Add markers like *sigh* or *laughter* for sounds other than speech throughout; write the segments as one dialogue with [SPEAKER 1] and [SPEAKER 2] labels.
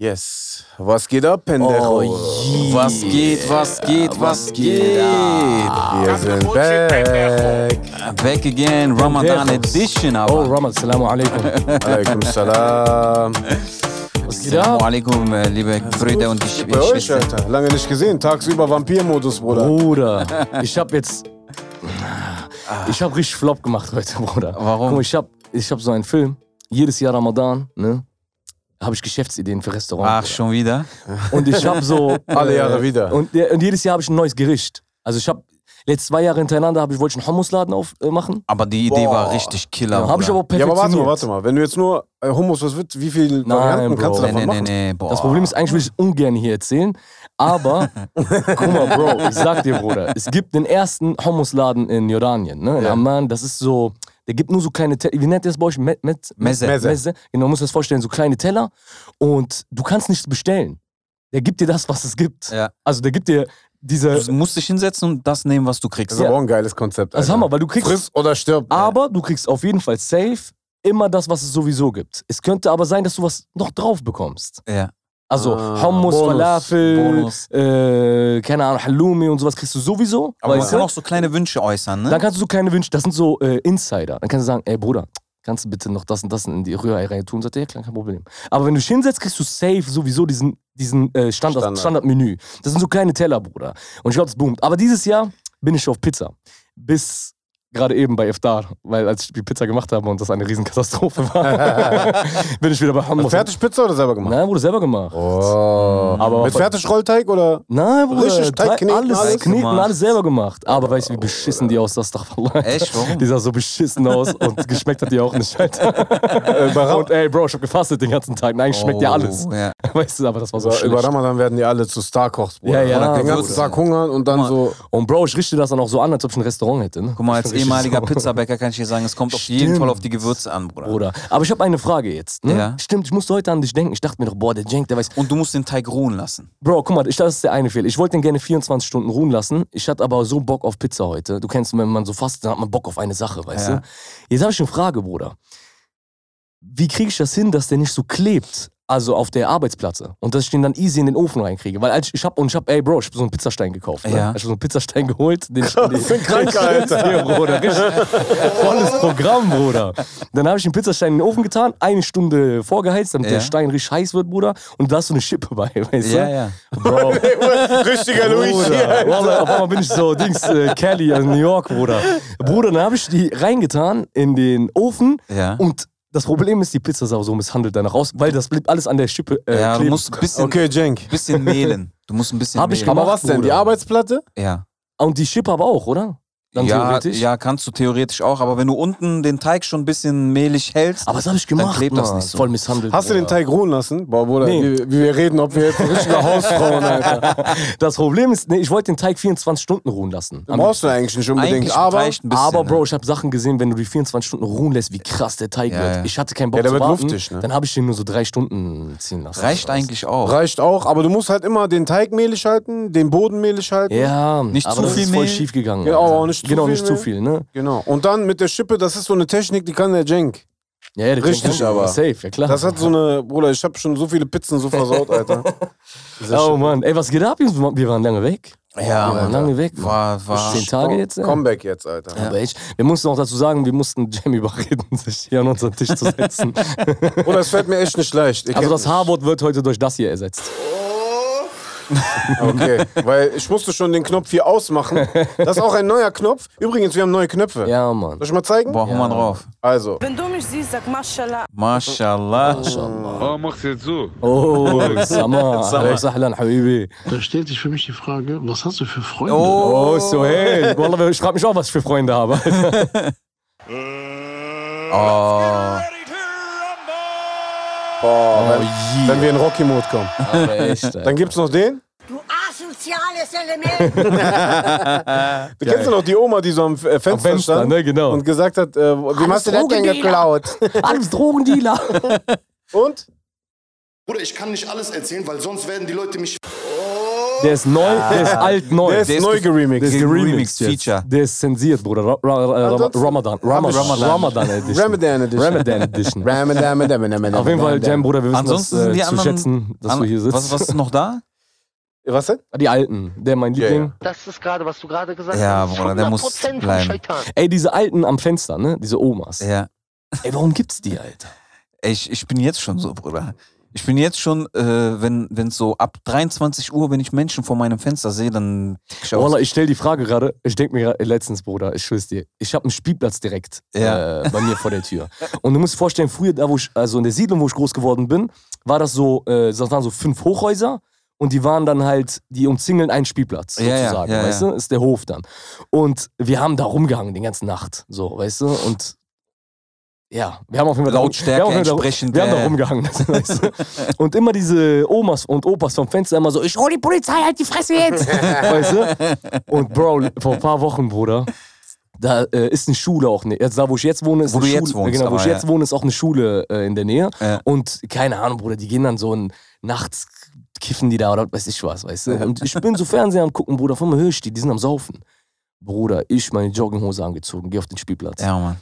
[SPEAKER 1] Yes. Was geht ab, Pendejo?
[SPEAKER 2] Oh,
[SPEAKER 1] was geht, was geht, was, geht? Wir sind back.
[SPEAKER 2] Back again, Ramadan
[SPEAKER 3] Pendejos.
[SPEAKER 2] Edition,
[SPEAKER 3] Oh,
[SPEAKER 2] aber.
[SPEAKER 3] Ramad, Salamu alaikum.
[SPEAKER 1] Alaikum
[SPEAKER 3] *laughs*
[SPEAKER 1] salam.
[SPEAKER 3] Was geht
[SPEAKER 2] Assalamu
[SPEAKER 3] ab?
[SPEAKER 2] alaikum, äh, liebe Brüder und die Sch-
[SPEAKER 1] Bei euch,
[SPEAKER 2] Schwestern.
[SPEAKER 1] Alter. Lange nicht gesehen. Tagsüber Vampirmodus, *laughs* Bruder.
[SPEAKER 3] Oh,
[SPEAKER 1] Ah.
[SPEAKER 3] Bruder, ich hab jetzt. Ich hab richtig Flop gemacht heute, Bruder.
[SPEAKER 2] Warum?
[SPEAKER 3] Guck mal, ich hab, ich hab so einen Film. Jedes Jahr Ramadan, ne? Habe ich Geschäftsideen für
[SPEAKER 2] Ach,
[SPEAKER 3] Restaurants.
[SPEAKER 2] schon wieder?
[SPEAKER 3] Und ich hab so.
[SPEAKER 1] *laughs* Alle
[SPEAKER 3] äh,
[SPEAKER 1] Jahre wieder.
[SPEAKER 3] Und, ja, und jedes Jahr habe ich ein neues Gericht. Also ich hab. Letzte zwei Jahre hintereinander hab ich, wollte ich einen Hummusladen aufmachen. Äh, machen.
[SPEAKER 2] Aber die Idee war
[SPEAKER 1] Boah.
[SPEAKER 2] richtig killer.
[SPEAKER 3] ja, habe ich
[SPEAKER 2] Bruder.
[SPEAKER 3] aber
[SPEAKER 1] ja,
[SPEAKER 3] perfektioniert.
[SPEAKER 1] aber warte mal, warte mal. Wenn du jetzt nur äh, Hummus, was wird, wie viele Varianten
[SPEAKER 3] Bro.
[SPEAKER 1] kannst du davon
[SPEAKER 2] Nee, nee,
[SPEAKER 1] machen?
[SPEAKER 2] nee, boah.
[SPEAKER 3] Das Problem ist, eigentlich will ich es ungern hier erzählen,
[SPEAKER 2] *laughs*
[SPEAKER 3] aber guck mal, Bro, ich sag dir, Bruder, es gibt den ersten Hummusladen in Jordanien, ne, in
[SPEAKER 1] Ja.
[SPEAKER 3] Amman, das ist so, der gibt nur so kleine Teller, wie nennt ihr das bei euch? Met, met,
[SPEAKER 2] Mezze.
[SPEAKER 1] Mezze.
[SPEAKER 3] Mezze? Genau, man muss das vorstellen, so kleine Teller und du kannst nichts bestellen. Der gibt dir das, was es gibt.
[SPEAKER 2] Ja.
[SPEAKER 3] Also der gibt dir diese,
[SPEAKER 2] Du musst dich hinsetzen und das nehmen, was du kriegst.
[SPEAKER 1] Das ist aber auch ein geiles Konzept.
[SPEAKER 3] das ist
[SPEAKER 1] Alter.
[SPEAKER 3] also Hammer, weil du kriegst,
[SPEAKER 1] Friss oder stirb.
[SPEAKER 3] aber du kriegst auf jeden Fall safe immer das, was es sowieso gibt. Es könnte aber sein, dass du was noch drauf bekommst.
[SPEAKER 2] Ja.
[SPEAKER 3] Also
[SPEAKER 1] Ah,
[SPEAKER 3] Hummus,
[SPEAKER 1] Bonus,
[SPEAKER 3] Falafel,
[SPEAKER 2] Bonus.
[SPEAKER 3] Äh, keine Ahnung, Halloumi und sowas kriegst du sowieso.
[SPEAKER 2] Aber man
[SPEAKER 3] weißt du?
[SPEAKER 2] kann auch so kleine Wünsche äußern, ne?
[SPEAKER 3] Dann kannst du so kleine Wünsche, das sind so äh, Insider. Dann kannst du sagen, ey Bruder, kannst du bitte noch das und das in die Rührei-Reihe tun? Sagt er, ja klar, kein Problem. Aber wenn du dich hinsetzt, kriegst du safe sowieso diesen, diesen äh, Standard,
[SPEAKER 1] Standard.
[SPEAKER 3] Standardmenü. Das sind so kleine Teller, Bruder. Und ich glaube, das boomt. Aber dieses Jahr bin ich auf Pizza. Bis gerade eben bei Iftar, weil als ich die Pizza gemacht habe und das eine Riesenkatastrophe
[SPEAKER 2] *laughs*
[SPEAKER 3] war, *laughs* bin ich wieder bei Hamburg.
[SPEAKER 1] Fertig Pizza oder selber gemacht?
[SPEAKER 3] Nein, Bruder, selber gemacht.
[SPEAKER 1] Oh.
[SPEAKER 3] Aber-
[SPEAKER 1] Mit Fertigrollteig oder?
[SPEAKER 3] Nein, Bruder.
[SPEAKER 1] Richtig, Teig
[SPEAKER 3] drei-
[SPEAKER 1] kneten,
[SPEAKER 3] alles,
[SPEAKER 1] alles
[SPEAKER 3] kneten,
[SPEAKER 2] gemacht.
[SPEAKER 3] alles selber gemacht. Aber weißt du, wie beschissen die aus, das doch
[SPEAKER 2] Echt? Warum?
[SPEAKER 3] Die sah so beschissen aus und geschmeckt hat die auch
[SPEAKER 1] *laughs*
[SPEAKER 3] nicht, Alter.
[SPEAKER 1] Äh, bei, Ra
[SPEAKER 3] Und ey, Bro, ich hab gefastet den ganzen Tag. Nein, schmeckt ja
[SPEAKER 2] Oh,
[SPEAKER 3] alles.
[SPEAKER 2] Ja.
[SPEAKER 3] *laughs* Weißt du, aber das war so
[SPEAKER 1] über, über
[SPEAKER 3] schlecht.
[SPEAKER 1] Ramadan werden die alle zu Starkochs, Bruder.
[SPEAKER 3] Ja, ja,
[SPEAKER 1] Oder Den
[SPEAKER 3] Bruder.
[SPEAKER 1] ganzen Tag hungern und dann
[SPEAKER 2] Guck
[SPEAKER 1] so.
[SPEAKER 3] Und Bro, ich richte das dann auch so an, als ob ich ein Restaurant hätte, ne?
[SPEAKER 2] Guck mal, als
[SPEAKER 3] Ich bin richtig
[SPEAKER 2] ehemaliger
[SPEAKER 3] sauer.
[SPEAKER 2] Pizzabäcker kann ich dir sagen, es kommt auf jeden
[SPEAKER 3] Stimmt.
[SPEAKER 2] Fall auf die Gewürze an, Bruder.
[SPEAKER 3] Bruder. Aber ich habe eine Frage jetzt. Ne?
[SPEAKER 2] Ja.
[SPEAKER 3] Stimmt, ich musste heute an dich denken. Ich dachte mir doch, boah, der Jenk, der weiß.
[SPEAKER 2] Und du musst den Teig ruhen lassen.
[SPEAKER 3] Bro, guck mal, ich, das ist der eine Fehler. Ich wollte den gerne 24 Stunden ruhen lassen. Ich hatte aber so Bock auf Pizza heute. Du kennst, wenn man so fastet, dann hat man Bock auf eine Sache, weißt
[SPEAKER 2] Ja.
[SPEAKER 3] du? Jetzt habe ich eine Frage, Bruder. Wie kriege ich das hin, dass der nicht so klebt? Also auf der Arbeitsplatte. Und dass ich den dann easy in den Ofen reinkriege. Weil als ich, ich hab, und ich hab, ey Bro, ich hab so einen Pizzastein gekauft. Ne?
[SPEAKER 2] Ja.
[SPEAKER 3] Ich hab so einen Pizzastein geholt, den
[SPEAKER 2] *laughs*
[SPEAKER 3] ich.
[SPEAKER 1] für ein
[SPEAKER 3] *laughs*
[SPEAKER 1] Kranker, Alter.
[SPEAKER 3] Hier, Bruder. Richtig volles Programm, Bruder. Dann habe ich den Pizzastein in den Ofen getan, eine Stunde vorgeheizt, damit
[SPEAKER 2] Ja.
[SPEAKER 3] der Stein richtig heiß wird, Bruder. Und da hast du eine Schippe bei, weißt du?
[SPEAKER 2] Ja, ja.
[SPEAKER 1] *laughs*
[SPEAKER 3] Bro,
[SPEAKER 1] Richtiger
[SPEAKER 3] Bruder. Wallah, auf einmal bin ich so, Dings, äh, Kelly in New York, Bruder. Bruder, dann habe ich die reingetan in den Ofen
[SPEAKER 2] Ja.
[SPEAKER 3] und das Problem ist, die Pizza sah so misshandelt danach aus, weil das blieb alles an der Schippe äh,
[SPEAKER 2] ja, du
[SPEAKER 3] kleben.
[SPEAKER 2] musst ein bisschen,
[SPEAKER 1] Okay, Jenk.
[SPEAKER 2] bisschen mehlen. Du musst ein bisschen
[SPEAKER 3] Hab ich
[SPEAKER 2] mehlen.
[SPEAKER 1] Aber
[SPEAKER 3] Gemacht,
[SPEAKER 1] was denn? Die
[SPEAKER 3] Bruder.
[SPEAKER 1] Arbeitsplatte?
[SPEAKER 2] Ja.
[SPEAKER 3] Und die Schippe aber auch, oder? Dann
[SPEAKER 2] ja,
[SPEAKER 3] theoretisch.
[SPEAKER 2] ja, kannst du theoretisch auch, aber wenn du unten den Teig schon ein bisschen mehlig hältst,
[SPEAKER 3] Aber das habe ich gemacht,
[SPEAKER 2] dann klebt das
[SPEAKER 3] Mann.
[SPEAKER 2] nicht so.
[SPEAKER 3] Voll misshandelt.
[SPEAKER 1] Hast du den
[SPEAKER 3] Bruder.
[SPEAKER 1] Teig ruhen lassen? Boah, Bruder,
[SPEAKER 3] Nee.
[SPEAKER 1] wie, wie wir reden, ob wir jetzt
[SPEAKER 3] *laughs*
[SPEAKER 1] richtige *laughs* Hausfrauen, Alter.
[SPEAKER 3] Das Problem ist, nee, ich wollte den Teig 24 Stunden ruhen lassen.
[SPEAKER 1] Den Brauchst du eigentlich nicht unbedingt,
[SPEAKER 2] Eigentlich
[SPEAKER 1] aber
[SPEAKER 2] reicht ein bisschen.
[SPEAKER 3] Aber
[SPEAKER 2] ne?
[SPEAKER 3] Bro, ich habe Sachen gesehen, wenn du die 24 Stunden ruhen lässt, wie krass der Teig
[SPEAKER 2] Ja,
[SPEAKER 3] wird.
[SPEAKER 2] ja.
[SPEAKER 3] Ich hatte keinen Bock
[SPEAKER 1] Ja, der
[SPEAKER 3] zu
[SPEAKER 1] wird
[SPEAKER 3] warten.
[SPEAKER 1] luftig, ne?
[SPEAKER 3] Dann habe ich den nur so drei Stunden ziehen lassen.
[SPEAKER 2] reicht eigentlich auch.
[SPEAKER 1] reicht auch. Aber du musst halt immer den Teig mehlig halten, den Boden mehlig halten.
[SPEAKER 3] Ja,
[SPEAKER 2] Nicht
[SPEAKER 3] aber
[SPEAKER 2] zu
[SPEAKER 3] das
[SPEAKER 2] viel
[SPEAKER 3] ist voll
[SPEAKER 2] Mehl.
[SPEAKER 3] schief gegangen.
[SPEAKER 1] Ja,
[SPEAKER 3] Alter.
[SPEAKER 1] auch nicht zu
[SPEAKER 3] genau,
[SPEAKER 1] viel
[SPEAKER 3] nicht zu
[SPEAKER 1] Mehl.
[SPEAKER 3] viel, ne?
[SPEAKER 1] Genau. Und dann mit der Schippe, das ist so eine Technik, die kann der Jenk.
[SPEAKER 3] Ja, ja, der
[SPEAKER 1] Richtig,
[SPEAKER 3] Teig-
[SPEAKER 1] aber-
[SPEAKER 3] Safe, ja klar.
[SPEAKER 1] Das hat so eine, Bruder, ich habe schon so viele Pizzen so versaut, Alter. Diese
[SPEAKER 3] oh
[SPEAKER 1] Schippe.
[SPEAKER 3] Mann, ey, was geht ab, Jungs? Wir waren lange weg.
[SPEAKER 2] Ja,
[SPEAKER 3] wir waren
[SPEAKER 2] Mann.
[SPEAKER 3] lange weg. Mann.
[SPEAKER 2] War, war.
[SPEAKER 3] *laughs* Zehn Tage jetzt? ey?
[SPEAKER 1] Comeback jetzt, Alter.
[SPEAKER 3] Aber echt, wir mussten auch dazu sagen, wir mussten Jamie *laughs* überreden, sich hier an unseren Tisch zu
[SPEAKER 1] *laughs*
[SPEAKER 3] setzen.
[SPEAKER 1] Bruder, es fällt mir echt nicht leicht. Ihr
[SPEAKER 3] also
[SPEAKER 1] kennt
[SPEAKER 3] das H-Wort wird heute durch das hier ersetzt.
[SPEAKER 1] Okay, weil ich musste schon den Knopf hier
[SPEAKER 3] *laughs*
[SPEAKER 1] ausmachen. Das ist auch ein neuer Knopf. Übrigens, wir haben neue Knöpfe.
[SPEAKER 3] Ja, Mann.
[SPEAKER 1] Soll ich mal zeigen?
[SPEAKER 2] Boah, hau mal drauf.
[SPEAKER 1] Also,
[SPEAKER 4] Wenn du mich siehst, sag Maschallah.
[SPEAKER 2] Mashallah.
[SPEAKER 5] Oh, mach's jetzt so.
[SPEAKER 1] *laughs*
[SPEAKER 3] Oh, Sama. Hallo, Sahlan, Habibi.
[SPEAKER 6] Da stellt sich für mich die Frage, was hast du für Freunde?
[SPEAKER 3] Oh, so, hey. Wallah, ich frage mich auch, was ich für Freunde habe.
[SPEAKER 2] Oh.
[SPEAKER 1] Oh, wenn,
[SPEAKER 3] Oh,
[SPEAKER 1] wenn wir in Rocky-Mode kommen.
[SPEAKER 3] Aber *laughs* echt, ey.
[SPEAKER 1] Dann gibt's noch den.
[SPEAKER 7] Du asoziales Element!
[SPEAKER 1] Du kennst ja noch die Oma, die so am äh, Fenster,
[SPEAKER 3] Fenster,
[SPEAKER 1] stand
[SPEAKER 3] ne, genau.
[SPEAKER 1] und gesagt hat, äh, wem hast du das denn geklaut?
[SPEAKER 3] Alles Drogendealer.
[SPEAKER 1] Und?
[SPEAKER 8] Bruder, ich kann nicht alles erzählen, weil sonst werden die Leute mich.
[SPEAKER 3] Der ist neu, Oh, der ist alt neu.
[SPEAKER 1] Der ist
[SPEAKER 2] Der ist
[SPEAKER 1] neu
[SPEAKER 2] ge-
[SPEAKER 1] geremixed.
[SPEAKER 2] Remix,
[SPEAKER 3] geremixed jetzt.
[SPEAKER 2] Feature.
[SPEAKER 3] Der ist zensiert, Bruder. Ra Ra Ra
[SPEAKER 1] Ansonsten-
[SPEAKER 3] Ramadan. Ramadan.
[SPEAKER 1] Ramadan.
[SPEAKER 3] Ramadan Edition.
[SPEAKER 1] Ramadan Edition.
[SPEAKER 3] Ramadan Edition.
[SPEAKER 1] Ramadan, Ramadan, Ramadan,
[SPEAKER 3] Auf jeden Fall, Jam, Bruder, wir wissen
[SPEAKER 2] Ansonsten
[SPEAKER 3] das,
[SPEAKER 2] sind
[SPEAKER 3] äh,
[SPEAKER 2] die
[SPEAKER 3] zu
[SPEAKER 2] anderen-
[SPEAKER 3] schätzen, dass
[SPEAKER 2] An-
[SPEAKER 3] du hier sitzt.
[SPEAKER 2] Was, was ist noch da?
[SPEAKER 1] Was denn?
[SPEAKER 3] Die Alten, der mein
[SPEAKER 1] Ja,
[SPEAKER 3] Liebling.
[SPEAKER 1] ja.
[SPEAKER 4] Das ist gerade, was du gerade gesagt
[SPEAKER 2] Ja,
[SPEAKER 4] hast. Das ist
[SPEAKER 2] Bruder, der muss
[SPEAKER 4] 100% vom
[SPEAKER 2] bleiben.
[SPEAKER 4] Scheitan.
[SPEAKER 3] Ey, diese Alten am Fenster, ne? Diese Omas.
[SPEAKER 2] Ja.
[SPEAKER 3] Ey, warum gibt's die, Alter?
[SPEAKER 2] Ey, Ich, ich bin jetzt schon so, Bruder. Ich bin jetzt schon, äh, wenn es so ab 23 Uhr, wenn ich Menschen vor meinem Fenster sehe, dann tick ich aus.
[SPEAKER 3] Wallah, ich stell die Frage gerade, ich denk mir grad- letztens, Bruder, ich schwör's dir, ich habe einen Spielplatz direkt
[SPEAKER 2] Ja.
[SPEAKER 3] äh, bei mir vor der Tür. Und du musst dir vorstellen, früher da, wo ich, also in der Siedlung, wo ich groß geworden bin, war das so, äh, das waren so fünf Hochhäuser und die waren dann halt, die umzingeln einen Spielplatz
[SPEAKER 2] Ja, ja,
[SPEAKER 3] sozusagen,
[SPEAKER 2] ja,
[SPEAKER 3] weißt
[SPEAKER 2] ja.
[SPEAKER 3] du? Ist der Hof dann. Und wir haben da rumgehangen die ganze Nacht, so, weißt du? Und ja, wir haben auf jeden Fall da- wir
[SPEAKER 2] Lautstärke
[SPEAKER 3] haben auf jeden Fall da-
[SPEAKER 2] entsprechend.
[SPEAKER 3] wir haben da
[SPEAKER 2] äh,
[SPEAKER 3] rumgehangen. *laughs* Weißt du? Und immer diese Omas und Opas vom Fenster immer so, ich hol die Polizei, halt die
[SPEAKER 2] *laughs*
[SPEAKER 3] Fresse jetzt. weißt du? Und Bro, vor ein paar Wochen, Bruder, da äh, ist eine Schule auch, ne, jetzt, da wo ich jetzt wohne, ist
[SPEAKER 2] Wo
[SPEAKER 3] eine
[SPEAKER 2] du
[SPEAKER 3] Schule,
[SPEAKER 2] jetzt wohnst,
[SPEAKER 3] genau, wo
[SPEAKER 2] aber,
[SPEAKER 3] ich jetzt
[SPEAKER 2] ja.
[SPEAKER 3] wohne, ist auch eine Schule äh, in der Nähe.
[SPEAKER 2] Ja.
[SPEAKER 3] Und keine Ahnung, Bruder, die gehen dann so ein, nachts kiffen die da oder weiß ich was, weißt du? Und ich bin so Fernseher am gucken, Bruder, von mir höre ich die, die sind am Saufen. Bruder, ich meine Jogginghose angezogen, geh auf den Spielplatz.
[SPEAKER 2] ja, Mann.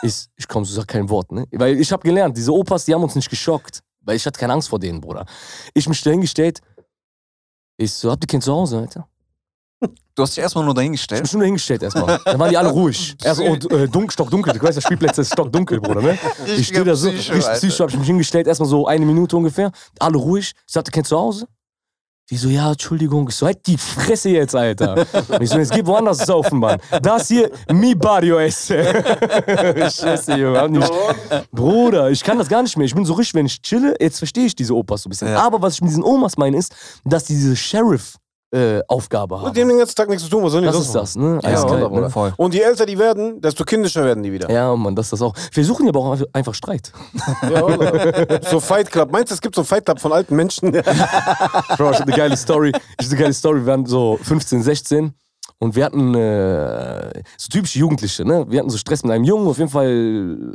[SPEAKER 3] Ich, ich komm, du sag kein Wort, ne? Weil ich habe gelernt, diese Opas, die haben uns nicht geschockt. Weil ich hatte keine Angst vor denen, Bruder. Ich mich da hingestellt. Ich so, habt ihr Kind zu Hause, Alter?
[SPEAKER 2] Du hast dich erstmal nur
[SPEAKER 3] Ich hab
[SPEAKER 2] dahingestellt.
[SPEAKER 3] mich nur hingestellt erstmal. Dann waren die alle ruhig. Erst und, äh, dunkel, stockdunkel. Du weißt, das Spielplatz ist stockdunkel, Bruder, ne? Ich stehe da so, richtig psycho, hab ich mich hingestellt, erstmal so eine Minute ungefähr. Alle ruhig. Ich so, habt ihr Kind zu Hause? Die so, ja, Entschuldigung. Ich so, halt die Fresse jetzt, Alter. Ich so, jetzt geh woanders saufen, Mann. Das hier, mi barrio esse. *laughs* Scheiße, Junge. Haben die mich Bruder, ich kann das gar nicht mehr. Ich bin so richtig, wenn ich chille, jetzt verstehe ich diese Opas so ein bisschen.
[SPEAKER 2] Ja.
[SPEAKER 3] Aber was ich mit diesen Omas meine, ist, dass die diese Sheriff-Aufgabe haben.
[SPEAKER 1] Und die haben den ganzen Tag nichts zu tun, was sollen die
[SPEAKER 3] das
[SPEAKER 1] sonst
[SPEAKER 3] ist
[SPEAKER 1] machen?
[SPEAKER 3] das, ne?
[SPEAKER 2] Ja,
[SPEAKER 3] Eiskalt,
[SPEAKER 1] wunderbar,
[SPEAKER 3] ne?
[SPEAKER 2] Voll.
[SPEAKER 1] Und je älter die werden, desto kindischer werden die wieder.
[SPEAKER 3] Ja, Mann, das ist das auch. Wir suchen ja aber auch einfach Streit.
[SPEAKER 1] Ja, oder? so Fight Club. Meinst du, es gibt so einen Fight Club von alten Menschen?
[SPEAKER 3] *laughs* Bro, ich hatte eine geile Story. Ich hatte eine geile Story. Wir waren so 15, 16 und wir hatten äh, so typische Jugendliche, ne? Wir hatten so Stress mit einem Jungen. Auf jeden Fall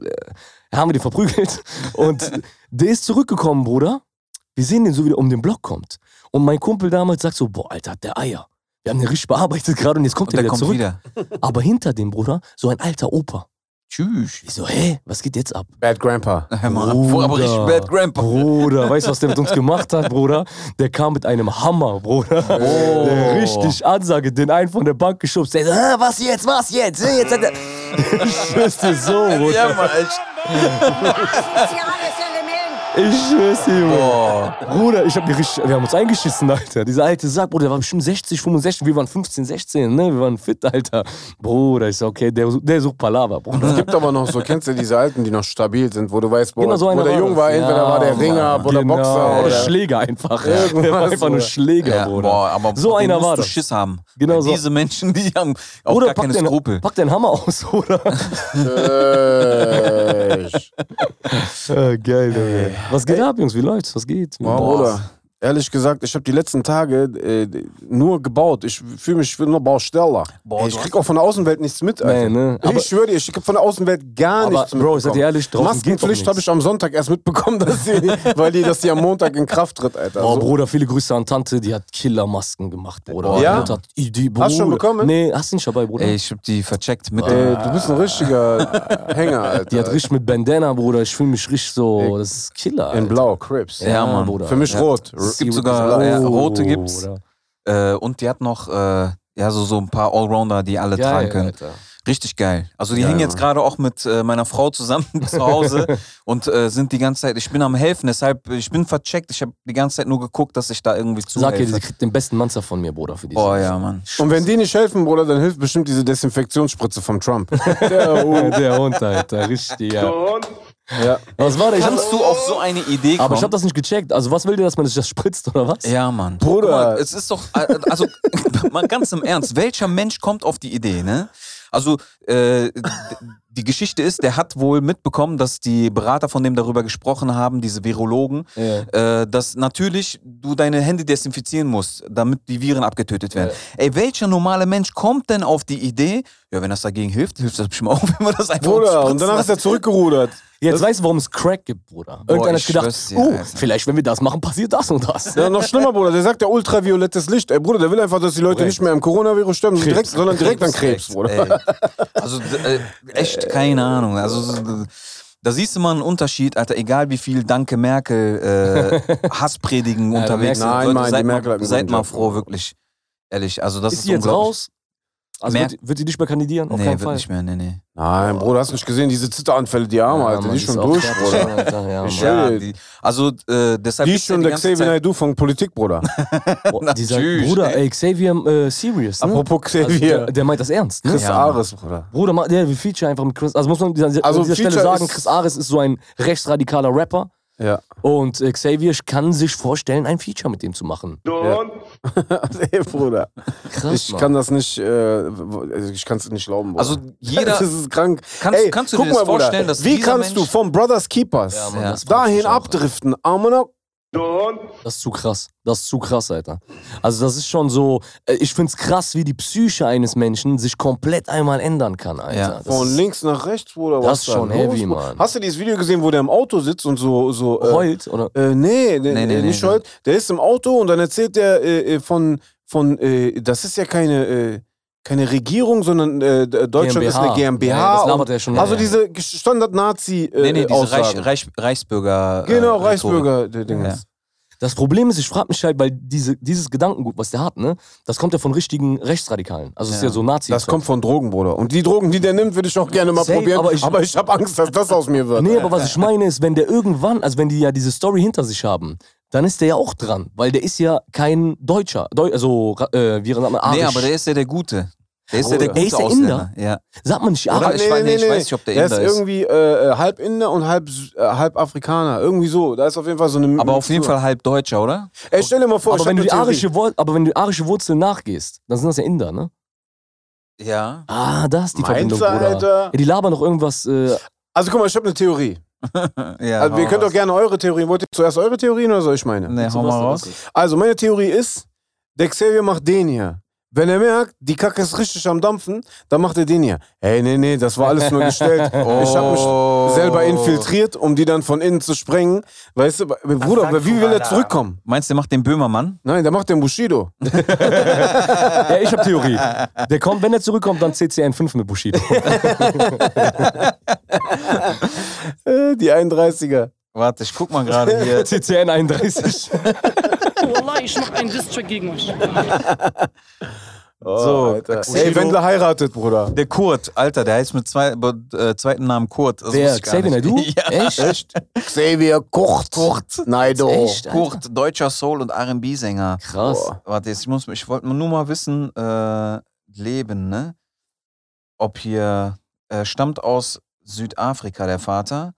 [SPEAKER 3] äh, haben wir den verprügelt. Und der ist zurückgekommen, Bruder. Wir sehen den so, wie der um den Block kommt. Und mein Kumpel damals sagt so: Boah, Alter, hat der Eier. Wir haben den richtig bearbeitet gerade und jetzt kommt
[SPEAKER 2] Und
[SPEAKER 3] er
[SPEAKER 2] der
[SPEAKER 3] wieder
[SPEAKER 2] kommt
[SPEAKER 3] zurück.
[SPEAKER 2] wieder.
[SPEAKER 3] Aber hinter dem, Bruder, so ein alter Opa.
[SPEAKER 2] Tschüss.
[SPEAKER 3] Ich so, hä, was geht jetzt ab?
[SPEAKER 1] Bad Grandpa.
[SPEAKER 2] Hör mal ab. Wo aber richtig
[SPEAKER 3] Bruder.
[SPEAKER 2] Bad Grandpa.
[SPEAKER 3] Bruder, weißt du, was der mit uns gemacht hat, Bruder? Der kam mit einem Hammer, Bruder. Der Oh, richtig Ansage, den einen von der Bank geschubst. Der so, "Ah, was jetzt, was jetzt? Äh, jetzt hat er... *laughs* Ich schwör's dir so, Bruder.
[SPEAKER 2] Mann, echt.
[SPEAKER 7] Asoziales Element!
[SPEAKER 3] Ich schwör's dir, Bruder. Bruder, ich hab mir richtig, wir haben uns eingeschissen, Alter. Dieser alte Sack, Bruder, der war bestimmt 60, 65, wir waren 15, 16, ne? Wir waren fit, Alter. Bruder, ich so, okay, der, der sucht Palaver, Bruder.
[SPEAKER 1] Es gibt aber noch so, kennst du diese Alten, die noch stabil sind, wo du weißt, boah,
[SPEAKER 3] Genau so einer
[SPEAKER 1] wo der
[SPEAKER 3] war
[SPEAKER 1] jung
[SPEAKER 3] das.
[SPEAKER 1] war, entweder
[SPEAKER 3] Ja,
[SPEAKER 1] war der Ringer
[SPEAKER 3] Mann.
[SPEAKER 1] oder
[SPEAKER 3] genau.
[SPEAKER 1] Boxer
[SPEAKER 3] Oder
[SPEAKER 1] oder.
[SPEAKER 3] Schläger einfach. Der war einfach nur
[SPEAKER 1] oder?
[SPEAKER 3] Schläger,
[SPEAKER 2] Ja,
[SPEAKER 3] Bruder.
[SPEAKER 2] boah, aber
[SPEAKER 3] so
[SPEAKER 2] vor denen
[SPEAKER 3] einer
[SPEAKER 2] musst
[SPEAKER 3] war
[SPEAKER 2] du
[SPEAKER 3] das.
[SPEAKER 2] Schiss haben.
[SPEAKER 3] Genau
[SPEAKER 2] Weil
[SPEAKER 3] so.
[SPEAKER 2] Diese Menschen, *laughs* die haben auch
[SPEAKER 3] Bruder,
[SPEAKER 2] gar keine
[SPEAKER 3] den,
[SPEAKER 2] Skrupel.
[SPEAKER 3] pack den Hammer aus, oder? *laughs* Äh,
[SPEAKER 1] Schläger.
[SPEAKER 3] geil, ey. Was geht ab, Jungs? Wie läuft's? Was geht?
[SPEAKER 1] Äh, Boah,
[SPEAKER 2] Boah.
[SPEAKER 1] Bruder. Ehrlich gesagt, ich habe die letzten Tage äh, nur gebaut. Ich fühle mich wie nur Bausteller.
[SPEAKER 2] Boah,
[SPEAKER 1] Ey,
[SPEAKER 2] du
[SPEAKER 1] ich
[SPEAKER 2] hast-
[SPEAKER 1] krieg auch von der Außenwelt nichts mit, Alter.
[SPEAKER 3] Nee, ne? Aber-
[SPEAKER 1] ich schwöre dir, ich krieg von der Außenwelt gar
[SPEAKER 3] Aber,
[SPEAKER 1] nichts mit.
[SPEAKER 3] Bro, seid ihr ehrlich, draußen geht doch
[SPEAKER 1] Maskenpflicht habe
[SPEAKER 3] nichts.
[SPEAKER 1] ich am Sonntag erst mitbekommen, *laughs* dass die, weil die, dass die am Montag in Kraft tritt, Alter.
[SPEAKER 3] Boah,
[SPEAKER 1] So.
[SPEAKER 3] Oh, Bruder, viele Grüße an Tante, die hat Killermasken gemacht, Bruder. Meine
[SPEAKER 1] Ja?
[SPEAKER 3] Mutter Hat, die, die, Bruder.
[SPEAKER 1] Hast du schon bekommen?
[SPEAKER 3] Nee, hast du nicht dabei, Bruder.
[SPEAKER 2] Ey, ich hab die vercheckt
[SPEAKER 3] Äh,
[SPEAKER 2] mit
[SPEAKER 1] Ey, äh, du bist ein richtiger Hänger, Alter.
[SPEAKER 3] die hat richtig mit Bandana, Bruder. Ich fühle mich richtig so, das ist Killer.
[SPEAKER 1] in
[SPEAKER 3] Alter.
[SPEAKER 1] Blau, Crips.
[SPEAKER 2] Ja, Mann.
[SPEAKER 3] Bruder.
[SPEAKER 1] Für mich
[SPEAKER 2] Ja.
[SPEAKER 1] rot.
[SPEAKER 2] Es gibt sogar äh,
[SPEAKER 3] Oh,
[SPEAKER 2] rote gibt's.
[SPEAKER 3] Bruder.
[SPEAKER 2] Äh, und die hat noch äh, ja, so, so ein paar Allrounder, die alle tragen
[SPEAKER 3] Geil,
[SPEAKER 2] können.
[SPEAKER 3] Alter.
[SPEAKER 2] Richtig geil. Also die
[SPEAKER 1] Geil,
[SPEAKER 2] hängen jetzt gerade auch mit äh, meiner Frau zusammen *laughs* zu Hause und äh, sind die ganze Zeit, ich bin am helfen, deshalb, ich bin vercheckt, ich habe die ganze Zeit nur geguckt, dass ich da irgendwie
[SPEAKER 3] Sag ihr,
[SPEAKER 2] zuhelfe.
[SPEAKER 3] sie kriegt den besten Manzer von mir, Bruder, für diese.
[SPEAKER 2] Boah, ja, Mann.
[SPEAKER 1] Und wenn die nicht helfen, Bruder, dann hilft bestimmt diese Desinfektionsspritze vom
[SPEAKER 3] *laughs*
[SPEAKER 1] Trump. Der, oh,
[SPEAKER 3] Der Hund, Alter, richtig, ja.
[SPEAKER 1] ja.
[SPEAKER 3] Was war das? Ich hab-
[SPEAKER 2] Kannst du auf so eine Idee kommen?
[SPEAKER 3] Aber ich habe das nicht gecheckt. Also was will der, dass man sich das spritzt oder was?
[SPEAKER 2] ja, Mann.
[SPEAKER 1] Bruder.
[SPEAKER 2] Guck Mal, es ist doch, äh, also *laughs* mal ganz im Ernst, welcher Mensch kommt auf die Idee, ne? Also, äh, d- die Geschichte ist, der hat wohl mitbekommen, dass die Berater von dem darüber gesprochen haben, diese Virologen,
[SPEAKER 3] Ja.
[SPEAKER 2] äh, dass natürlich du deine Hände desinfizieren musst, damit die Viren abgetötet werden. Ey, welcher normale Mensch kommt denn auf die Idee, ja, wenn das dagegen hilft, hilft das bestimmt auch, *laughs* wenn wir das einfach
[SPEAKER 1] Bruder,
[SPEAKER 2] uns
[SPEAKER 1] und danach ist
[SPEAKER 2] spritzen
[SPEAKER 1] er zurückgerudert.
[SPEAKER 3] Jetzt weißt du, warum es Crack gibt, Bruder.
[SPEAKER 2] Boah,
[SPEAKER 3] Irgendeiner
[SPEAKER 2] ich
[SPEAKER 3] hat gedacht,
[SPEAKER 2] schwör's dir,
[SPEAKER 3] oh,
[SPEAKER 2] Alter.
[SPEAKER 3] vielleicht, wenn wir das machen, passiert das und das.
[SPEAKER 1] Ja, noch schlimmer, Bruder. Der sagt ja ultraviolettes Licht. Ey, Bruder, der will einfach, dass die Leute nicht mehr am Coronavirus sterben, direkt, sondern direkt an Krebs, Bruder.
[SPEAKER 2] Ey. Also d- äh, echt keine Ahnung. Also so- d- da siehst du mal einen Unterschied, Alter. Egal wie viel Danke Merkel
[SPEAKER 1] *laughs*
[SPEAKER 2] äh, Hasspredigen unterwegs
[SPEAKER 1] merkst
[SPEAKER 2] sind.
[SPEAKER 1] du- Nein,
[SPEAKER 2] Leute,
[SPEAKER 1] Mann, die
[SPEAKER 2] seid
[SPEAKER 1] Merkel hat
[SPEAKER 2] mal,
[SPEAKER 1] einen
[SPEAKER 2] seid
[SPEAKER 1] guten
[SPEAKER 2] mal
[SPEAKER 1] Job
[SPEAKER 2] froh,
[SPEAKER 1] gemacht.
[SPEAKER 2] wirklich. Ehrlich, also das ist,
[SPEAKER 3] ist die jetzt
[SPEAKER 2] unglaublich.
[SPEAKER 3] raus? Also wird,
[SPEAKER 2] Merk-
[SPEAKER 3] die- wird die nicht mehr kandidieren? Auf
[SPEAKER 2] Nee,
[SPEAKER 3] keinen
[SPEAKER 2] wird
[SPEAKER 3] Fall.
[SPEAKER 2] nicht mehr, nee, nee.
[SPEAKER 1] Nein, Bruder, hast du nicht gesehen, diese Zitteranfälle, die Arme, Alter, *laughs* die ist schon durch, Bruder.
[SPEAKER 3] Bruder.
[SPEAKER 1] Ich-
[SPEAKER 2] Ja,
[SPEAKER 1] Schön.
[SPEAKER 2] die, also äh, deshalb
[SPEAKER 1] Die
[SPEAKER 2] ist
[SPEAKER 1] ist schon
[SPEAKER 2] ja
[SPEAKER 1] der
[SPEAKER 2] ganze
[SPEAKER 1] Xavier
[SPEAKER 2] Zeit-
[SPEAKER 1] Naidoo von Politik, *laughs* Bruder. Hm?
[SPEAKER 3] Boah, dieser
[SPEAKER 2] Natürlich,
[SPEAKER 3] Bruder, ey, Xavier äh, Serious. Ne?
[SPEAKER 1] Apropos
[SPEAKER 3] also
[SPEAKER 1] Xavier.
[SPEAKER 3] der, der meint das ernst, ne?
[SPEAKER 1] Chris
[SPEAKER 2] Ja, Mann.
[SPEAKER 1] Ares, Bruder.
[SPEAKER 3] Bruder, ma- der Feature einfach mit Chris. Also muss man an dieser,
[SPEAKER 1] Also
[SPEAKER 3] an dieser Stelle
[SPEAKER 1] Feature
[SPEAKER 3] sagen,
[SPEAKER 1] ist-
[SPEAKER 3] Chris Ares ist so ein rechtsradikaler Rapper.
[SPEAKER 1] *laughs* Ja.
[SPEAKER 3] Und äh, Xavier kann sich vorstellen, ein Feature mit dem zu machen.
[SPEAKER 1] nee, Bruder.
[SPEAKER 3] Krass,
[SPEAKER 1] Ich
[SPEAKER 3] Mann.
[SPEAKER 1] kann das nicht, äh, wo- also ich kann es nicht glauben, Bruder.
[SPEAKER 2] Also
[SPEAKER 1] *laughs*
[SPEAKER 2] jeder-
[SPEAKER 1] Das ist krank.
[SPEAKER 2] Kannst-
[SPEAKER 1] Ey,
[SPEAKER 2] kannst du
[SPEAKER 1] guck
[SPEAKER 2] dir das
[SPEAKER 1] mal, Bruder,
[SPEAKER 2] vorstellen, dass
[SPEAKER 1] Wie
[SPEAKER 2] dieser
[SPEAKER 1] kannst du
[SPEAKER 2] Mensch-
[SPEAKER 1] vom Brothers Keepers
[SPEAKER 3] Ja, Mann,
[SPEAKER 2] Ja.
[SPEAKER 3] das fragt mich
[SPEAKER 1] dahin
[SPEAKER 3] auch, Alter.
[SPEAKER 1] abdriften? Amona,
[SPEAKER 3] Das ist zu krass. Das ist zu krass, Alter. Also das ist schon so, äh, ich find's krass, wie die Psyche eines Menschen sich komplett einmal ändern kann, Alter.
[SPEAKER 2] Ja.
[SPEAKER 3] Das
[SPEAKER 1] Von
[SPEAKER 3] ist-
[SPEAKER 1] links nach rechts, Bruder.
[SPEAKER 3] Das
[SPEAKER 1] was
[SPEAKER 3] ist
[SPEAKER 1] da
[SPEAKER 3] schon
[SPEAKER 1] los,
[SPEAKER 3] heavy,
[SPEAKER 1] Bruder?
[SPEAKER 3] Mann.
[SPEAKER 1] Hast du dieses Video gesehen, wo der im Auto sitzt und so. so äh,
[SPEAKER 3] Heult, oder?
[SPEAKER 1] äh, nee, nee,
[SPEAKER 2] Nee,
[SPEAKER 1] nee,
[SPEAKER 2] nee,
[SPEAKER 1] nicht
[SPEAKER 2] nee,
[SPEAKER 1] heult. Der ist im Auto und dann erzählt der äh, äh, von, von äh, das ist ja keine, äh, keine Regierung, sondern äh, d- Deutschland ist eine GmbH.
[SPEAKER 3] Ja, das
[SPEAKER 1] und,
[SPEAKER 3] labert er schon.
[SPEAKER 1] also
[SPEAKER 3] ja, ja.
[SPEAKER 1] diese Standard-Nazi. Äh,
[SPEAKER 2] Nee, nee, diese
[SPEAKER 1] Aussagen.
[SPEAKER 2] Reich, Reich, Reichsbürger. äh,
[SPEAKER 1] Genau,
[SPEAKER 2] Rhetorik.
[SPEAKER 1] Reichsbürger. Der Ding
[SPEAKER 2] Ja.
[SPEAKER 3] Das Problem ist, ich frage mich halt, weil diese, dieses Gedankengut, was der hat, ne, das kommt ja von richtigen Rechtsradikalen. Also es ist
[SPEAKER 2] Ja.
[SPEAKER 3] ja so nazi
[SPEAKER 1] Das kommt von Drogen, Bruder. Und die Drogen, die der nimmt, würde ich auch gerne mal
[SPEAKER 3] Safe,
[SPEAKER 1] probieren.
[SPEAKER 3] aber
[SPEAKER 1] Aber
[SPEAKER 3] ich-
[SPEAKER 1] ich, habe Angst, dass das aus mir wird.
[SPEAKER 3] Nee, aber was ich meine ist, wenn der irgendwann, also wenn die ja diese Story hinter sich haben, dann ist der ja auch dran, weil der ist ja kein Deutscher, Deu also ra- äh, wie nennt man
[SPEAKER 2] Nee,
[SPEAKER 3] Arisch.
[SPEAKER 2] aber der ist ja der Gute. Der ist ja der
[SPEAKER 3] Bruder. Der
[SPEAKER 2] gute
[SPEAKER 3] ist der
[SPEAKER 2] Ausländer. Ja.
[SPEAKER 3] Sagt man nicht
[SPEAKER 2] Oder
[SPEAKER 3] Arisch?
[SPEAKER 2] ich, weiß, nee, ich weiß nicht, ob der
[SPEAKER 1] Der ist
[SPEAKER 2] Inder ist.
[SPEAKER 1] irgendwie äh, äh, halb Inder und halb, Sü- äh, halb Afrikaner. Irgendwie so. Da ist auf jeden Fall Mhm. so eine.
[SPEAKER 2] Aber auf jeden
[SPEAKER 1] Mixtur.
[SPEAKER 2] Fall halb Deutscher, oder?
[SPEAKER 1] Ey, stell dir mal vor,
[SPEAKER 3] aber
[SPEAKER 1] ich hab
[SPEAKER 3] wenn, du
[SPEAKER 1] eine
[SPEAKER 3] die
[SPEAKER 1] Theorie.
[SPEAKER 3] arische Wur aber wenn du die arische Wurzel nachgehst, dann sind das ja Inder, ne?
[SPEAKER 2] Ja.
[SPEAKER 3] Ah, da ist die
[SPEAKER 1] Meinst
[SPEAKER 3] Verbindung,
[SPEAKER 1] du,
[SPEAKER 3] Bruder.
[SPEAKER 1] Alter?
[SPEAKER 3] Ja, die labern noch irgendwas. Äh,
[SPEAKER 1] Also guck mal, ich habe eine Theorie.
[SPEAKER 2] ja
[SPEAKER 1] also,
[SPEAKER 2] hau
[SPEAKER 1] ihr könnt
[SPEAKER 2] raus. Mhm.
[SPEAKER 1] doch gerne eure Theorien. Wollt ihr zuerst eure Theorien oder soll ich meine?
[SPEAKER 2] Nee, hau mal raus.
[SPEAKER 1] Also, meine Theorie ist, der Xavier macht den hier. Wenn er merkt, die Kacke ist richtig am Dampfen, dann macht er den hier. Ey, nee, nee, das war alles nur
[SPEAKER 2] *laughs*
[SPEAKER 1] gestellt.
[SPEAKER 2] Oh.
[SPEAKER 1] Ich habe mich selber infiltriert, um die dann von innen zu sprengen. Weißt du, Bruder, wie will er zurückkommen?
[SPEAKER 2] Oh. Meinst du, der macht den Böhmermann?
[SPEAKER 1] Nein, der macht den Bushido. *laughs*
[SPEAKER 3] ja, ich hab Theorie. Der kommt, wenn er zurückkommt, dann CCN 5 mit *laughs* Bushido.
[SPEAKER 1] Äh, die 31er.
[SPEAKER 2] Warte, ich guck mal
[SPEAKER 1] *laughs*
[SPEAKER 2] gerade hier.
[SPEAKER 3] CCN *laughs* 31.
[SPEAKER 4] Wallah, ich mache einen Distrack gegen euch.
[SPEAKER 2] So,
[SPEAKER 1] Alter.
[SPEAKER 2] Oh, Bushido.
[SPEAKER 1] Ey, Wendler heiratet, Bruder.
[SPEAKER 2] Der Kurt, Alter, der heißt mit zwei, äh, zweiten Namen Kurt. Das
[SPEAKER 3] Wer?
[SPEAKER 2] wusste ich gar
[SPEAKER 3] Xavier
[SPEAKER 2] nicht.
[SPEAKER 3] *laughs* Naidoo?
[SPEAKER 2] *laughs* Ja.
[SPEAKER 3] Echt? Oh,
[SPEAKER 1] Xavier Kurt. Kurt. Neido.
[SPEAKER 3] Echt? Ah,
[SPEAKER 2] Kurt, deutscher Soul- und R&B-Sänger.
[SPEAKER 3] Krass.
[SPEAKER 2] Warte, jetzt, ich, muss- ich wollte nur mal wissen, äh, Leben, ne? Ob hier, äh, stammt aus Südafrika der Vater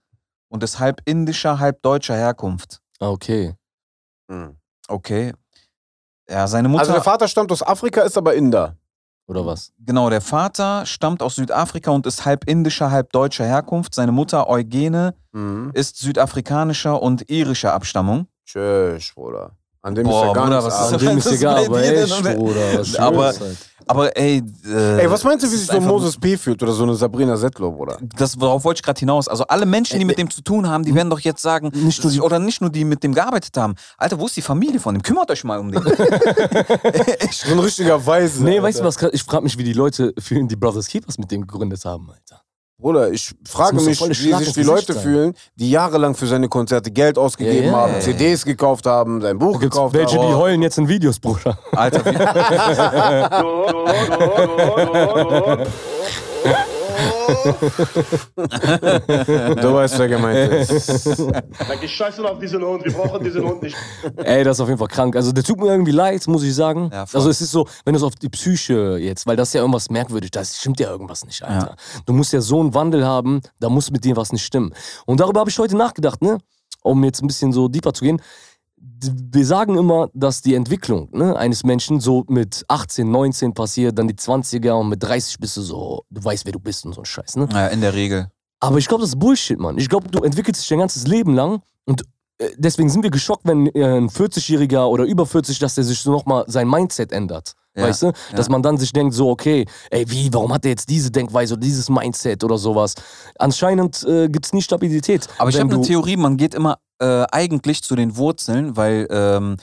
[SPEAKER 2] und ist halb indischer, halb deutscher Herkunft.
[SPEAKER 3] Ah, okay.
[SPEAKER 1] Hm.
[SPEAKER 2] Okay. Ja, seine Mutter,
[SPEAKER 1] Also der Vater stammt aus Afrika, ist aber Inder.
[SPEAKER 3] Oder was?
[SPEAKER 2] genau, der Vater stammt aus Südafrika und ist halb indischer, halb deutscher Herkunft. Seine Mutter Eugene
[SPEAKER 1] Mhm.
[SPEAKER 2] ist südafrikanischer und irischer Abstammung.
[SPEAKER 1] Tschüss, Bruder. An dem ist
[SPEAKER 2] Boah,
[SPEAKER 1] er gar
[SPEAKER 2] Bruder,
[SPEAKER 1] nichts
[SPEAKER 2] was ist
[SPEAKER 1] ab.
[SPEAKER 3] An Ah, dem ist
[SPEAKER 2] Was ist bei
[SPEAKER 3] egal, aber
[SPEAKER 2] dir denn,
[SPEAKER 3] echt,
[SPEAKER 2] Alter?
[SPEAKER 3] Bruder. *laughs* Was ist
[SPEAKER 2] Aber-
[SPEAKER 3] los, Alter?
[SPEAKER 2] Aber ey, äh,
[SPEAKER 3] Also,
[SPEAKER 1] Ey, was meinst du, wie sich
[SPEAKER 2] das ist
[SPEAKER 1] so
[SPEAKER 2] einfach-
[SPEAKER 1] Moses P. fühlt oder so eine Sabrina Settler,
[SPEAKER 3] *laughs*
[SPEAKER 1] Bruder?
[SPEAKER 2] das, worauf wollte ich gerade hinaus. Also alle Menschen, die mit dem zu tun haben, die werden doch jetzt sagen,
[SPEAKER 3] hm. Nicht nur die-
[SPEAKER 2] oder nicht nur die mit dem gearbeitet haben. Alter, wo ist die Familie von dem? Kümmert euch mal um
[SPEAKER 3] *laughs*
[SPEAKER 2] den.
[SPEAKER 1] So ein richtiger Weise.
[SPEAKER 3] Nee,
[SPEAKER 1] Alter.
[SPEAKER 3] weißt du was? krass- Ich frage mich, wie die Leute fühlen, die Brothers Keepers mit dem gegründet haben, Alter.
[SPEAKER 1] Bruder, ich
[SPEAKER 3] Das
[SPEAKER 1] frage
[SPEAKER 3] muss so
[SPEAKER 1] mich,
[SPEAKER 3] voll der
[SPEAKER 1] wie
[SPEAKER 3] Schlag
[SPEAKER 1] sich
[SPEAKER 3] ins
[SPEAKER 1] die
[SPEAKER 3] Gesicht
[SPEAKER 1] Leute
[SPEAKER 3] sein.
[SPEAKER 1] fühlen, die jahrelang für seine Konzerte Geld ausgegeben
[SPEAKER 3] Ja, ja,
[SPEAKER 1] haben,
[SPEAKER 3] ja, ja.
[SPEAKER 1] CDs gekauft haben, sein Buch
[SPEAKER 3] Gibt's
[SPEAKER 1] gekauft
[SPEAKER 3] welche, die
[SPEAKER 1] haben.
[SPEAKER 3] heulen jetzt in Videos, Bruder.
[SPEAKER 2] Alter, wie,
[SPEAKER 1] Du weißt, wer
[SPEAKER 3] *laughs*
[SPEAKER 1] gemeint ist.
[SPEAKER 8] Ich scheiße auf diesen Hund, wir brauchen diesen Hund nicht.
[SPEAKER 3] Ey, das ist auf jeden Fall krank. Also, der tut mir irgendwie leid, muss ich sagen.
[SPEAKER 2] Ja, voll.
[SPEAKER 3] also, es ist so, wenn du es auf die Psyche jetzt, weil das ist ja irgendwas merkwürdig, da stimmt ja irgendwas nicht, Alter. Du musst ja so einen Wandel haben, da muss mit dir was nicht stimmen. Und darüber habe ich heute nachgedacht, ne? Um jetzt ein bisschen so deeper zu gehen. d- wir sagen immer, dass die Entwicklung ne, eines Menschen so mit 18, 19 passiert, dann die 20er und mit 30 bist du so, du weißt, wer du bist und so ein Scheiß. Ne?
[SPEAKER 2] Ja, in der Regel.
[SPEAKER 3] Aber ich glaube, das ist Bullshit, Mann. Ich glaube, du entwickelst dich dein ganzes Leben lang und äh, deswegen sind wir geschockt, wenn äh, ein 40-Jähriger oder über 40, dass der sich so nochmal sein Mindset ändert.
[SPEAKER 2] Ja,
[SPEAKER 3] weißt du? Dass man dann sich denkt, so, okay, ey, wie, warum hat der jetzt diese Denkweise oder dieses Mindset oder sowas? Anscheinend äh, gibt es nie Stabilität.
[SPEAKER 2] Aber ich
[SPEAKER 3] Wenn
[SPEAKER 2] habe eine
[SPEAKER 3] du-
[SPEAKER 2] Theorie, man geht immer äh, eigentlich zu den Wurzeln, weil ähm,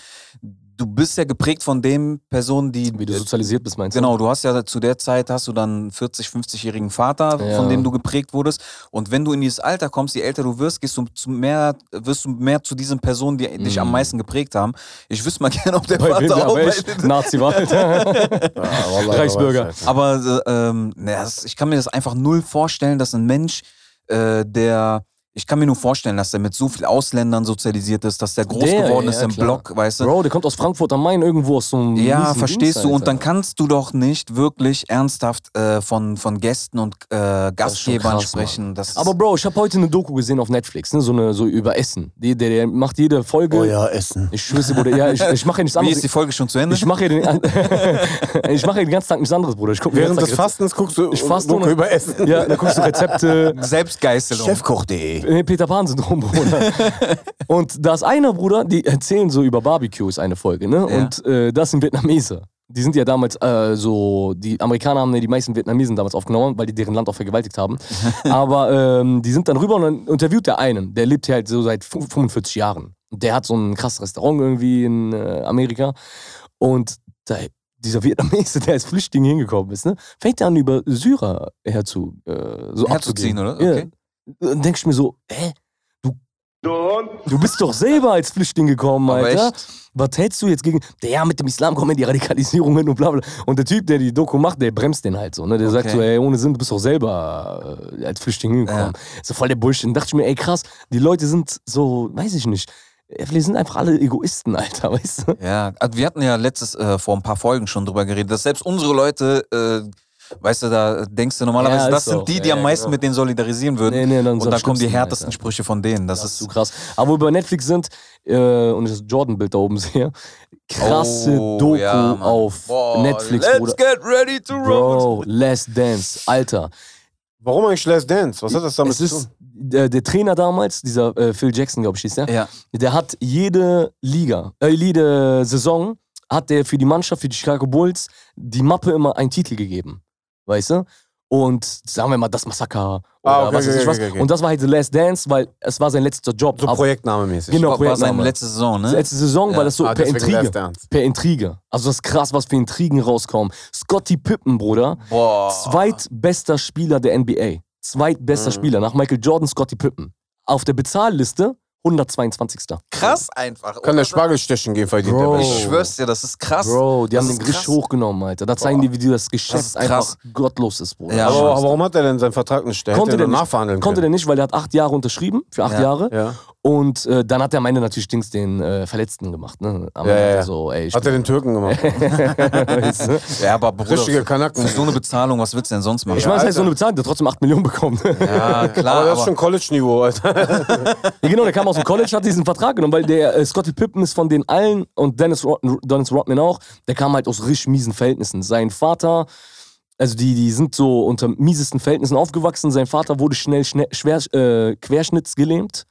[SPEAKER 2] du bist ja geprägt von den Personen, die...
[SPEAKER 3] Wie du sozialisiert bist, meinst du?
[SPEAKER 2] äh, Genau, du hast ja zu der Zeit hast du dann einen 40, 50-jährigen Vater,
[SPEAKER 3] Ja.
[SPEAKER 2] von dem du geprägt wurdest. Und wenn du in dieses Alter kommst, je älter du wirst, gehst du zu mehr, wirst du mehr zu diesen Personen, die dich am meisten geprägt haben. Ich wüsste mal *laughs* gerne, ob der
[SPEAKER 3] Mhm. Bei wem,
[SPEAKER 2] Vater auch.
[SPEAKER 3] aber
[SPEAKER 2] Bei
[SPEAKER 3] echt,
[SPEAKER 2] *laughs*
[SPEAKER 3] Nazi war. *laughs*
[SPEAKER 1] *laughs*
[SPEAKER 3] Reichsbürger.
[SPEAKER 2] aber äh, ähm, na, das- ich kann mir das einfach null vorstellen, dass ein Mensch, äh, der ich kann mir nur vorstellen, dass der mit so vielen Ausländern sozialisiert ist, dass der groß
[SPEAKER 3] Der,
[SPEAKER 2] geworden
[SPEAKER 3] ja,
[SPEAKER 2] ist im
[SPEAKER 3] klar.
[SPEAKER 2] Block, weißt du?
[SPEAKER 3] Bro, der kommt aus Frankfurt am Main irgendwo aus so einem.
[SPEAKER 2] Ja,
[SPEAKER 3] miesen
[SPEAKER 2] verstehst du?
[SPEAKER 3] Dienst,
[SPEAKER 2] Und dann
[SPEAKER 3] Alter.
[SPEAKER 2] kannst du doch nicht wirklich ernsthaft äh, von, von Gästen und äh,
[SPEAKER 3] ist schon
[SPEAKER 2] Gastgebern
[SPEAKER 3] krass,
[SPEAKER 2] sprechen. Das ist-
[SPEAKER 3] Aber Bro, ich habe heute eine Doku gesehen auf Netflix, ne? so, eine, so über Essen. Die, der, der macht jede Folge.
[SPEAKER 1] Oh ja, Essen.
[SPEAKER 3] Ich schwöre, Bruder, ja, ich, ich mache ja nichts
[SPEAKER 2] *laughs* wie
[SPEAKER 3] anderes.
[SPEAKER 2] ist die Folge schon zu Ende?
[SPEAKER 3] Ich mache ja den, *laughs* ich mache ja den ganzen Tag nichts anderes, Bruder. Ich guck mir den
[SPEAKER 1] Während des
[SPEAKER 3] ganzen Tag
[SPEAKER 1] Fastens guckst du
[SPEAKER 3] Ich faste
[SPEAKER 1] Doku
[SPEAKER 3] ohne-
[SPEAKER 1] über Essen.
[SPEAKER 3] Rez- Ja, da guckst du
[SPEAKER 1] *laughs*
[SPEAKER 3] Rezepte.
[SPEAKER 2] Selbstgeißelung.
[SPEAKER 1] Chefkoch.de.
[SPEAKER 3] Nee, Peter
[SPEAKER 2] *laughs*
[SPEAKER 3] Pan-Syndrom, Bruder. und da ist einer, Bruder, die erzählen so über Barbecue, ist eine Folge, ne?
[SPEAKER 2] Ja.
[SPEAKER 3] Und äh, das sind Vietnamese. Die sind ja damals äh, so, die Amerikaner haben ja die meisten Vietnamesen damals aufgenommen, weil die deren Land auch
[SPEAKER 2] *laughs*
[SPEAKER 3] vergewaltigt haben. Aber ähm, die sind dann rüber und dann interviewt der einen, der lebt hier halt so seit fu- 45 Jahren. Und Der hat so ein krasses Restaurant irgendwie in äh, Amerika. Und da, dieser Vietnamese, *laughs* der als Flüchtling hingekommen ist, ne, fängt an über Syrer herzu, äh, so
[SPEAKER 2] Herzuziehen,
[SPEAKER 3] abzugehen.
[SPEAKER 2] oder?
[SPEAKER 3] Ja.
[SPEAKER 2] Okay.
[SPEAKER 3] Dann denke ich mir so, hä?
[SPEAKER 8] Du Hund.
[SPEAKER 3] Du bist doch selber als Flüchtling gekommen,
[SPEAKER 2] Aber
[SPEAKER 3] Alter.
[SPEAKER 2] echt?
[SPEAKER 3] Was hältst du jetzt gegen. Der ja, mit dem Islam kommen die Radikalisierungen und bla bla. Und der Typ, der die Doku macht, der bremst den halt so. Ne? Der sagt
[SPEAKER 2] Okay.
[SPEAKER 3] so, ey, ohne Sinn, du bist doch selber äh, als Flüchtling hingekommen. So voll der Bullshit. Und dachte ich mir, ey, krass, die Leute sind so, weiß ich nicht. Wir sind einfach alle Egoisten, Alter, *laughs* weißt du?
[SPEAKER 2] Ja, also wir hatten ja letztes, äh, vor ein paar Folgen schon drüber geredet, dass selbst unsere Leute, äh, weißt du, da denkst du normalerweise,
[SPEAKER 3] Ja, ist
[SPEAKER 2] das sind
[SPEAKER 3] so.
[SPEAKER 2] die, die
[SPEAKER 3] Ja,
[SPEAKER 2] am
[SPEAKER 3] ja,
[SPEAKER 2] meisten
[SPEAKER 3] genau.
[SPEAKER 2] mit denen solidarisieren würden.
[SPEAKER 3] Nee, nee, dann
[SPEAKER 2] und
[SPEAKER 3] ist
[SPEAKER 2] dann
[SPEAKER 3] am
[SPEAKER 2] kommen die
[SPEAKER 3] schlimmsten,
[SPEAKER 2] härtesten
[SPEAKER 3] Alter.
[SPEAKER 2] Sprüche von denen. Das
[SPEAKER 3] Das ist
[SPEAKER 2] ist
[SPEAKER 3] zu krass. Aber wo wir bei Netflix sind äh, und ich das Jordan-Bild da oben sehe, krasse
[SPEAKER 2] Oh,
[SPEAKER 3] Doku
[SPEAKER 2] ja, Mann.
[SPEAKER 3] auf
[SPEAKER 2] Boah,
[SPEAKER 3] Netflix,
[SPEAKER 2] Let's
[SPEAKER 3] Bruder.
[SPEAKER 2] get ready to roll.
[SPEAKER 3] Bro, Last Dance, Alter.
[SPEAKER 1] Warum eigentlich Last Dance? Was hat das damit
[SPEAKER 3] Es
[SPEAKER 1] zu tun?
[SPEAKER 3] ist der, der Trainer damals, dieser äh, Phil Jackson, glaube ich, hieß der.
[SPEAKER 2] Ja.
[SPEAKER 3] Der hat jede Liga, äh, jede Saison hat der für die Mannschaft, für die Chicago Bulls, die Mappe immer einen Titel gegeben. Weißt du? Und sagen wir mal, das Massaker oder
[SPEAKER 1] Ah, okay,
[SPEAKER 3] was weiß
[SPEAKER 1] okay,
[SPEAKER 3] ich was.
[SPEAKER 1] okay, okay.
[SPEAKER 3] Und das war halt The Last Dance, weil es war sein letzter Job.
[SPEAKER 1] So
[SPEAKER 3] Aber
[SPEAKER 1] projektnamemäßig.
[SPEAKER 3] Genau,
[SPEAKER 2] War seine
[SPEAKER 3] Projektname.
[SPEAKER 2] letzte Saison, ne?
[SPEAKER 3] letzte Saison,
[SPEAKER 2] Ja.
[SPEAKER 3] weil das so
[SPEAKER 1] Ah,
[SPEAKER 3] per
[SPEAKER 1] deswegen
[SPEAKER 3] Intrige.
[SPEAKER 1] Last Dance.
[SPEAKER 3] Per Intrige. Also das ist krass, was für Intrigen rauskommen. Scotty Pippen, Bruder.
[SPEAKER 2] Boah.
[SPEAKER 3] Zweitbester Spieler der NBA. Zweitbester
[SPEAKER 2] Mhm.
[SPEAKER 3] Spieler nach Michael Jordan, Scottie Pippen. Auf der Bezahlliste 122.
[SPEAKER 2] krass einfach.
[SPEAKER 1] Kann der
[SPEAKER 2] oder?
[SPEAKER 1] Spargelstechen gehen, verdient der
[SPEAKER 3] Bro.
[SPEAKER 1] Mensch.
[SPEAKER 2] Ich schwör's dir, das ist krass.
[SPEAKER 3] Bro, die
[SPEAKER 2] Das
[SPEAKER 3] haben den
[SPEAKER 2] ist
[SPEAKER 3] Grisch
[SPEAKER 2] krass.
[SPEAKER 3] hochgenommen, Alter. Da zeigen die, wie das Geschäft
[SPEAKER 2] ist krass.
[SPEAKER 3] einfach gottlos ist, Bruder.
[SPEAKER 2] Ja,
[SPEAKER 1] Aber,
[SPEAKER 2] Mann.
[SPEAKER 1] aber warum hat er denn seinen Vertrag nicht? Der
[SPEAKER 3] Konnte
[SPEAKER 1] hätte
[SPEAKER 3] der
[SPEAKER 1] doch
[SPEAKER 3] nicht-
[SPEAKER 1] nachverhandeln
[SPEAKER 3] Konnte der
[SPEAKER 1] können.
[SPEAKER 3] nicht, weil der hat acht Jahre unterschrieben, für acht
[SPEAKER 2] Ja.
[SPEAKER 3] Jahre.
[SPEAKER 1] Ja.
[SPEAKER 3] Und äh, dann hat der am Ende natürlich Dings den äh, Verletzten gemacht, ne? Am
[SPEAKER 1] Ja,
[SPEAKER 3] Ende
[SPEAKER 1] ja.
[SPEAKER 3] So, ey, ich
[SPEAKER 1] Hat er den Türken gemacht.
[SPEAKER 3] *laughs* weißt du?
[SPEAKER 2] Ja, aber Bruder,
[SPEAKER 1] Richtige Kanaken.
[SPEAKER 2] für so eine Bezahlung, was willst du denn sonst machen?
[SPEAKER 3] Ich meine, das heißt, so eine Bezahlung, der hat trotzdem acht Millionen
[SPEAKER 2] *laughs*
[SPEAKER 3] bekommen. *laughs*
[SPEAKER 2] ja, klar,
[SPEAKER 3] Ah,
[SPEAKER 1] Aber
[SPEAKER 2] aber,
[SPEAKER 1] das ist schon College-Niveau, Alter. *laughs*
[SPEAKER 3] Ja, genau, der kam aus dem College, hat diesen Vertrag genommen, weil der äh, Scottie Pippen ist von den allen und Dennis, Rod Dennis Rodman auch, der kam halt aus richtig miesen Verhältnissen. Sein Vater, also die, die sind so unter miesesten Verhältnissen aufgewachsen. Sein Vater wurde schnell, schnell schwer, äh, querschnittsgelähmt.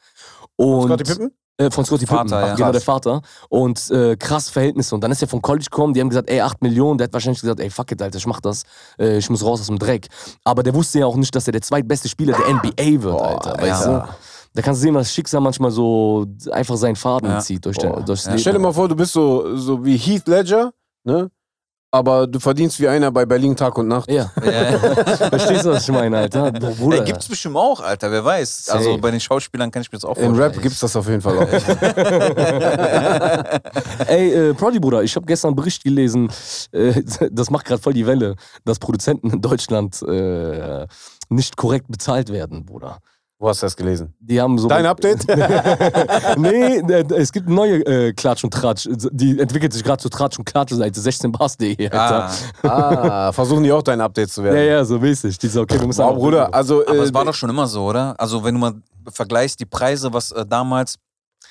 [SPEAKER 3] Und,
[SPEAKER 1] Scottie Pippen?
[SPEAKER 3] Äh, von Scottie
[SPEAKER 2] Vater,
[SPEAKER 3] Pippen,
[SPEAKER 2] ja.
[SPEAKER 3] genau, der Vater. Und äh, krass Verhältnisse. Und dann ist er vom College gekommen, die haben gesagt, ey, 8 Millionen. Der hat wahrscheinlich gesagt, ey, fuck it, Alter, ich mach das. Äh, ich muss raus aus dem Dreck. Aber der wusste ja auch nicht, dass er der zweitbeste Spieler der NBA wird, Alter. Weißt
[SPEAKER 2] ja.
[SPEAKER 3] du? Da kannst du sehen, dass das Schicksal manchmal so einfach seinen Faden
[SPEAKER 2] Ja.
[SPEAKER 3] zieht durch, den, durchs
[SPEAKER 2] Ja.
[SPEAKER 3] Leben.
[SPEAKER 1] Stell dir mal vor, du bist so, so wie Heath Ledger, ne? Aber du verdienst wie einer bei Berlin Tag und Nacht.
[SPEAKER 3] *laughs* ja,
[SPEAKER 2] Ja.
[SPEAKER 3] verstehst du, was ich meine, Alter?
[SPEAKER 2] *laughs*
[SPEAKER 3] Bruder.
[SPEAKER 2] Ey, gibt's bestimmt auch, Alter, wer weiß.
[SPEAKER 3] Safe.
[SPEAKER 2] Also bei den Schauspielern kann ich mir das auch
[SPEAKER 1] Im
[SPEAKER 2] vorstellen.
[SPEAKER 1] Rap gibt's das auf jeden Fall auch.
[SPEAKER 3] *laughs* Ey, äh, Prodi, Bruder, ich habe gestern einen Bericht gelesen, äh, *laughs* das macht gerade voll die Welle, dass Produzenten in Deutschland äh, nicht korrekt bezahlt werden, Bruder.
[SPEAKER 1] Wo hast du das gelesen?
[SPEAKER 3] Die haben so.
[SPEAKER 1] Dein Update?
[SPEAKER 3] *laughs* nee, äh, es gibt neue äh, Klatsch und Tratsch. Die entwickelt sich gerade zu Tratsch und Klatsch seit 16bars.de, Alter.
[SPEAKER 2] Ah,
[SPEAKER 1] ah, *laughs* versuchen die auch dein Update zu
[SPEAKER 3] Ja,
[SPEAKER 1] werden.
[SPEAKER 3] ja, so mäßig. Die so, okay, wir müssen
[SPEAKER 1] Wow,
[SPEAKER 3] aber-
[SPEAKER 1] Bruder, also
[SPEAKER 2] aber
[SPEAKER 1] äh,
[SPEAKER 2] es war doch schon immer so, oder? Also wenn du mal vergleichst die Preise, was äh, damals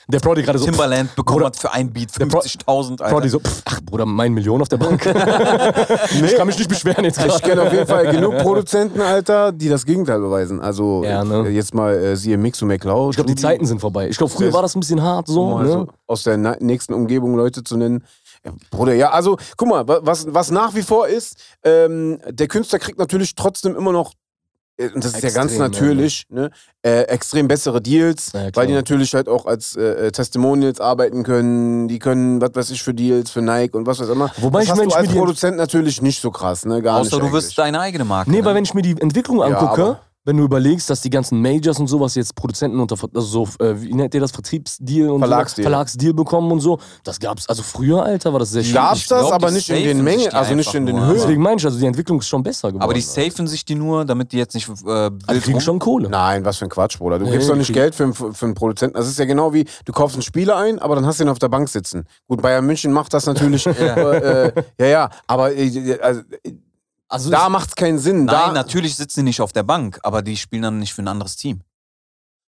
[SPEAKER 3] Der Prodi gerade so. pff,
[SPEAKER 2] Timberland bekommen
[SPEAKER 3] Bruder,
[SPEAKER 2] hat für ein Beat
[SPEAKER 3] der Pro-
[SPEAKER 2] 50.000, Alter.
[SPEAKER 3] Prodi so, pff, ach Bruder, mein Million auf
[SPEAKER 1] *laughs*
[SPEAKER 3] der Bank. Ich kann mich nicht beschweren jetzt
[SPEAKER 1] *laughs* Ich kenne auf jeden Fall
[SPEAKER 3] Ich *laughs*
[SPEAKER 1] genug Produzenten, Alter, die das Gegenteil beweisen. Also
[SPEAKER 3] Ja, ne?
[SPEAKER 1] äh, jetzt mal äh, siehe Mix und McCloud. Ich
[SPEAKER 3] glaube, die Zeiten sind vorbei. Ich glaube, früher war das ein bisschen hart so.
[SPEAKER 1] Also,
[SPEAKER 3] Ne?
[SPEAKER 1] Aus der na- nächsten Umgebung Leute zu nennen. Ja, Bruder, ja, also guck mal, wa- was, was nach wie vor ist, ähm, der Künstler kriegt natürlich trotzdem immer noch, äh, und das ist ja ganz
[SPEAKER 3] Extrem, ja,
[SPEAKER 1] natürlich, ne, äh, extrem bessere Deals,
[SPEAKER 3] Ja, klar.
[SPEAKER 1] weil die natürlich halt auch als äh, äh, Testimonials arbeiten können, die können, was weiß ich, für Deals, für Nike und was weiß immer.
[SPEAKER 3] Wobei
[SPEAKER 1] das
[SPEAKER 3] ich,
[SPEAKER 1] hast
[SPEAKER 3] wenn
[SPEAKER 1] du
[SPEAKER 3] ich
[SPEAKER 1] als
[SPEAKER 3] mir die-
[SPEAKER 1] Produzent natürlich nicht so krass, ne, gar
[SPEAKER 2] Außer
[SPEAKER 1] nicht
[SPEAKER 2] du wirst
[SPEAKER 1] eigentlich.
[SPEAKER 2] deine eigene Marke.
[SPEAKER 3] Nee,
[SPEAKER 2] ne?
[SPEAKER 3] weil wenn ich mir die Entwicklung
[SPEAKER 1] Ja,
[SPEAKER 3] angucke,
[SPEAKER 1] aber-
[SPEAKER 3] wenn du überlegst, dass die ganzen Majors und sowas jetzt Produzenten unter, Ver- also so, äh, wie nennt ihr das, Vertriebsdeal und
[SPEAKER 1] Verlagsdeal.
[SPEAKER 3] So, Verlagsdeal bekommen und so, das gab's, also früher, Alter, war das sehr schwierig.
[SPEAKER 1] Gab's das,
[SPEAKER 2] glaub,
[SPEAKER 1] aber
[SPEAKER 2] die
[SPEAKER 1] nicht in
[SPEAKER 2] safen
[SPEAKER 1] den
[SPEAKER 2] sich
[SPEAKER 1] Mengen,
[SPEAKER 2] die
[SPEAKER 1] also nicht
[SPEAKER 2] einfach
[SPEAKER 1] in den
[SPEAKER 2] nur,
[SPEAKER 1] Höhen.
[SPEAKER 3] Deswegen meine ich, also die Entwicklung ist schon besser geworden.
[SPEAKER 2] aber die
[SPEAKER 3] Alter.
[SPEAKER 2] safen sich die nur, damit die jetzt nicht äh,
[SPEAKER 3] Also Die
[SPEAKER 2] wild
[SPEAKER 3] kriegen
[SPEAKER 2] rum-
[SPEAKER 3] schon Kohle.
[SPEAKER 1] Nein, was für ein Quatsch, Bruder. Du
[SPEAKER 3] Nee,
[SPEAKER 1] gibst doch nicht
[SPEAKER 3] krieg-
[SPEAKER 1] Geld für, einen- für einen Produzenten. Das ist ja genau wie, du kaufst einen Spieler ein, aber dann hast du ihn auf der Bank sitzen. Gut, Bayern München macht das
[SPEAKER 3] *laughs*
[SPEAKER 1] natürlich. äh, äh, ja, ja, aber äh, also, äh,
[SPEAKER 3] also
[SPEAKER 1] da
[SPEAKER 3] ist-
[SPEAKER 1] macht es keinen Sinn.
[SPEAKER 2] Nein,
[SPEAKER 1] da,
[SPEAKER 2] natürlich sitzen die nicht auf der Bank, aber die spielen dann nicht für ein anderes Team.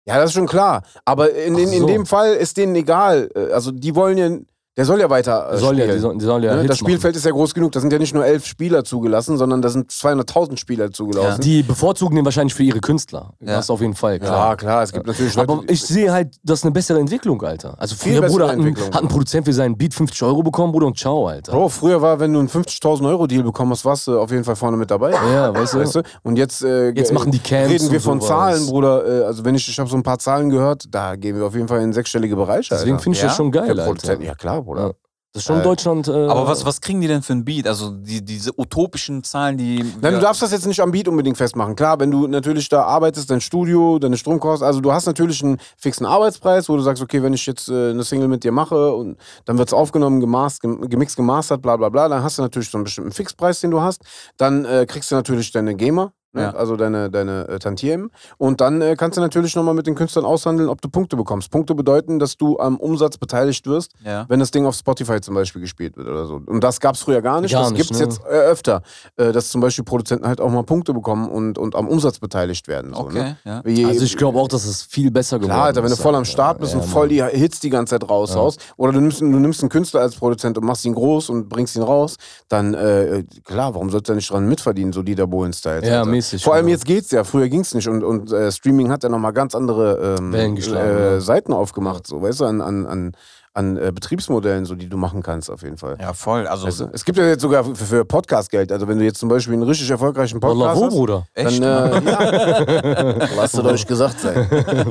[SPEAKER 1] ja, das ist schon klar. Aber in, in,
[SPEAKER 3] Ach
[SPEAKER 1] in
[SPEAKER 3] so.
[SPEAKER 1] dem Fall ist denen egal. Äh, Also die wollen ja, der soll ja weiter äh,
[SPEAKER 3] die sollen ja,
[SPEAKER 1] spielen.
[SPEAKER 3] die sollen, die sollen ja
[SPEAKER 1] Ne?
[SPEAKER 3] Hits
[SPEAKER 1] das Spielfeld ist ja groß genug. Da sind ja nicht nur elf Spieler zugelassen, sondern da sind 200.000 Spieler
[SPEAKER 3] machen.
[SPEAKER 1] zugelassen.
[SPEAKER 3] Die bevorzugen den wahrscheinlich für ihre Künstler.
[SPEAKER 2] Ja.
[SPEAKER 3] Das auf jeden Fall,
[SPEAKER 1] Ja,
[SPEAKER 3] klar.
[SPEAKER 1] klar, es gibt natürlich Leute,
[SPEAKER 3] Aber ich sehe halt, das ist eine bessere Entwicklung, Alter. Also
[SPEAKER 1] Viel
[SPEAKER 3] früher,
[SPEAKER 1] bessere
[SPEAKER 3] Bruder, hat
[SPEAKER 1] Entwicklung.
[SPEAKER 3] ein, hat ein Produzent für seinen Beat 50 Euro bekommen, Bruder, und ciao, Alter.
[SPEAKER 1] Bro, früher war, wenn du einen 50.000 Euro Deal bekommen hast, warst du auf jeden Fall vorne mit dabei.
[SPEAKER 3] Ja, weißt du?
[SPEAKER 1] Weißt du? Und jetzt, äh,
[SPEAKER 3] Jetzt machen die Camps
[SPEAKER 1] reden wir
[SPEAKER 3] und
[SPEAKER 1] von
[SPEAKER 3] sowas.
[SPEAKER 1] Zahlen, Bruder. Äh, also wenn ich, ich habe so ein paar Zahlen gehört, da gehen wir auf jeden Fall in sechsstellige Bereiche.
[SPEAKER 3] Deswegen
[SPEAKER 1] Alter.
[SPEAKER 3] finde ich das
[SPEAKER 2] Ja?
[SPEAKER 3] schon geil,
[SPEAKER 1] Der
[SPEAKER 3] Alter.
[SPEAKER 1] Produzent- Ja klar, Bruder.
[SPEAKER 3] Ja. Das ist schon
[SPEAKER 1] Äh,
[SPEAKER 3] Deutschland. Äh,
[SPEAKER 2] Aber was, was kriegen die denn für ein Beat? Also die, diese utopischen Zahlen, die.
[SPEAKER 1] Nein,
[SPEAKER 2] wir-
[SPEAKER 1] du darfst das jetzt nicht am Beat unbedingt festmachen. Klar, wenn du natürlich da arbeitest, dein Studio, deine Stromkosten, also du hast natürlich einen fixen Arbeitspreis, wo du sagst, okay, wenn ich jetzt äh, eine Single mit dir mache und dann wird es aufgenommen, gemast, gem- gemixt, gemastert, bla bla bla, dann hast du natürlich so einen bestimmten Fixpreis, den du hast. Dann äh, kriegst du natürlich deine GEMA, ne?
[SPEAKER 2] Ja.
[SPEAKER 1] also deine, deine äh, Tantiemen. Und dann äh, kannst du natürlich nochmal mit den Künstlern aushandeln, ob du Punkte bekommst. Punkte bedeuten, dass du am Umsatz beteiligt wirst,
[SPEAKER 2] Ja.
[SPEAKER 1] wenn das Ding auf Spotify zum Beispiel gespielt wird oder so. Und das gab es früher gar nicht.
[SPEAKER 3] Gar
[SPEAKER 1] das
[SPEAKER 3] nicht,
[SPEAKER 1] gibt es
[SPEAKER 3] ne?
[SPEAKER 1] jetzt äh, öfter, äh, dass zum Beispiel Produzenten halt auch mal Punkte bekommen und, und am Umsatz beteiligt werden. So,
[SPEAKER 2] Okay,
[SPEAKER 1] ne?
[SPEAKER 2] ja.
[SPEAKER 1] Wie-
[SPEAKER 3] Also ich glaube auch, dass es viel besser geworden
[SPEAKER 1] Klar, Alter, wenn
[SPEAKER 3] ist.
[SPEAKER 1] du voll am Start bist und voll die Hits die ganze Zeit raushaust, oder du nimmst, du nimmst einen Künstler als Produzent und machst ihn groß und bringst ihn raus, dann äh, klar, warum sollst du da nicht dran mitverdienen, so Dieter Bohlen-Style?
[SPEAKER 3] Ja,
[SPEAKER 1] Alter.
[SPEAKER 3] mäßig,
[SPEAKER 1] Vor allem
[SPEAKER 3] genau.
[SPEAKER 1] jetzt geht's ja, früher ging's nicht und, und äh, Streaming hat ja nochmal ganz andere ähm,
[SPEAKER 3] Wellen geschlagen,
[SPEAKER 1] äh,
[SPEAKER 3] ja.
[SPEAKER 1] Seiten aufgemacht, so, weißt du, an, an, an, an äh, Betriebsmodellen, so die du machen kannst auf jeden Fall.
[SPEAKER 2] ja, voll. Also,
[SPEAKER 1] Weißt du? Es gibt ja jetzt sogar für, für Podcast-Geld. Also, wenn du jetzt zum Beispiel einen richtig erfolgreichen Podcast
[SPEAKER 3] Lavo,
[SPEAKER 1] hast,
[SPEAKER 3] Bruder.
[SPEAKER 1] dann
[SPEAKER 2] echt.
[SPEAKER 1] äh, ja. *laughs* lasst es euch gesagt
[SPEAKER 3] *laughs*
[SPEAKER 1] sein.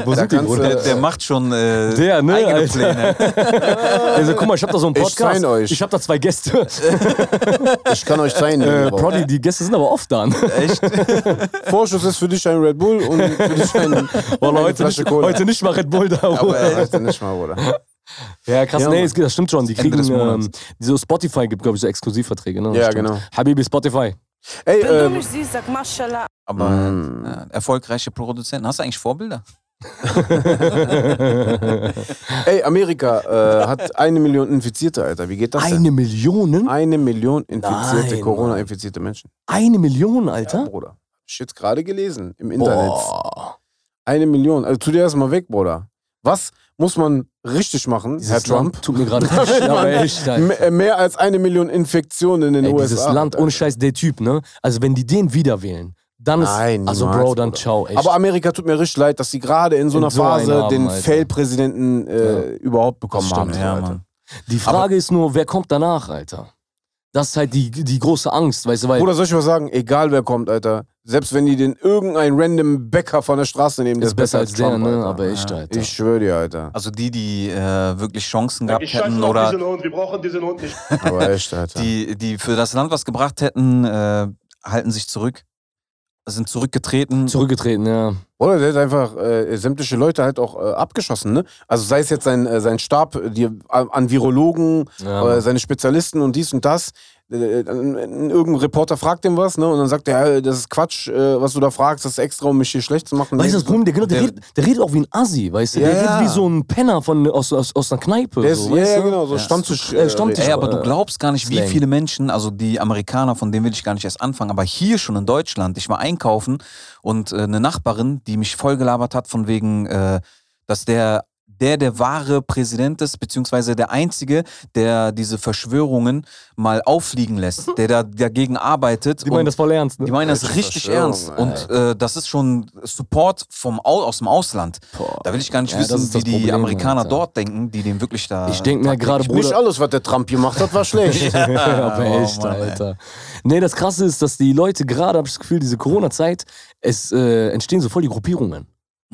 [SPEAKER 1] Wo
[SPEAKER 3] sind die, Bruder?
[SPEAKER 2] der, der macht schon äh,
[SPEAKER 3] Der, ne,
[SPEAKER 2] eigene
[SPEAKER 3] Alter.
[SPEAKER 2] Pläne.
[SPEAKER 3] Also guck mal, ich habe da so einen
[SPEAKER 1] Ich
[SPEAKER 3] Podcast.
[SPEAKER 1] sign euch.
[SPEAKER 3] Ich habe da zwei
[SPEAKER 1] *laughs*
[SPEAKER 3] Gäste.
[SPEAKER 1] Ich kann euch zeigen.
[SPEAKER 3] Äh,
[SPEAKER 1] Äh,
[SPEAKER 3] Prodi, die Gäste sind aber oft da. ne?
[SPEAKER 2] Echt?
[SPEAKER 1] Vorschuss ist für dich ein Red Bull und für dich *laughs* ein,
[SPEAKER 3] Weil
[SPEAKER 1] eine
[SPEAKER 3] heute,
[SPEAKER 1] Flasche
[SPEAKER 3] Oh, nicht,
[SPEAKER 1] Cola.
[SPEAKER 3] heute nicht mal Red Bull da.
[SPEAKER 1] aber
[SPEAKER 3] Bruder.
[SPEAKER 1] äh, weißt du nicht mal, oder?
[SPEAKER 3] ja, krass.
[SPEAKER 1] Ja,
[SPEAKER 3] nee,
[SPEAKER 1] Mann.
[SPEAKER 3] es, geht- das stimmt schon. Die
[SPEAKER 2] Ende
[SPEAKER 3] kriegen,
[SPEAKER 2] des Monats.
[SPEAKER 3] ähm, so Spotify gibt, glaube ich, so Exklusivverträge. Ne? Das
[SPEAKER 1] Ja,
[SPEAKER 3] stimmt.
[SPEAKER 1] genau. *laughs*
[SPEAKER 3] Habibi Spotify.
[SPEAKER 1] Ey, ähm,
[SPEAKER 7] siehst, sag Maschallah.
[SPEAKER 2] *laughs* Aber
[SPEAKER 1] Mm.
[SPEAKER 2] ja, erfolgreiche Produzenten. Hast du eigentlich Vorbilder?
[SPEAKER 1] ey Amerika äh, hat eine Million Infizierte, Alter. Wie geht das denn?
[SPEAKER 3] Eine Million?
[SPEAKER 1] Eine Million infizierte,
[SPEAKER 3] Nein,
[SPEAKER 1] Corona-infizierte Menschen.
[SPEAKER 3] Eine Million,
[SPEAKER 1] Ja,
[SPEAKER 3] Alter?
[SPEAKER 1] Bruder. Hab Ich jetzt gerade gelesen im Internet.
[SPEAKER 3] Boah.
[SPEAKER 1] Eine Million. Also tu dir das mal weg, Bruder. Was muss man richtig machen,
[SPEAKER 3] Dieses
[SPEAKER 1] Herr Trump?
[SPEAKER 3] Land Tut mir
[SPEAKER 1] *laughs*
[SPEAKER 3] gerade richtig, aber echt, Alter.
[SPEAKER 1] M- äh, Mehr als eine Million Infektionen in den
[SPEAKER 3] Ey,
[SPEAKER 1] USA.
[SPEAKER 3] dieses Land, ohne Scheiß, der Typ, ne? Also, wenn die den wieder wählen, dann ist.
[SPEAKER 1] Nein,
[SPEAKER 3] also,
[SPEAKER 1] niemals,
[SPEAKER 3] Bro, dann
[SPEAKER 1] Bruder.
[SPEAKER 3] ciao, echt.
[SPEAKER 1] Aber Amerika tut mir richtig leid, dass sie gerade in so
[SPEAKER 3] In
[SPEAKER 1] einer
[SPEAKER 3] so einen
[SPEAKER 1] Phase
[SPEAKER 3] haben,
[SPEAKER 1] den
[SPEAKER 3] Alter.
[SPEAKER 1] Fail-Präsidenten äh, überhaupt bekommen
[SPEAKER 3] Das
[SPEAKER 1] haben.
[SPEAKER 3] stimmt,
[SPEAKER 1] so, Alter.
[SPEAKER 3] die Frage ist nur, wer kommt danach, Alter? Das ist halt die, die große Angst, weißt du, weil.
[SPEAKER 1] Bruder, soll ich was sagen? Egal wer kommt, Alter. Selbst wenn die den irgendein random Bäcker von der Straße nehmen, der
[SPEAKER 3] ist besser als der,
[SPEAKER 1] halt Trump,
[SPEAKER 3] ne?
[SPEAKER 1] Alter.
[SPEAKER 3] Aber echt, Alter.
[SPEAKER 1] ich schwöre dir, Alter.
[SPEAKER 2] Also die, die äh, wirklich Chancen gehabt
[SPEAKER 8] Ich scheiße
[SPEAKER 2] hätten
[SPEAKER 8] auf
[SPEAKER 2] oder
[SPEAKER 8] diesen Hund, wir brauchen diesen Hund nicht.
[SPEAKER 1] Aber echt,
[SPEAKER 3] *laughs*
[SPEAKER 1] Alter.
[SPEAKER 2] die, die für das Land was gebracht hätten, äh, halten sich zurück, sind zurückgetreten.
[SPEAKER 3] Zurückgetreten, ja.
[SPEAKER 1] Oder der hat einfach äh, sämtliche Leute halt auch äh, abgeschossen, ne? Also sei es jetzt sein, äh, sein Stab äh, die, an an Virologen,
[SPEAKER 3] ja.
[SPEAKER 1] äh, seine Spezialisten und dies und das. Äh, äh, irgendein Reporter fragt ihm was, ne? Und dann sagt er, ja, das ist Quatsch, äh, was du da fragst, das ist extra, um mich hier schlecht zu machen.
[SPEAKER 3] Weißt du,
[SPEAKER 1] Nee,
[SPEAKER 3] das Problem, der, genau, der,
[SPEAKER 2] Der-
[SPEAKER 3] redet, der redet auch wie ein Assi, weißt du? Der
[SPEAKER 1] Ja, ja.
[SPEAKER 3] redet wie so ein Penner von, aus, aus, aus einer Kneipe.
[SPEAKER 1] der ist,
[SPEAKER 3] so,
[SPEAKER 1] ja,
[SPEAKER 3] weißt
[SPEAKER 1] ja,
[SPEAKER 3] du?
[SPEAKER 1] genau, so
[SPEAKER 3] Ja.
[SPEAKER 1] Stammtisch.
[SPEAKER 3] Äh, Stammtisch-
[SPEAKER 2] Ey, aber du
[SPEAKER 3] äh, *laughs*
[SPEAKER 2] glaubst gar nicht, wie
[SPEAKER 3] Slang.
[SPEAKER 2] viele Menschen, also die Amerikaner, von denen will ich gar nicht erst anfangen, aber hier schon in Deutschland, ich war einkaufen und äh, eine Nachbarin, die mich vollgelabert hat von wegen, äh, dass der der der wahre Präsident ist, beziehungsweise der Einzige, der diese Verschwörungen mal auffliegen lässt,
[SPEAKER 3] *laughs*
[SPEAKER 2] der da, dagegen arbeitet.
[SPEAKER 3] Die meinen das voll ernst,
[SPEAKER 2] die
[SPEAKER 3] ne?
[SPEAKER 2] meinen das
[SPEAKER 1] Deutsche
[SPEAKER 2] richtig
[SPEAKER 1] Verschwörung,
[SPEAKER 2] ernst. Und äh, das ist schon Support vom Au aus dem Ausland. Da will ich gar nicht
[SPEAKER 3] Ja, das
[SPEAKER 2] wissen,
[SPEAKER 3] ist
[SPEAKER 2] wie
[SPEAKER 3] das
[SPEAKER 2] die
[SPEAKER 3] Problem,
[SPEAKER 2] Amerikaner
[SPEAKER 3] Alter.
[SPEAKER 2] dort denken, die den wirklich da.
[SPEAKER 3] Ich denke mir gerade, Bruder.
[SPEAKER 1] Nicht alles, was der Trump gemacht hat, war *laughs* schlecht.
[SPEAKER 3] aber
[SPEAKER 2] oh
[SPEAKER 3] echt,
[SPEAKER 2] Mann, ey.
[SPEAKER 3] Alter. Nee, das Krasse ist, dass die Leute gerade, habe ich das Gefühl, diese Corona-Zeit, es äh, entstehen so voll die Gruppierungen.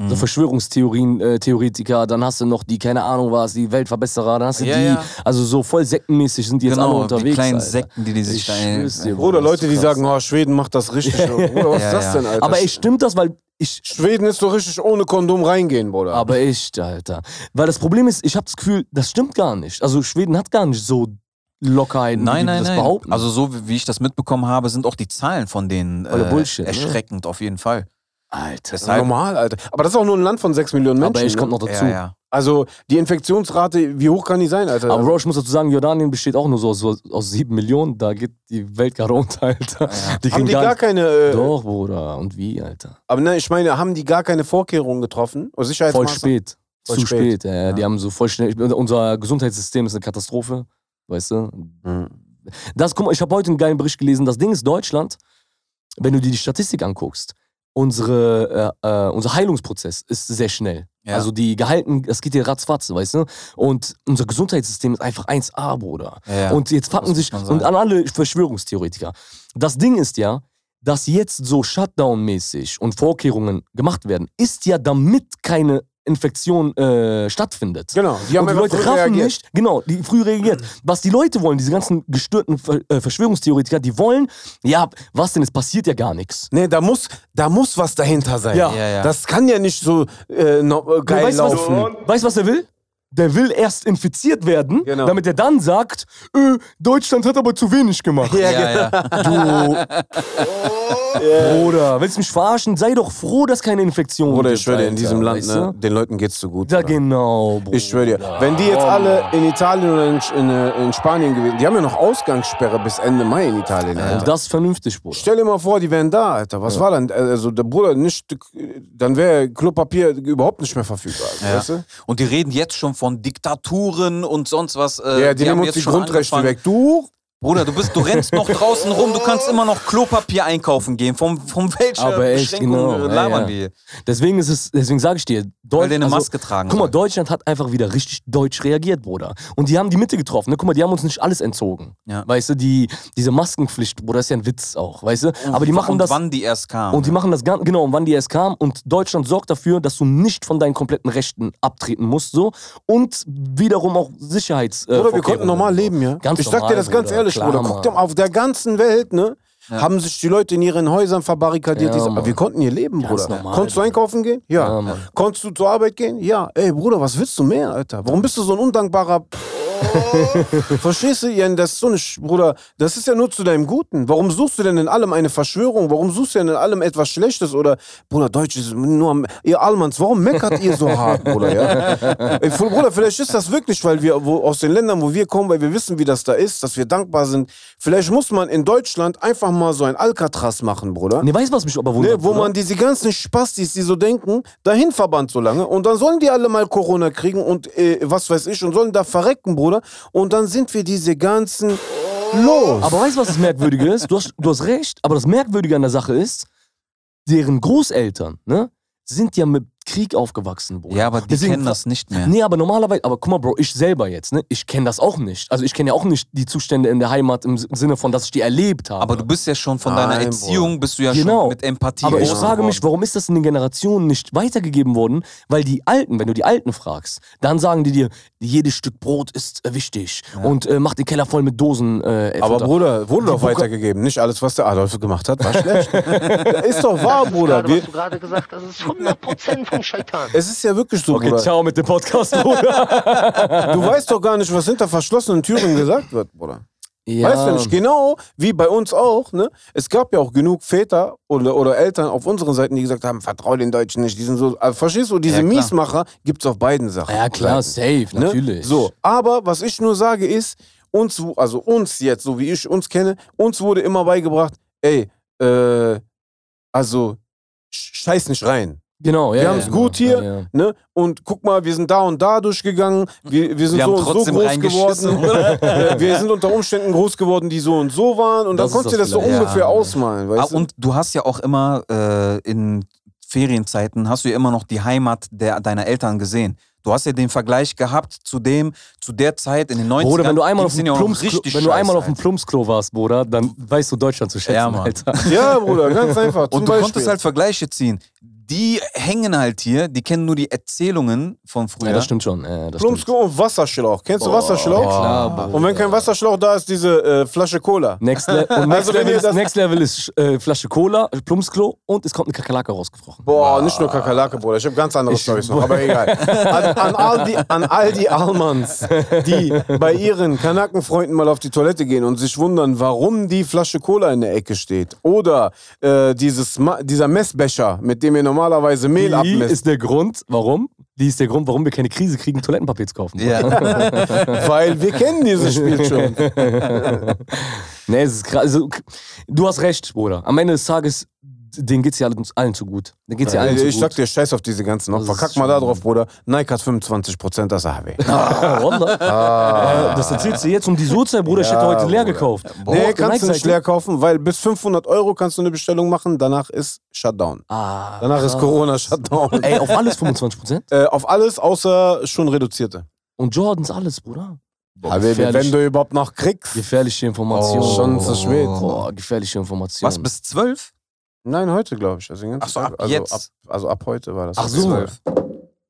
[SPEAKER 3] So Verschwörungstheorien, äh, Theoretiker, dann hast du noch die, keine Ahnung was, die Weltverbesserer, dann hast du
[SPEAKER 2] Ja,
[SPEAKER 3] die,
[SPEAKER 2] ja.
[SPEAKER 3] also so voll sektenmäßig sind die jetzt alle
[SPEAKER 2] genau,
[SPEAKER 3] unterwegs.
[SPEAKER 2] die kleinen
[SPEAKER 3] Alter.
[SPEAKER 2] Sekten, die die sich
[SPEAKER 3] Ich
[SPEAKER 2] da.
[SPEAKER 3] schwör's dir,
[SPEAKER 1] Bruder,
[SPEAKER 3] das ist
[SPEAKER 1] Leute, die
[SPEAKER 3] krass.
[SPEAKER 1] sagen, oh, Schweden macht das richtig.
[SPEAKER 3] *laughs*
[SPEAKER 1] Bruder, was
[SPEAKER 2] Ja,
[SPEAKER 1] ist das
[SPEAKER 2] ja.
[SPEAKER 1] denn, Alter?
[SPEAKER 3] Aber ey, stimmt das, weil ich.
[SPEAKER 1] Schweden ist doch richtig ohne Kondom reingehen, Bruder.
[SPEAKER 3] Aber echt, Alter. Weil das Problem ist, ich habe das Gefühl, das stimmt gar nicht. Also Schweden hat gar nicht so Lockerheiten, wie
[SPEAKER 2] Nein,
[SPEAKER 3] die
[SPEAKER 2] nein,
[SPEAKER 3] das
[SPEAKER 2] nein.
[SPEAKER 3] behaupten.
[SPEAKER 2] Also so wie- wie ich das mitbekommen habe, sind auch die Zahlen von denen
[SPEAKER 3] Voller
[SPEAKER 2] äh,
[SPEAKER 3] Bullshit, ne?
[SPEAKER 2] erschreckend auf jeden Fall.
[SPEAKER 3] Alter.
[SPEAKER 1] Das ist normal, Alter. Aber das ist auch nur ein Land von 6 Millionen Menschen.
[SPEAKER 3] aber ich kommt
[SPEAKER 1] ne?
[SPEAKER 3] noch dazu.
[SPEAKER 2] Ja, ja.
[SPEAKER 1] Also die Infektionsrate, wie hoch kann die sein, Alter?
[SPEAKER 3] Aber Bro, ich muss dazu sagen, Jordanien besteht auch nur so aus, aus sieben Millionen. Da geht die Welt gerade *laughs* unter, Alter. Die
[SPEAKER 1] haben
[SPEAKER 3] kriegen
[SPEAKER 1] die
[SPEAKER 3] gar
[SPEAKER 1] gar
[SPEAKER 3] nicht.
[SPEAKER 1] keine. Äh,
[SPEAKER 3] Doch, Bruder. Und wie, Alter?
[SPEAKER 1] Aber nein, ich meine, haben die gar keine Vorkehrungen getroffen? Oder
[SPEAKER 3] Voll
[SPEAKER 1] Sicherheitsmaßnahmen?
[SPEAKER 3] spät.
[SPEAKER 1] Voll
[SPEAKER 3] Zu
[SPEAKER 1] spät.
[SPEAKER 3] spät. Ja, ja. Die haben so voll schnell. Unser Gesundheitssystem ist eine Katastrophe. Weißt du? Das, guck mal, ich habe heute einen geilen Bericht gelesen. Das Ding ist, Deutschland, wenn du dir die Statistik anguckst, unsere, äh, äh, unser Heilungsprozess ist sehr schnell.
[SPEAKER 2] Ja.
[SPEAKER 3] Also die gehalten, das geht dir ratzfatz, weißt du? Und unser Gesundheitssystem ist einfach 1A, Bruder.
[SPEAKER 2] Ja, ja.
[SPEAKER 3] Und jetzt
[SPEAKER 2] Das
[SPEAKER 3] packen
[SPEAKER 2] muss
[SPEAKER 3] sich,
[SPEAKER 2] man sagen.
[SPEAKER 3] und an alle Verschwörungstheoretiker, das Ding ist ja, dass jetzt so Shutdown-mäßig und Vorkehrungen gemacht werden, ist ja, damit keine Infektion äh, stattfindet.
[SPEAKER 1] Genau. Die haben einfach
[SPEAKER 3] und die Leute
[SPEAKER 1] früh
[SPEAKER 3] raffen
[SPEAKER 1] reagiert. Mhm.
[SPEAKER 3] nicht, genau, die früh reagiert. Was die Leute wollen, diese ganzen gestörten Ver äh, Verschwörungstheoretiker, die wollen, ja, was denn, es passiert ja gar nichts.
[SPEAKER 1] Nee, da muss, da muss was dahinter sein.
[SPEAKER 3] Ja.
[SPEAKER 2] Ja, ja.
[SPEAKER 1] Das kann ja nicht so äh, no, äh, geil
[SPEAKER 3] weißt du, was-
[SPEAKER 1] laufen.
[SPEAKER 3] Weißt du, was er will? Der will erst infiziert werden,
[SPEAKER 1] Genau.
[SPEAKER 3] damit er dann sagt, äh, Deutschland hat aber zu wenig gemacht.
[SPEAKER 2] Ja, ja.
[SPEAKER 1] genau.
[SPEAKER 3] Du. Bruder, willst du mich verarschen? Sei doch froh, dass keine Infektion
[SPEAKER 1] Bruder, ich
[SPEAKER 3] gibt,
[SPEAKER 1] schwöre dir, in
[SPEAKER 3] Alter,
[SPEAKER 1] diesem Land,
[SPEAKER 3] weißt
[SPEAKER 1] ne,
[SPEAKER 3] du?
[SPEAKER 1] den Leuten geht's so gut.
[SPEAKER 3] Ja,
[SPEAKER 1] Bruder.
[SPEAKER 3] genau, Bruder.
[SPEAKER 1] Ich schwöre dir, wenn die jetzt alle in Italien oder in, in, äh, in Spanien gewesen, die haben ja noch Ausgangssperre bis Ende Mai in Italien. Alter.
[SPEAKER 3] Und das ist vernünftig, Bruder.
[SPEAKER 1] Stell dir mal vor, die wären da, Alter. Was war dann? Also der Bruder nicht, dann wäre Klopapier überhaupt nicht mehr verfügbar. Also,
[SPEAKER 2] Ja.
[SPEAKER 1] Weißt
[SPEAKER 3] Äh,
[SPEAKER 1] du?
[SPEAKER 2] Und die reden jetzt schon von Diktaturen und sonst was. äh,
[SPEAKER 1] Ja, die,
[SPEAKER 2] haben
[SPEAKER 1] nehmen uns
[SPEAKER 2] jetzt
[SPEAKER 1] die
[SPEAKER 2] schon
[SPEAKER 1] Grundrechte
[SPEAKER 2] angefangen.
[SPEAKER 1] weg. Du?
[SPEAKER 2] Bruder, du, bist, du rennst
[SPEAKER 3] *laughs*
[SPEAKER 2] noch draußen rum, du kannst immer noch Klopapier einkaufen gehen. Von, von welcher
[SPEAKER 3] Aber echt,
[SPEAKER 2] Beschränkung
[SPEAKER 3] genau.
[SPEAKER 2] äh,
[SPEAKER 3] Ja,
[SPEAKER 2] labern
[SPEAKER 3] ja.
[SPEAKER 2] wir hier?
[SPEAKER 3] Deswegen ist es, deswegen sage ich dir,
[SPEAKER 2] Weil
[SPEAKER 3] Deutschland.
[SPEAKER 2] der eine Maske tragen
[SPEAKER 3] Guck mal,
[SPEAKER 2] soll.
[SPEAKER 3] Deutschland hat einfach wieder richtig deutsch reagiert, Bruder. Und die haben die Mitte getroffen. Ne? Guck mal, die haben uns nicht alles entzogen.
[SPEAKER 2] Ja.
[SPEAKER 3] Weißt du, die, diese Maskenpflicht, Bruder, ist ja ein Witz auch, weißt du? Aber die machen
[SPEAKER 2] und
[SPEAKER 3] das.
[SPEAKER 2] wann die erst kamen.
[SPEAKER 3] Und die machen das ganz genau, und wann die erst kam. Und Deutschland sorgt dafür, dass du nicht von deinen kompletten Rechten abtreten musst, so. Und wiederum auch Sicherheits. äh,
[SPEAKER 1] Oder wir
[SPEAKER 3] Vorkehrungen
[SPEAKER 1] konnten normal
[SPEAKER 3] und so.
[SPEAKER 1] leben, ja?
[SPEAKER 3] Ganz
[SPEAKER 1] ich sag dir
[SPEAKER 3] normal,
[SPEAKER 1] das ganz
[SPEAKER 3] Bruder.
[SPEAKER 1] ehrlich,
[SPEAKER 3] Klar,
[SPEAKER 1] Bruder. Guck dir
[SPEAKER 3] Mann.
[SPEAKER 1] mal, auf der ganzen Welt, ne? Haben sich die Leute in ihren Häusern verbarrikadiert.
[SPEAKER 3] Ja,
[SPEAKER 1] dies, aber
[SPEAKER 3] Mann.
[SPEAKER 1] wir konnten hier leben,
[SPEAKER 3] Ganz
[SPEAKER 1] Bruder.
[SPEAKER 3] normal,
[SPEAKER 1] Konntest du
[SPEAKER 3] Bruder.
[SPEAKER 1] einkaufen gehen? Ja.
[SPEAKER 3] Ja, Mann.
[SPEAKER 1] Konntest du zur Arbeit gehen? Ja. Ey, Bruder, was willst du mehr, Alter? Warum bist du so ein undankbarer... Verstehst du, Jan, das ist so eine, Sch- Bruder, das ist ja nur zu deinem Guten. Warum suchst du denn in allem eine Verschwörung? Warum suchst du denn in allem etwas Schlechtes? Oder, Bruder, Deutsche, sind nur am, ihr Almans, warum meckert ihr so hart, Bruder, ja? Ey, Fr- Bruder, vielleicht ist das wirklich, weil wir wo, aus den Ländern, wo wir kommen, weil wir wissen, wie das da ist, dass wir dankbar sind. Vielleicht muss man in Deutschland einfach mal so ein Alcatraz machen, Bruder.
[SPEAKER 3] Nee, weißt du, was mich aber wundert?
[SPEAKER 1] Ne, wo
[SPEAKER 3] Bruder?
[SPEAKER 1] man diese ganzen Spastis, die so denken, dahin verbannt so lange und dann sollen die alle mal Corona kriegen und äh, was weiß ich und sollen da verrecken, Bruder. Und dann sind wir diese ganzen los.
[SPEAKER 3] aber weißt du, was das Merkwürdige ist? Du hast, du hast recht, aber das Merkwürdige an der Sache ist, deren Großeltern, ne, sind ja mit Krieg aufgewachsen, Bruder.
[SPEAKER 2] ja, aber die
[SPEAKER 3] Deswegen
[SPEAKER 2] kennen
[SPEAKER 3] fra-
[SPEAKER 2] das nicht mehr.
[SPEAKER 3] Nee, aber normalerweise, aber guck mal, Bro, ich selber jetzt, ne? Ich kenne das auch nicht. Also ich kenne ja auch nicht die Zustände in der Heimat im S- Sinne von, dass ich die erlebt habe.
[SPEAKER 2] Aber du bist ja schon von deiner
[SPEAKER 1] Nein,
[SPEAKER 2] Erziehung, bist du ja
[SPEAKER 3] Genau.
[SPEAKER 2] schon mit Empathie
[SPEAKER 3] Aber ich
[SPEAKER 2] groß
[SPEAKER 3] frage mich,
[SPEAKER 2] geworden.
[SPEAKER 3] warum ist das in den Generationen nicht weitergegeben worden? Weil die Alten, wenn du die Alten fragst, dann sagen die dir, jedes Stück Brot ist äh, wichtig und äh, mach den Keller voll mit Dosen. Äh,
[SPEAKER 1] Aber
[SPEAKER 3] Futter.
[SPEAKER 1] Bruder, wurde doch weitergegeben. Nicht alles, was der Adolf gemacht hat, war *laughs* schlecht. Das ist doch wahr, Bruder.
[SPEAKER 7] Gerade,
[SPEAKER 1] Wir,
[SPEAKER 7] was du gerade gesagt hast, ist
[SPEAKER 6] *laughs*
[SPEAKER 7] 100% vom Scheitern.
[SPEAKER 1] es ist ja wirklich so,
[SPEAKER 3] okay,
[SPEAKER 1] Bruder.
[SPEAKER 3] ciao mit dem Podcast, Bruder.
[SPEAKER 1] Du weißt doch gar nicht, was hinter verschlossenen Türen gesagt wird, Bruder.
[SPEAKER 3] *laughs* ja.
[SPEAKER 1] Weißt du nicht, genau wie bei uns auch, ne? Es gab ja auch genug Väter oder, oder Eltern auf unseren Seiten, die gesagt haben, vertrau den Deutschen nicht, die sind so. Also, verstehst du, diese
[SPEAKER 2] Ja, klar.
[SPEAKER 1] Miesmacher gibt's auf beiden Sachen.
[SPEAKER 3] Ja klar, safe,
[SPEAKER 1] Ne?
[SPEAKER 3] natürlich.
[SPEAKER 1] So, aber was ich nur sage ist, uns, wu- also uns jetzt, so wie ich uns kenne, uns wurde immer beigebracht, ey, äh, also sch- scheiß nicht rein.
[SPEAKER 3] Genau, ja.
[SPEAKER 1] Wir
[SPEAKER 3] ja,
[SPEAKER 1] haben's
[SPEAKER 3] ja,
[SPEAKER 1] gut
[SPEAKER 3] genau.
[SPEAKER 1] hier.
[SPEAKER 3] Ja, ja.
[SPEAKER 1] Ne? Und guck mal, wir sind da und da durchgegangen, wir, wir sind
[SPEAKER 2] Wir
[SPEAKER 1] so
[SPEAKER 2] haben
[SPEAKER 1] und so
[SPEAKER 2] trotzdem
[SPEAKER 1] groß
[SPEAKER 2] reingeschissen,
[SPEAKER 1] geworden. Äh, wir sind unter Umständen groß geworden, die so und so waren. Und
[SPEAKER 3] Das
[SPEAKER 1] dann konntest
[SPEAKER 3] ist
[SPEAKER 1] du das
[SPEAKER 3] das
[SPEAKER 1] so
[SPEAKER 3] vielleicht.
[SPEAKER 1] ungefähr
[SPEAKER 2] Ja.
[SPEAKER 1] ausmalen.
[SPEAKER 2] Ah,
[SPEAKER 1] Weißt
[SPEAKER 2] und du hast ja auch immer äh, in Ferienzeiten, hast du ja immer noch die Heimat der, deiner Eltern gesehen. Du hast ja den Vergleich gehabt zu dem, zu der Zeit in den 90ern.
[SPEAKER 3] Bruder, wenn du
[SPEAKER 2] Die
[SPEAKER 3] einmal auf dem
[SPEAKER 2] sind ja auch noch
[SPEAKER 3] Plumpsklo,
[SPEAKER 2] richtig
[SPEAKER 3] wenn du
[SPEAKER 2] scheiße,
[SPEAKER 3] einmal auf dem
[SPEAKER 2] Alter.
[SPEAKER 3] Plumpsklo warst, Bruder, dann weißt du Deutschland zu schätzen,
[SPEAKER 2] Ja, Mann.
[SPEAKER 3] Alter.
[SPEAKER 1] du? Ja, Bruder, ganz einfach. Zum
[SPEAKER 2] *laughs* Und du
[SPEAKER 1] Beispiel.
[SPEAKER 2] konntest halt Vergleiche ziehen. Die hängen halt hier, die kennen nur die Erzählungen von früher.
[SPEAKER 3] Ja, das stimmt schon. Ja, das stimmt.
[SPEAKER 1] Plumpsklo und Wasserschlauch. Kennst du Wasserschlauch?
[SPEAKER 3] Ja, klar, Bruder.
[SPEAKER 1] Und wenn kein Wasserschlauch da ist, diese äh, Flasche Cola.
[SPEAKER 3] Next, Le und next,
[SPEAKER 1] Also, wenn
[SPEAKER 3] Level,
[SPEAKER 1] ihr
[SPEAKER 3] ist,
[SPEAKER 1] das-
[SPEAKER 3] next Level ist äh, Flasche Cola, Plumpsklo und es kommt eine Kakerlake rausgefrochen.
[SPEAKER 1] Boah, nicht nur Kakerlake, Bruder. Ich habe ganz andere
[SPEAKER 3] Ich-
[SPEAKER 1] Storys noch, aber egal. An, an, all die, an all die Almans, die bei ihren Kanakenfreunden mal auf die Toilette gehen und sich wundern, warum die Flasche Cola in der Ecke steht. Oder äh, dieses, Ma- dieser Messbecher, mit dem ihr normalerweise Mehl
[SPEAKER 3] Die
[SPEAKER 1] abmisst.
[SPEAKER 3] ist der Grund, warum? Die ist der Grund, warum wir keine Krise kriegen, Toilettenpapier zu kaufen.
[SPEAKER 2] Ja.
[SPEAKER 1] Weil wir kennen dieses
[SPEAKER 3] *laughs*
[SPEAKER 1] Spiel schon.
[SPEAKER 3] Nee, es ist krass. Also, k- du hast recht, Bruder. Am Ende des Tages, denen geht's ja allen, allen zu gut. Denen geht's ja, allen
[SPEAKER 1] Ich
[SPEAKER 3] zu
[SPEAKER 1] sag
[SPEAKER 3] gut. *laughs*
[SPEAKER 1] dir, scheiß auf diese ganzen Opfer.
[SPEAKER 3] Das ist
[SPEAKER 1] Kack mal da
[SPEAKER 3] schon-
[SPEAKER 1] drauf, Bruder. Nike hat 25% das AHW.
[SPEAKER 3] Ah, Wallah. Äh, Das erzählst du jetzt um die Uhrzeit, Bruder. ich
[SPEAKER 1] Ah. Ja,
[SPEAKER 3] hätte heute leer
[SPEAKER 1] Bruder.
[SPEAKER 3] gekauft.
[SPEAKER 1] Nee,
[SPEAKER 3] Auf der
[SPEAKER 1] kannst du nicht
[SPEAKER 3] Nike-Seite.
[SPEAKER 1] leer kaufen, weil bis 500 Euro kannst du eine Bestellung machen, danach ist Shutdown.
[SPEAKER 3] Ah,
[SPEAKER 1] Danach ist
[SPEAKER 3] krass.
[SPEAKER 1] Corona-Shutdown.
[SPEAKER 3] Ey, auf alles 25%?
[SPEAKER 1] Äh, auf alles außer schon reduzierte.
[SPEAKER 3] Und Jordans alles, Bruder. Boah,
[SPEAKER 1] Aber wenn
[SPEAKER 3] gefährlich.
[SPEAKER 1] du überhaupt noch kriegst.
[SPEAKER 3] Gefährliche Information.
[SPEAKER 2] Oh.
[SPEAKER 1] Schon zu spät.
[SPEAKER 3] Boah, gefährliche Information.
[SPEAKER 2] Was, bis zwölf?
[SPEAKER 1] Nein, heute glaube ich. Also, den ganzen
[SPEAKER 2] Ach so,
[SPEAKER 1] Tag.
[SPEAKER 2] ab
[SPEAKER 1] also,
[SPEAKER 2] jetzt.
[SPEAKER 1] Ab, also ab heute war das.
[SPEAKER 3] Ach so.
[SPEAKER 1] Zwölf.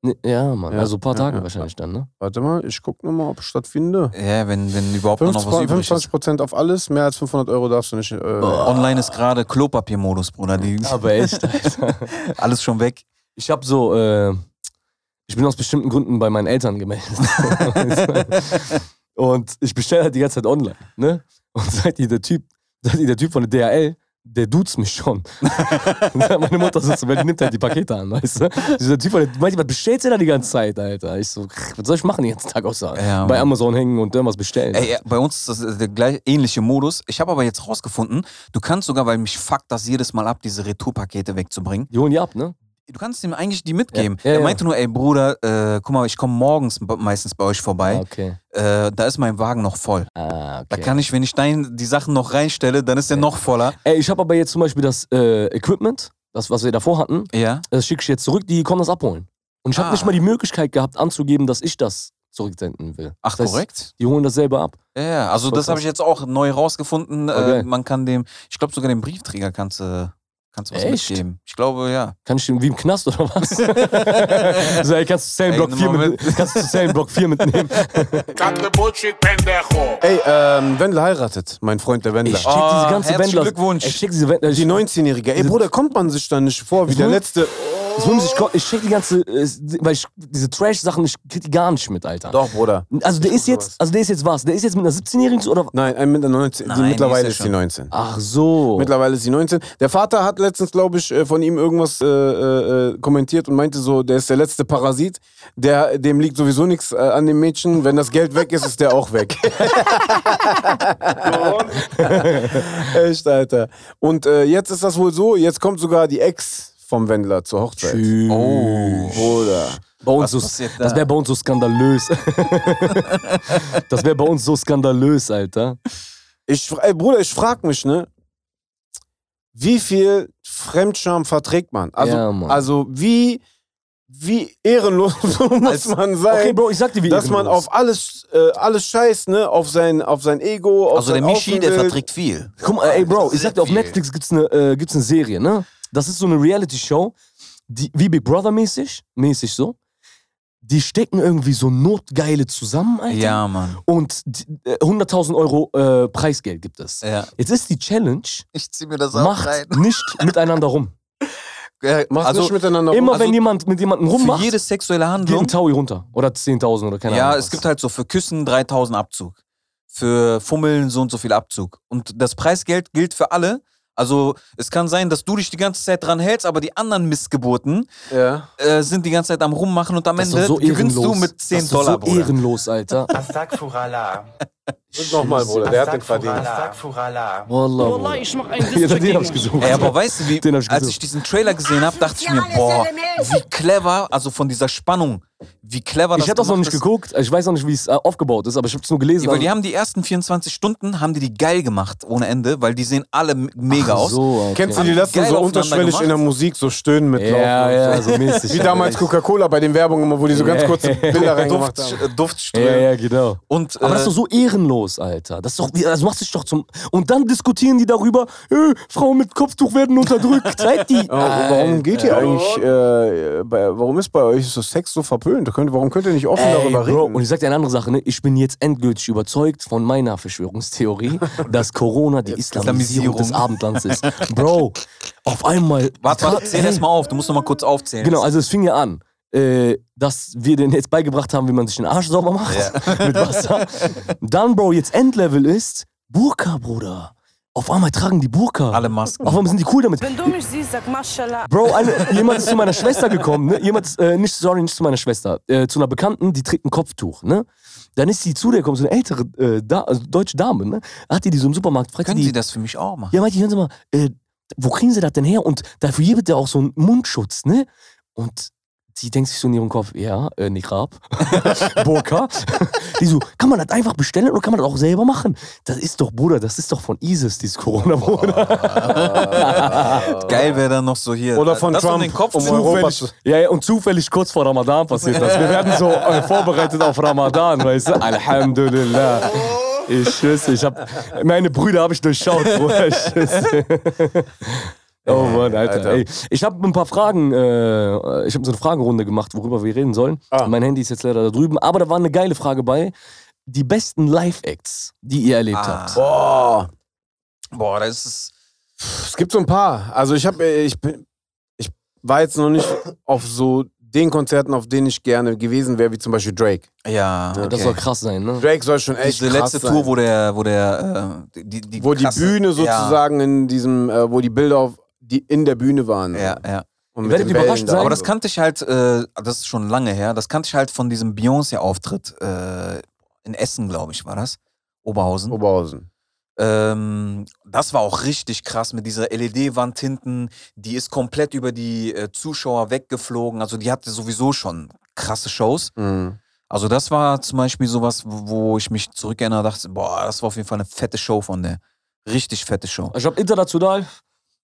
[SPEAKER 3] Ne, Ja, Mann.
[SPEAKER 1] Ja,
[SPEAKER 3] also ein paar
[SPEAKER 1] ja,
[SPEAKER 3] Tage
[SPEAKER 1] ja.
[SPEAKER 3] wahrscheinlich dann, ne?
[SPEAKER 1] Warte mal, ich gucke nochmal, ob ich stattfinde.
[SPEAKER 2] Ja, wenn, wenn überhaupt noch was
[SPEAKER 1] 25%,
[SPEAKER 2] übrig ist.
[SPEAKER 1] 25 auf alles, mehr als 500 Euro darfst du nicht. Äh,
[SPEAKER 2] Online ist gerade Klopapiermodus, Bruder. Die,
[SPEAKER 3] Aber echt, Alter.
[SPEAKER 2] alles schon weg.
[SPEAKER 3] Ich habe so, äh, ich bin aus bestimmten Gründen bei meinen
[SPEAKER 2] *laughs*
[SPEAKER 3] Eltern gemeldet. und ich bestelle halt die ganze Zeit online, ne? Und seid ihr der Typ, seid ihr der Typ von der DHL? Der duzt
[SPEAKER 2] *laughs*
[SPEAKER 3] mich schon. Und dann Meine Mutter sitzt, weil die nimmt halt die Pakete an, weißt du? Dieser Typ, von der- meint, was bestellst du da die ganze Zeit, Alter? Ich so, was soll ich machen den ganzen Tag außer
[SPEAKER 2] Ja,
[SPEAKER 3] bei
[SPEAKER 2] Mann.
[SPEAKER 3] Amazon hängen und irgendwas bestellen?
[SPEAKER 2] Ey, ja, bei uns ist das äh, der gleich, ähnliche Modus. Ich habe aber jetzt rausgefunden, du kannst sogar, weil mich fuckt das jedes Mal ab, diese Retourpakete wegzubringen.
[SPEAKER 3] Die holen die ab, ne?
[SPEAKER 2] Du kannst ihm eigentlich die mitgeben.
[SPEAKER 3] Ja, ja,
[SPEAKER 2] er
[SPEAKER 3] ja.
[SPEAKER 2] meinte nur, ey Bruder, äh, guck mal, ich komme morgens be- meistens bei euch
[SPEAKER 3] Ah,
[SPEAKER 2] vorbei.
[SPEAKER 3] okay.
[SPEAKER 2] Äh, da ist mein Wagen noch voll.
[SPEAKER 3] Ah, okay.
[SPEAKER 2] Da kann ich, wenn ich dein, die Sachen noch reinstelle, dann ist der noch voller.
[SPEAKER 3] Ey, ich habe aber jetzt zum Beispiel das äh, Equipment, das, was wir davor hatten,
[SPEAKER 2] Ja.
[SPEAKER 3] das schicke ich jetzt zurück, die kommen das abholen. Und ich habe
[SPEAKER 2] Ah.
[SPEAKER 3] nicht mal die Möglichkeit gehabt, anzugeben, dass ich das zurücksenden will.
[SPEAKER 2] Ach,
[SPEAKER 3] Das heißt,
[SPEAKER 2] korrekt.
[SPEAKER 3] Die holen das selber ab.
[SPEAKER 2] Ja, ja. Also
[SPEAKER 3] Voll
[SPEAKER 2] das habe
[SPEAKER 3] krass.
[SPEAKER 2] ich jetzt auch neu rausgefunden. Äh,
[SPEAKER 3] Okay.
[SPEAKER 2] man kann dem, ich glaube sogar dem Briefträger kannst du kannst du was
[SPEAKER 3] Echt?
[SPEAKER 2] mitgeben. Ich glaube, ja.
[SPEAKER 3] Kann ich den wie im Knast
[SPEAKER 2] *laughs*
[SPEAKER 3] oder was? so, ey, kannst du Zellenblock
[SPEAKER 2] Ey,
[SPEAKER 3] 4
[SPEAKER 2] nimm mal
[SPEAKER 3] mit, kannst du Zellenblock
[SPEAKER 2] *laughs*
[SPEAKER 3] 4 mitnehmen?
[SPEAKER 1] ey, ähm, Wendler heiratet, mein Freund der Wendler.
[SPEAKER 3] Ich schick diese ganze
[SPEAKER 2] Oh, herzlichen
[SPEAKER 3] Wendler.
[SPEAKER 2] Glückwunsch.
[SPEAKER 3] Ich schick diese Wendler. Ich,
[SPEAKER 1] Die 19-Jährige. Ey, Bruder, kommt man sich da nicht vor wie
[SPEAKER 3] Ich
[SPEAKER 1] der
[SPEAKER 3] muss-
[SPEAKER 1] letzte.
[SPEAKER 3] ich, muss- ich, ich schick die ganze, äh, weil ich, diese Trash-Sachen, ich krieg die gar nicht mit, Alter.
[SPEAKER 1] Doch, Bruder.
[SPEAKER 3] Also der
[SPEAKER 1] Ich
[SPEAKER 3] ist
[SPEAKER 1] guck
[SPEAKER 3] jetzt, also der ist jetzt was? Der ist jetzt mit einer 17-Jährigen zu- oder?
[SPEAKER 1] Nein, ein mit der 19,
[SPEAKER 2] Nein,
[SPEAKER 1] die
[SPEAKER 2] die
[SPEAKER 1] mittlerweile
[SPEAKER 2] ist
[SPEAKER 1] ist
[SPEAKER 2] ja
[SPEAKER 1] die
[SPEAKER 2] schon.
[SPEAKER 1] 19.
[SPEAKER 3] Ach so.
[SPEAKER 1] Mittlerweile ist sie 19. Der Vater hat letztens, glaube ich, äh, von ihm irgendwas äh, äh, äh, kommentiert und meinte so, der ist der letzte Parasit, der, dem liegt sowieso nichts äh, an dem Mädchen. Wenn das Geld weg ist, ist der auch
[SPEAKER 3] *laughs*
[SPEAKER 1] weg. Echt, Alter. Und äh, jetzt ist das wohl so, jetzt kommt sogar die Ex vom Wendler zur Hochzeit.
[SPEAKER 3] Tschüss.
[SPEAKER 2] Oh,
[SPEAKER 1] Bruder.
[SPEAKER 3] Bei uns so,
[SPEAKER 2] passiert da?
[SPEAKER 3] das wäre bei uns so skandalös. *laughs* das wäre bei uns so skandalös, Alter.
[SPEAKER 1] Ich, fra- ey, Bruder, ich frag mich, ne? Wie viel Fremdscham verträgt man? Also,
[SPEAKER 3] Ja, Mann.
[SPEAKER 1] also wie, wie ehrenlos *laughs* muss man sein,
[SPEAKER 3] Also, Okay, Bro, ich sag dir, wie
[SPEAKER 1] dass man
[SPEAKER 3] ehrenlos.
[SPEAKER 1] auf alles, äh, alles scheißt, ne? Auf sein, auf sein Ego, auf
[SPEAKER 2] Also der
[SPEAKER 1] sein
[SPEAKER 2] Michi, der
[SPEAKER 1] Außenbild.
[SPEAKER 2] verträgt viel.
[SPEAKER 3] Guck mal, ey, Bro, ich sag dir, auf
[SPEAKER 2] Sehr viel.
[SPEAKER 3] Netflix gibt's eine, äh, gibt's eine Serie, ne? Das ist so eine Reality-Show, die wie Big Brother-mäßig, mäßig so. Die stecken irgendwie so Notgeile zusammen, Alter.
[SPEAKER 2] Ja, Mann.
[SPEAKER 3] Und die- äh, 100.000 Euro äh, Preisgeld gibt es.
[SPEAKER 2] Ja.
[SPEAKER 3] Jetzt ist die Challenge,
[SPEAKER 2] Ich zieh mir das
[SPEAKER 3] macht *laughs* nicht miteinander rum.
[SPEAKER 2] Ja,
[SPEAKER 1] Macht
[SPEAKER 2] also
[SPEAKER 1] nicht miteinander
[SPEAKER 3] Immer
[SPEAKER 1] rum.
[SPEAKER 3] wenn jemand mit jemandem
[SPEAKER 2] für
[SPEAKER 3] rummacht,
[SPEAKER 2] jede sexuelle
[SPEAKER 3] geht
[SPEAKER 2] Handlung.
[SPEAKER 3] ein Taui runter. Oder 10.000 oder keine Ahnung.
[SPEAKER 2] Ja,
[SPEAKER 3] was.
[SPEAKER 2] es gibt halt so für Küssen 3000 Abzug. Für Fummeln so und so viel Abzug. Und das Preisgeld gilt für alle. Also es kann sein, dass du dich die ganze Zeit dran hältst, aber die anderen Missgeburten
[SPEAKER 1] Also, ja.
[SPEAKER 2] äh, sind die ganze Zeit am Rummachen und am
[SPEAKER 3] Das ist
[SPEAKER 2] Ende
[SPEAKER 3] doch so
[SPEAKER 2] gewinnst du
[SPEAKER 3] ehrenlos.
[SPEAKER 2] mit 10
[SPEAKER 3] das ist doch
[SPEAKER 2] Dollar, *laughs*
[SPEAKER 3] so
[SPEAKER 2] Bruder.
[SPEAKER 3] ehrenlos, Alter.
[SPEAKER 8] Was sagt Furala?
[SPEAKER 1] Und nochmal, Bruder, der hat den verdient.
[SPEAKER 9] Astak Furala.
[SPEAKER 3] Wallah,
[SPEAKER 4] Wallah,
[SPEAKER 3] Bruder.
[SPEAKER 4] ich mach einen
[SPEAKER 3] *laughs* Ja,
[SPEAKER 4] Distrack
[SPEAKER 3] den
[SPEAKER 4] gegen
[SPEAKER 3] hab ich
[SPEAKER 4] euch.
[SPEAKER 3] gesucht.
[SPEAKER 2] Ey, aber weißt du, wie,
[SPEAKER 3] *laughs* Den hab ich
[SPEAKER 2] als
[SPEAKER 3] gesucht.
[SPEAKER 2] ich diesen Trailer gesehen habe, dachte ich mir, boah, wie clever, also von dieser Spannung, wie clever das
[SPEAKER 3] Ich hab das noch
[SPEAKER 2] gemacht
[SPEAKER 3] nicht geguckt. Ich weiß noch nicht, wie es äh, aufgebaut ist, aber ich hab's nur gelesen.
[SPEAKER 2] Ja, weil die
[SPEAKER 3] also-
[SPEAKER 2] haben die ersten 24 Stunden, haben die die geil gemacht, ohne Ende, weil die sehen alle m- mega
[SPEAKER 3] Ach
[SPEAKER 2] aus.
[SPEAKER 3] so, okay.
[SPEAKER 1] Kennst du die
[SPEAKER 2] Haben
[SPEAKER 1] lassen so
[SPEAKER 2] geil aufeinander
[SPEAKER 1] unterschwellig
[SPEAKER 2] gemacht.
[SPEAKER 1] in der Musik so stöhnen mitlaufen?
[SPEAKER 3] Ja,
[SPEAKER 1] und
[SPEAKER 3] ja,
[SPEAKER 1] so.
[SPEAKER 3] so
[SPEAKER 2] *laughs*
[SPEAKER 3] mäßig.
[SPEAKER 1] Wie damals Coca-Cola bei den Werbungen immer, wo die so ganz
[SPEAKER 3] Ja.
[SPEAKER 1] kurze Bilder reingemacht
[SPEAKER 2] Duft,
[SPEAKER 1] haben.
[SPEAKER 2] äh, Duftströme.
[SPEAKER 3] Ja, ja, genau.
[SPEAKER 2] Und, äh,
[SPEAKER 3] Aber das ist doch so ehrenlos, Alter. Das ist doch, das machst dich doch zum. Und dann diskutieren die darüber, äh, Frauen mit Kopftuch
[SPEAKER 2] *laughs*
[SPEAKER 3] werden unterdrückt. Seid die.
[SPEAKER 2] Oh,
[SPEAKER 1] Ja, wa- warum geht ihr eigentlich, äh, bei, warum ist bei euch so Sex so verpönt? Könnt, warum könnt ihr nicht offen
[SPEAKER 3] Ey,
[SPEAKER 1] darüber
[SPEAKER 3] Bro,
[SPEAKER 1] reden?
[SPEAKER 3] und ich sag dir eine andere Sache, ne? ich bin jetzt endgültig überzeugt von meiner
[SPEAKER 2] *laughs*
[SPEAKER 3] Verschwörungstheorie, dass Corona die Islamisierung
[SPEAKER 2] Islamisierung.
[SPEAKER 3] des Abendlands ist.
[SPEAKER 2] *laughs*
[SPEAKER 3] Bro, auf einmal.
[SPEAKER 2] warte, warte, zähl
[SPEAKER 3] Ey,
[SPEAKER 2] erst mal auf, du musst noch mal kurz aufzählen.
[SPEAKER 3] Genau, also es fing ja an, äh, dass wir denen jetzt beigebracht haben, wie man sich den Arsch sauber macht *laughs* mit Wasser. Dann, Bro, jetzt Endlevel ist Burka, Bruder. Auf einmal tragen die Burka.
[SPEAKER 2] Alle Masken.
[SPEAKER 3] Auf einmal sind die cool damit.
[SPEAKER 10] Wenn du mich siehst, sag Maschallah.
[SPEAKER 3] Bro, eine, jemand ist zu meiner Schwester gekommen, ne? Jemand ist, äh, nicht, sorry, nicht zu meiner Schwester, äh, zu einer Bekannten, die trägt ein Kopftuch, ne? Dann ist die zu der gekommen, so eine ältere äh, da, also deutsche Dame, ne? Hat die die so im Supermarkt, fragt
[SPEAKER 2] Können
[SPEAKER 3] die,
[SPEAKER 2] sie das für mich auch machen?
[SPEAKER 3] ja, meinte, hören Sie mal, äh, wo kriegen Sie das denn her? Und dafür gibt ja auch so einen Mundschutz, ne? Und sie denkt sich so in ihrem Kopf, ja, äh, Niqab, *laughs* Burka. Die so, kann man das einfach bestellen oder kann man das auch selber machen? Das ist doch, Bruder, das ist doch von ISIS, dieses Corona, Bruder.
[SPEAKER 2] Geil wäre dann noch so hier.
[SPEAKER 1] Oder von
[SPEAKER 2] das um
[SPEAKER 1] Trump,
[SPEAKER 2] den Kopf
[SPEAKER 1] um
[SPEAKER 2] zu-
[SPEAKER 1] Europa zu...
[SPEAKER 3] Ja, ja, und zufällig kurz vor Ramadan passiert das. Wir werden so äh, vorbereitet auf Ramadan, weißt du? Alhamdulillah.
[SPEAKER 2] Oh.
[SPEAKER 3] Ich schwöre, ich hab, meine Brüder habe ich durchschaut, Bruder. Ich schwöre. Oh Mann, Alter.
[SPEAKER 1] Alter.
[SPEAKER 3] Ey, ich habe ein paar Fragen, äh, ich habe so eine Fragerunde gemacht, worüber wir reden sollen.
[SPEAKER 1] Ah.
[SPEAKER 3] Mein Handy ist jetzt leider da drüben, aber da war eine geile Frage bei. Die besten Live-Acts, die ihr erlebt
[SPEAKER 2] Ah.
[SPEAKER 3] habt.
[SPEAKER 1] Boah,
[SPEAKER 2] Boah, das ist.
[SPEAKER 1] es gibt so ein paar. Also ich habe, ich bin, ich war jetzt noch nicht auf so den Konzerten, auf denen ich gerne gewesen wäre, wie zum Beispiel Drake.
[SPEAKER 2] Ja, okay.
[SPEAKER 3] Das soll krass sein, ne?
[SPEAKER 1] Drake soll schon echt
[SPEAKER 2] Diese
[SPEAKER 1] krass
[SPEAKER 2] letzte
[SPEAKER 1] sein.
[SPEAKER 2] Tour, wo der, wo der, äh, die, die,
[SPEAKER 1] wo die
[SPEAKER 2] krasse-
[SPEAKER 1] Bühne sozusagen in diesem, äh, wo die Bilder auf, die in der Bühne waren.
[SPEAKER 2] Ja, ja. ja.
[SPEAKER 1] Und
[SPEAKER 3] Ihr
[SPEAKER 1] mit
[SPEAKER 3] werdet
[SPEAKER 1] den Bällen
[SPEAKER 3] überrascht
[SPEAKER 1] da.
[SPEAKER 3] sein.
[SPEAKER 2] Aber das kannte ich halt, äh, das ist schon lange her, das kannte ich halt von diesem Beyoncé-Auftritt äh, in Essen, glaube ich, war das. Oberhausen.
[SPEAKER 1] Oberhausen.
[SPEAKER 2] ähm, das war auch richtig krass mit dieser LED-Wand hinten. Die ist komplett über die äh, Zuschauer weggeflogen. Also die hatte sowieso schon krasse Shows.
[SPEAKER 1] Mhm.
[SPEAKER 2] Also das war zum Beispiel sowas, wo ich mich zurückerinnere, dachte, boah, das war auf jeden Fall eine fette Show von der. Richtig fette Show.
[SPEAKER 3] Ich habe international,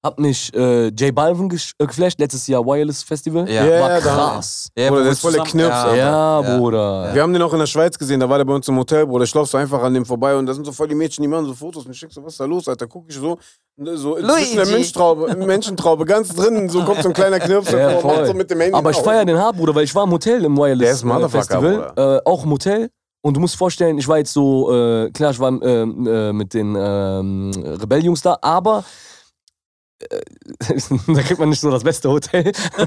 [SPEAKER 3] hab mich äh, J Balvin gesch- äh, geflasht, letztes Jahr Wireless Festival.
[SPEAKER 2] Ja.
[SPEAKER 1] Ja,
[SPEAKER 3] war
[SPEAKER 1] ja, da-
[SPEAKER 3] krass.
[SPEAKER 2] Ja,
[SPEAKER 1] Bruder,
[SPEAKER 2] wo
[SPEAKER 1] der
[SPEAKER 2] wir
[SPEAKER 1] ist voll der
[SPEAKER 2] zusammen-
[SPEAKER 1] Knirps, Ja,
[SPEAKER 3] Ja, Bruder.
[SPEAKER 1] Wir haben den auch in der Schweiz gesehen, da war der bei uns im Hotel, Bruder. Ich lauf so einfach an dem vorbei und da sind so voll die Mädchen, die machen so Fotos und ich schick so, was ist da los, Alter? Guck ich so, ne, so
[SPEAKER 2] Luigi.
[SPEAKER 1] zwischen der Menschentraube, Menschentraube, ganz drinnen, so kommt so ein kleiner Knirps
[SPEAKER 3] Ja,
[SPEAKER 1] und
[SPEAKER 3] voll.
[SPEAKER 1] macht so mit dem Handy.
[SPEAKER 3] Aber ich feiere den hart, Bruder, weil ich war im Hotel im
[SPEAKER 1] genau. Der
[SPEAKER 3] Wireless
[SPEAKER 1] ist ein
[SPEAKER 3] äh,
[SPEAKER 1] Motherfucker,
[SPEAKER 3] Festival. Äh, auch im Hotel. Und du musst vorstellen, ich war jetzt so, äh, klar, ich war ähm, äh, mit den ähm, Rebelljungs da, aber äh, *laughs* da kriegt man nicht so das beste Hotel. Oh,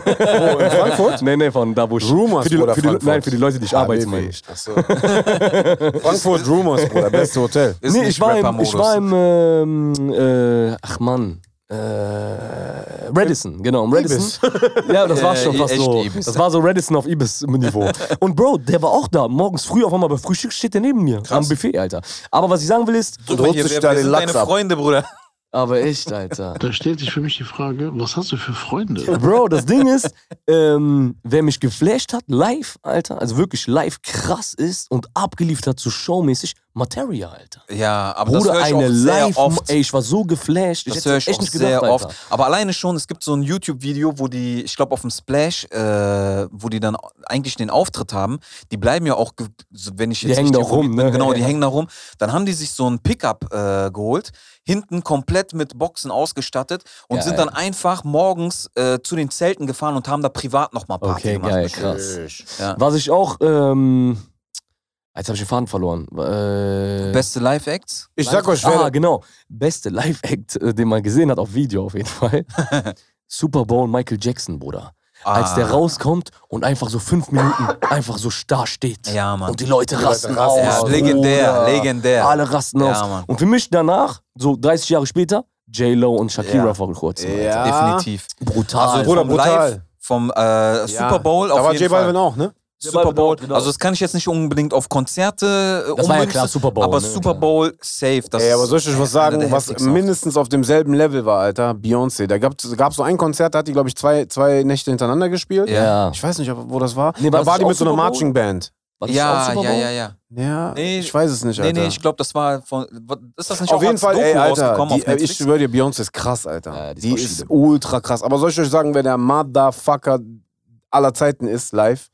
[SPEAKER 3] in Frankfurt? *laughs* Nee, nee, von da, wo ich.
[SPEAKER 1] Rumors,
[SPEAKER 3] für die,
[SPEAKER 1] Bruder,
[SPEAKER 3] für die,
[SPEAKER 1] Frankfurt.
[SPEAKER 3] Nein, für die Leute, die ich
[SPEAKER 1] Ah,
[SPEAKER 3] arbeite,
[SPEAKER 1] nee,
[SPEAKER 3] meine
[SPEAKER 1] nee.
[SPEAKER 3] ich.
[SPEAKER 1] Ach so. *laughs* Frankfurt Rumors, Bruder, beste Hotel.
[SPEAKER 2] Ist
[SPEAKER 3] nee,
[SPEAKER 2] nicht
[SPEAKER 3] ich war, im, ich
[SPEAKER 2] Rapper-Modus.
[SPEAKER 3] war im, ähm, äh, ach Mann, äh, Redison, genau, im Redison. *laughs* Ja, das war
[SPEAKER 2] Äh,
[SPEAKER 3] schon fast
[SPEAKER 2] echt
[SPEAKER 3] so,
[SPEAKER 2] Ibis.
[SPEAKER 3] das war so Redison
[SPEAKER 2] *laughs*
[SPEAKER 3] auf Ibis-Niveau. Und Bro, der war auch da, morgens früh auf einmal bei Frühstück steht der neben mir, am Buffet, Alter. Aber was ich sagen will ist,
[SPEAKER 2] Guck
[SPEAKER 1] Und
[SPEAKER 2] mal
[SPEAKER 1] holt
[SPEAKER 2] hier,
[SPEAKER 1] sich
[SPEAKER 2] wir,
[SPEAKER 1] da
[SPEAKER 2] wir
[SPEAKER 1] den
[SPEAKER 2] sind
[SPEAKER 1] Lachs
[SPEAKER 2] deine
[SPEAKER 1] ab.
[SPEAKER 2] Freunde, Bruder. *laughs*
[SPEAKER 3] aber echt, Alter.
[SPEAKER 6] Da stellt sich für mich die Frage, was hast du für Freunde?
[SPEAKER 3] *laughs* Bro, das Ding ist, ähm, wer mich geflasht hat, live, Alter, also wirklich live krass ist und abgeliefert hat, so showmäßig, Materia, Alter.
[SPEAKER 2] Ja, aber
[SPEAKER 3] Bruder,
[SPEAKER 2] das höre ich
[SPEAKER 3] eine
[SPEAKER 2] auch sehr
[SPEAKER 3] live,
[SPEAKER 2] oft.
[SPEAKER 3] ey, ich war so geflasht, ich
[SPEAKER 2] Das
[SPEAKER 3] hätte
[SPEAKER 2] höre
[SPEAKER 3] echt
[SPEAKER 2] ich auch
[SPEAKER 3] nicht
[SPEAKER 2] sehr
[SPEAKER 3] gedacht, Alter.
[SPEAKER 2] oft. Aber alleine schon, es gibt so ein YouTube-Video, wo die, ich glaube auf dem Splash, äh, wo die dann eigentlich den Auftritt haben, die bleiben ja auch, ge- so, wenn ich
[SPEAKER 3] Die
[SPEAKER 2] jetzt
[SPEAKER 3] hängen
[SPEAKER 2] richtig
[SPEAKER 3] da rum,
[SPEAKER 2] informiert bin,
[SPEAKER 3] ne?
[SPEAKER 2] Genau, die
[SPEAKER 3] Ja.
[SPEAKER 2] hängen da rum. Dann haben die sich so ein Pickup äh, geholt, hinten komplett mit Boxen ausgestattet und
[SPEAKER 3] Geil.
[SPEAKER 2] sind dann einfach morgens äh, zu den Zelten gefahren und haben da privat nochmal Party
[SPEAKER 3] Okay,
[SPEAKER 2] gemacht.
[SPEAKER 3] geil, krass.
[SPEAKER 2] Ja.
[SPEAKER 3] Was ich auch, ähm, jetzt habe ich den Faden verloren. Äh,
[SPEAKER 2] Beste Live-Acts?
[SPEAKER 1] Ich sag euch, wer
[SPEAKER 3] ah, genau. Beste Live-Act, äh, den man gesehen hat, auf Video auf
[SPEAKER 2] *laughs*
[SPEAKER 3] jeden Fall. Super Bowl Michael Jackson, Bruder. Als der
[SPEAKER 2] Ah.
[SPEAKER 3] rauskommt und einfach so fünf
[SPEAKER 2] *laughs*
[SPEAKER 3] Minuten einfach so starr steht.
[SPEAKER 2] Ja, Mann.
[SPEAKER 3] Und die Leute rasten aus.
[SPEAKER 1] rasten
[SPEAKER 2] Ja,
[SPEAKER 1] aus.
[SPEAKER 2] legendär,
[SPEAKER 3] Bruder.
[SPEAKER 2] legendär.
[SPEAKER 3] Alle rasten
[SPEAKER 2] Ja,
[SPEAKER 3] aus.
[SPEAKER 2] Mann.
[SPEAKER 3] Und für mich danach, so 30 Jahre später, J-Lo und Shakira
[SPEAKER 2] Ja. Also,
[SPEAKER 3] vor kurzem. Alter.
[SPEAKER 1] ja.
[SPEAKER 2] Definitiv.
[SPEAKER 3] Also Brutal.
[SPEAKER 1] Bruder,
[SPEAKER 2] Ah, vom
[SPEAKER 1] brutal.
[SPEAKER 2] Live, vom äh, Super Bowl
[SPEAKER 1] Da
[SPEAKER 2] auf
[SPEAKER 1] war
[SPEAKER 2] jeden
[SPEAKER 1] J
[SPEAKER 2] Fall.
[SPEAKER 1] Balvin auch, ne?
[SPEAKER 9] Der
[SPEAKER 2] Super
[SPEAKER 9] Ball
[SPEAKER 2] Bowl.
[SPEAKER 9] bedauert, genau.
[SPEAKER 2] Also das kann ich jetzt nicht unbedingt auf Konzerte äh,
[SPEAKER 3] Das war ja klar, Super Bowl,
[SPEAKER 2] Aber
[SPEAKER 3] ne,
[SPEAKER 2] Super
[SPEAKER 3] klar.
[SPEAKER 2] Bowl safe. Das
[SPEAKER 1] Ey, aber soll ich euch was sagen,
[SPEAKER 2] einer der
[SPEAKER 1] was
[SPEAKER 2] heftigsten
[SPEAKER 1] mindestens auf demselben Level war, Alter? Beyoncé. Da gab es so ein Konzert, da hat die, glaube ich, zwei, zwei Nächte hintereinander gespielt.
[SPEAKER 3] Ja.
[SPEAKER 1] Ich weiß nicht, ob- wo das war.
[SPEAKER 3] Nee, war
[SPEAKER 1] da
[SPEAKER 3] das
[SPEAKER 1] war
[SPEAKER 3] nicht
[SPEAKER 1] die
[SPEAKER 3] auch
[SPEAKER 1] mit so einer
[SPEAKER 3] Super Bowl?
[SPEAKER 1] Marching Band.
[SPEAKER 3] War das auch
[SPEAKER 2] Ja,
[SPEAKER 3] Super
[SPEAKER 2] ja,
[SPEAKER 3] Bowl?
[SPEAKER 2] ja, ja.
[SPEAKER 1] Ja,
[SPEAKER 2] Nee,
[SPEAKER 1] ich weiß es nicht,
[SPEAKER 2] Nee,
[SPEAKER 1] Alter.
[SPEAKER 2] nee, ich glaube, das war von. Ist das nicht
[SPEAKER 1] auf
[SPEAKER 2] auch
[SPEAKER 1] jeden
[SPEAKER 2] als
[SPEAKER 1] Fall,
[SPEAKER 2] Doku
[SPEAKER 1] ey, Alter,
[SPEAKER 2] rausgekommen
[SPEAKER 1] die,
[SPEAKER 2] auf
[SPEAKER 1] ey, ich
[SPEAKER 2] Netflix?
[SPEAKER 1] schwöre dir, Beyoncé ist krass, Alter.
[SPEAKER 3] Ja,
[SPEAKER 1] die
[SPEAKER 3] die
[SPEAKER 1] ist,
[SPEAKER 3] ist verschieden.
[SPEAKER 1] ultra krass. Aber soll ich euch sagen, wer der Motherfucker aller Zeiten ist, live?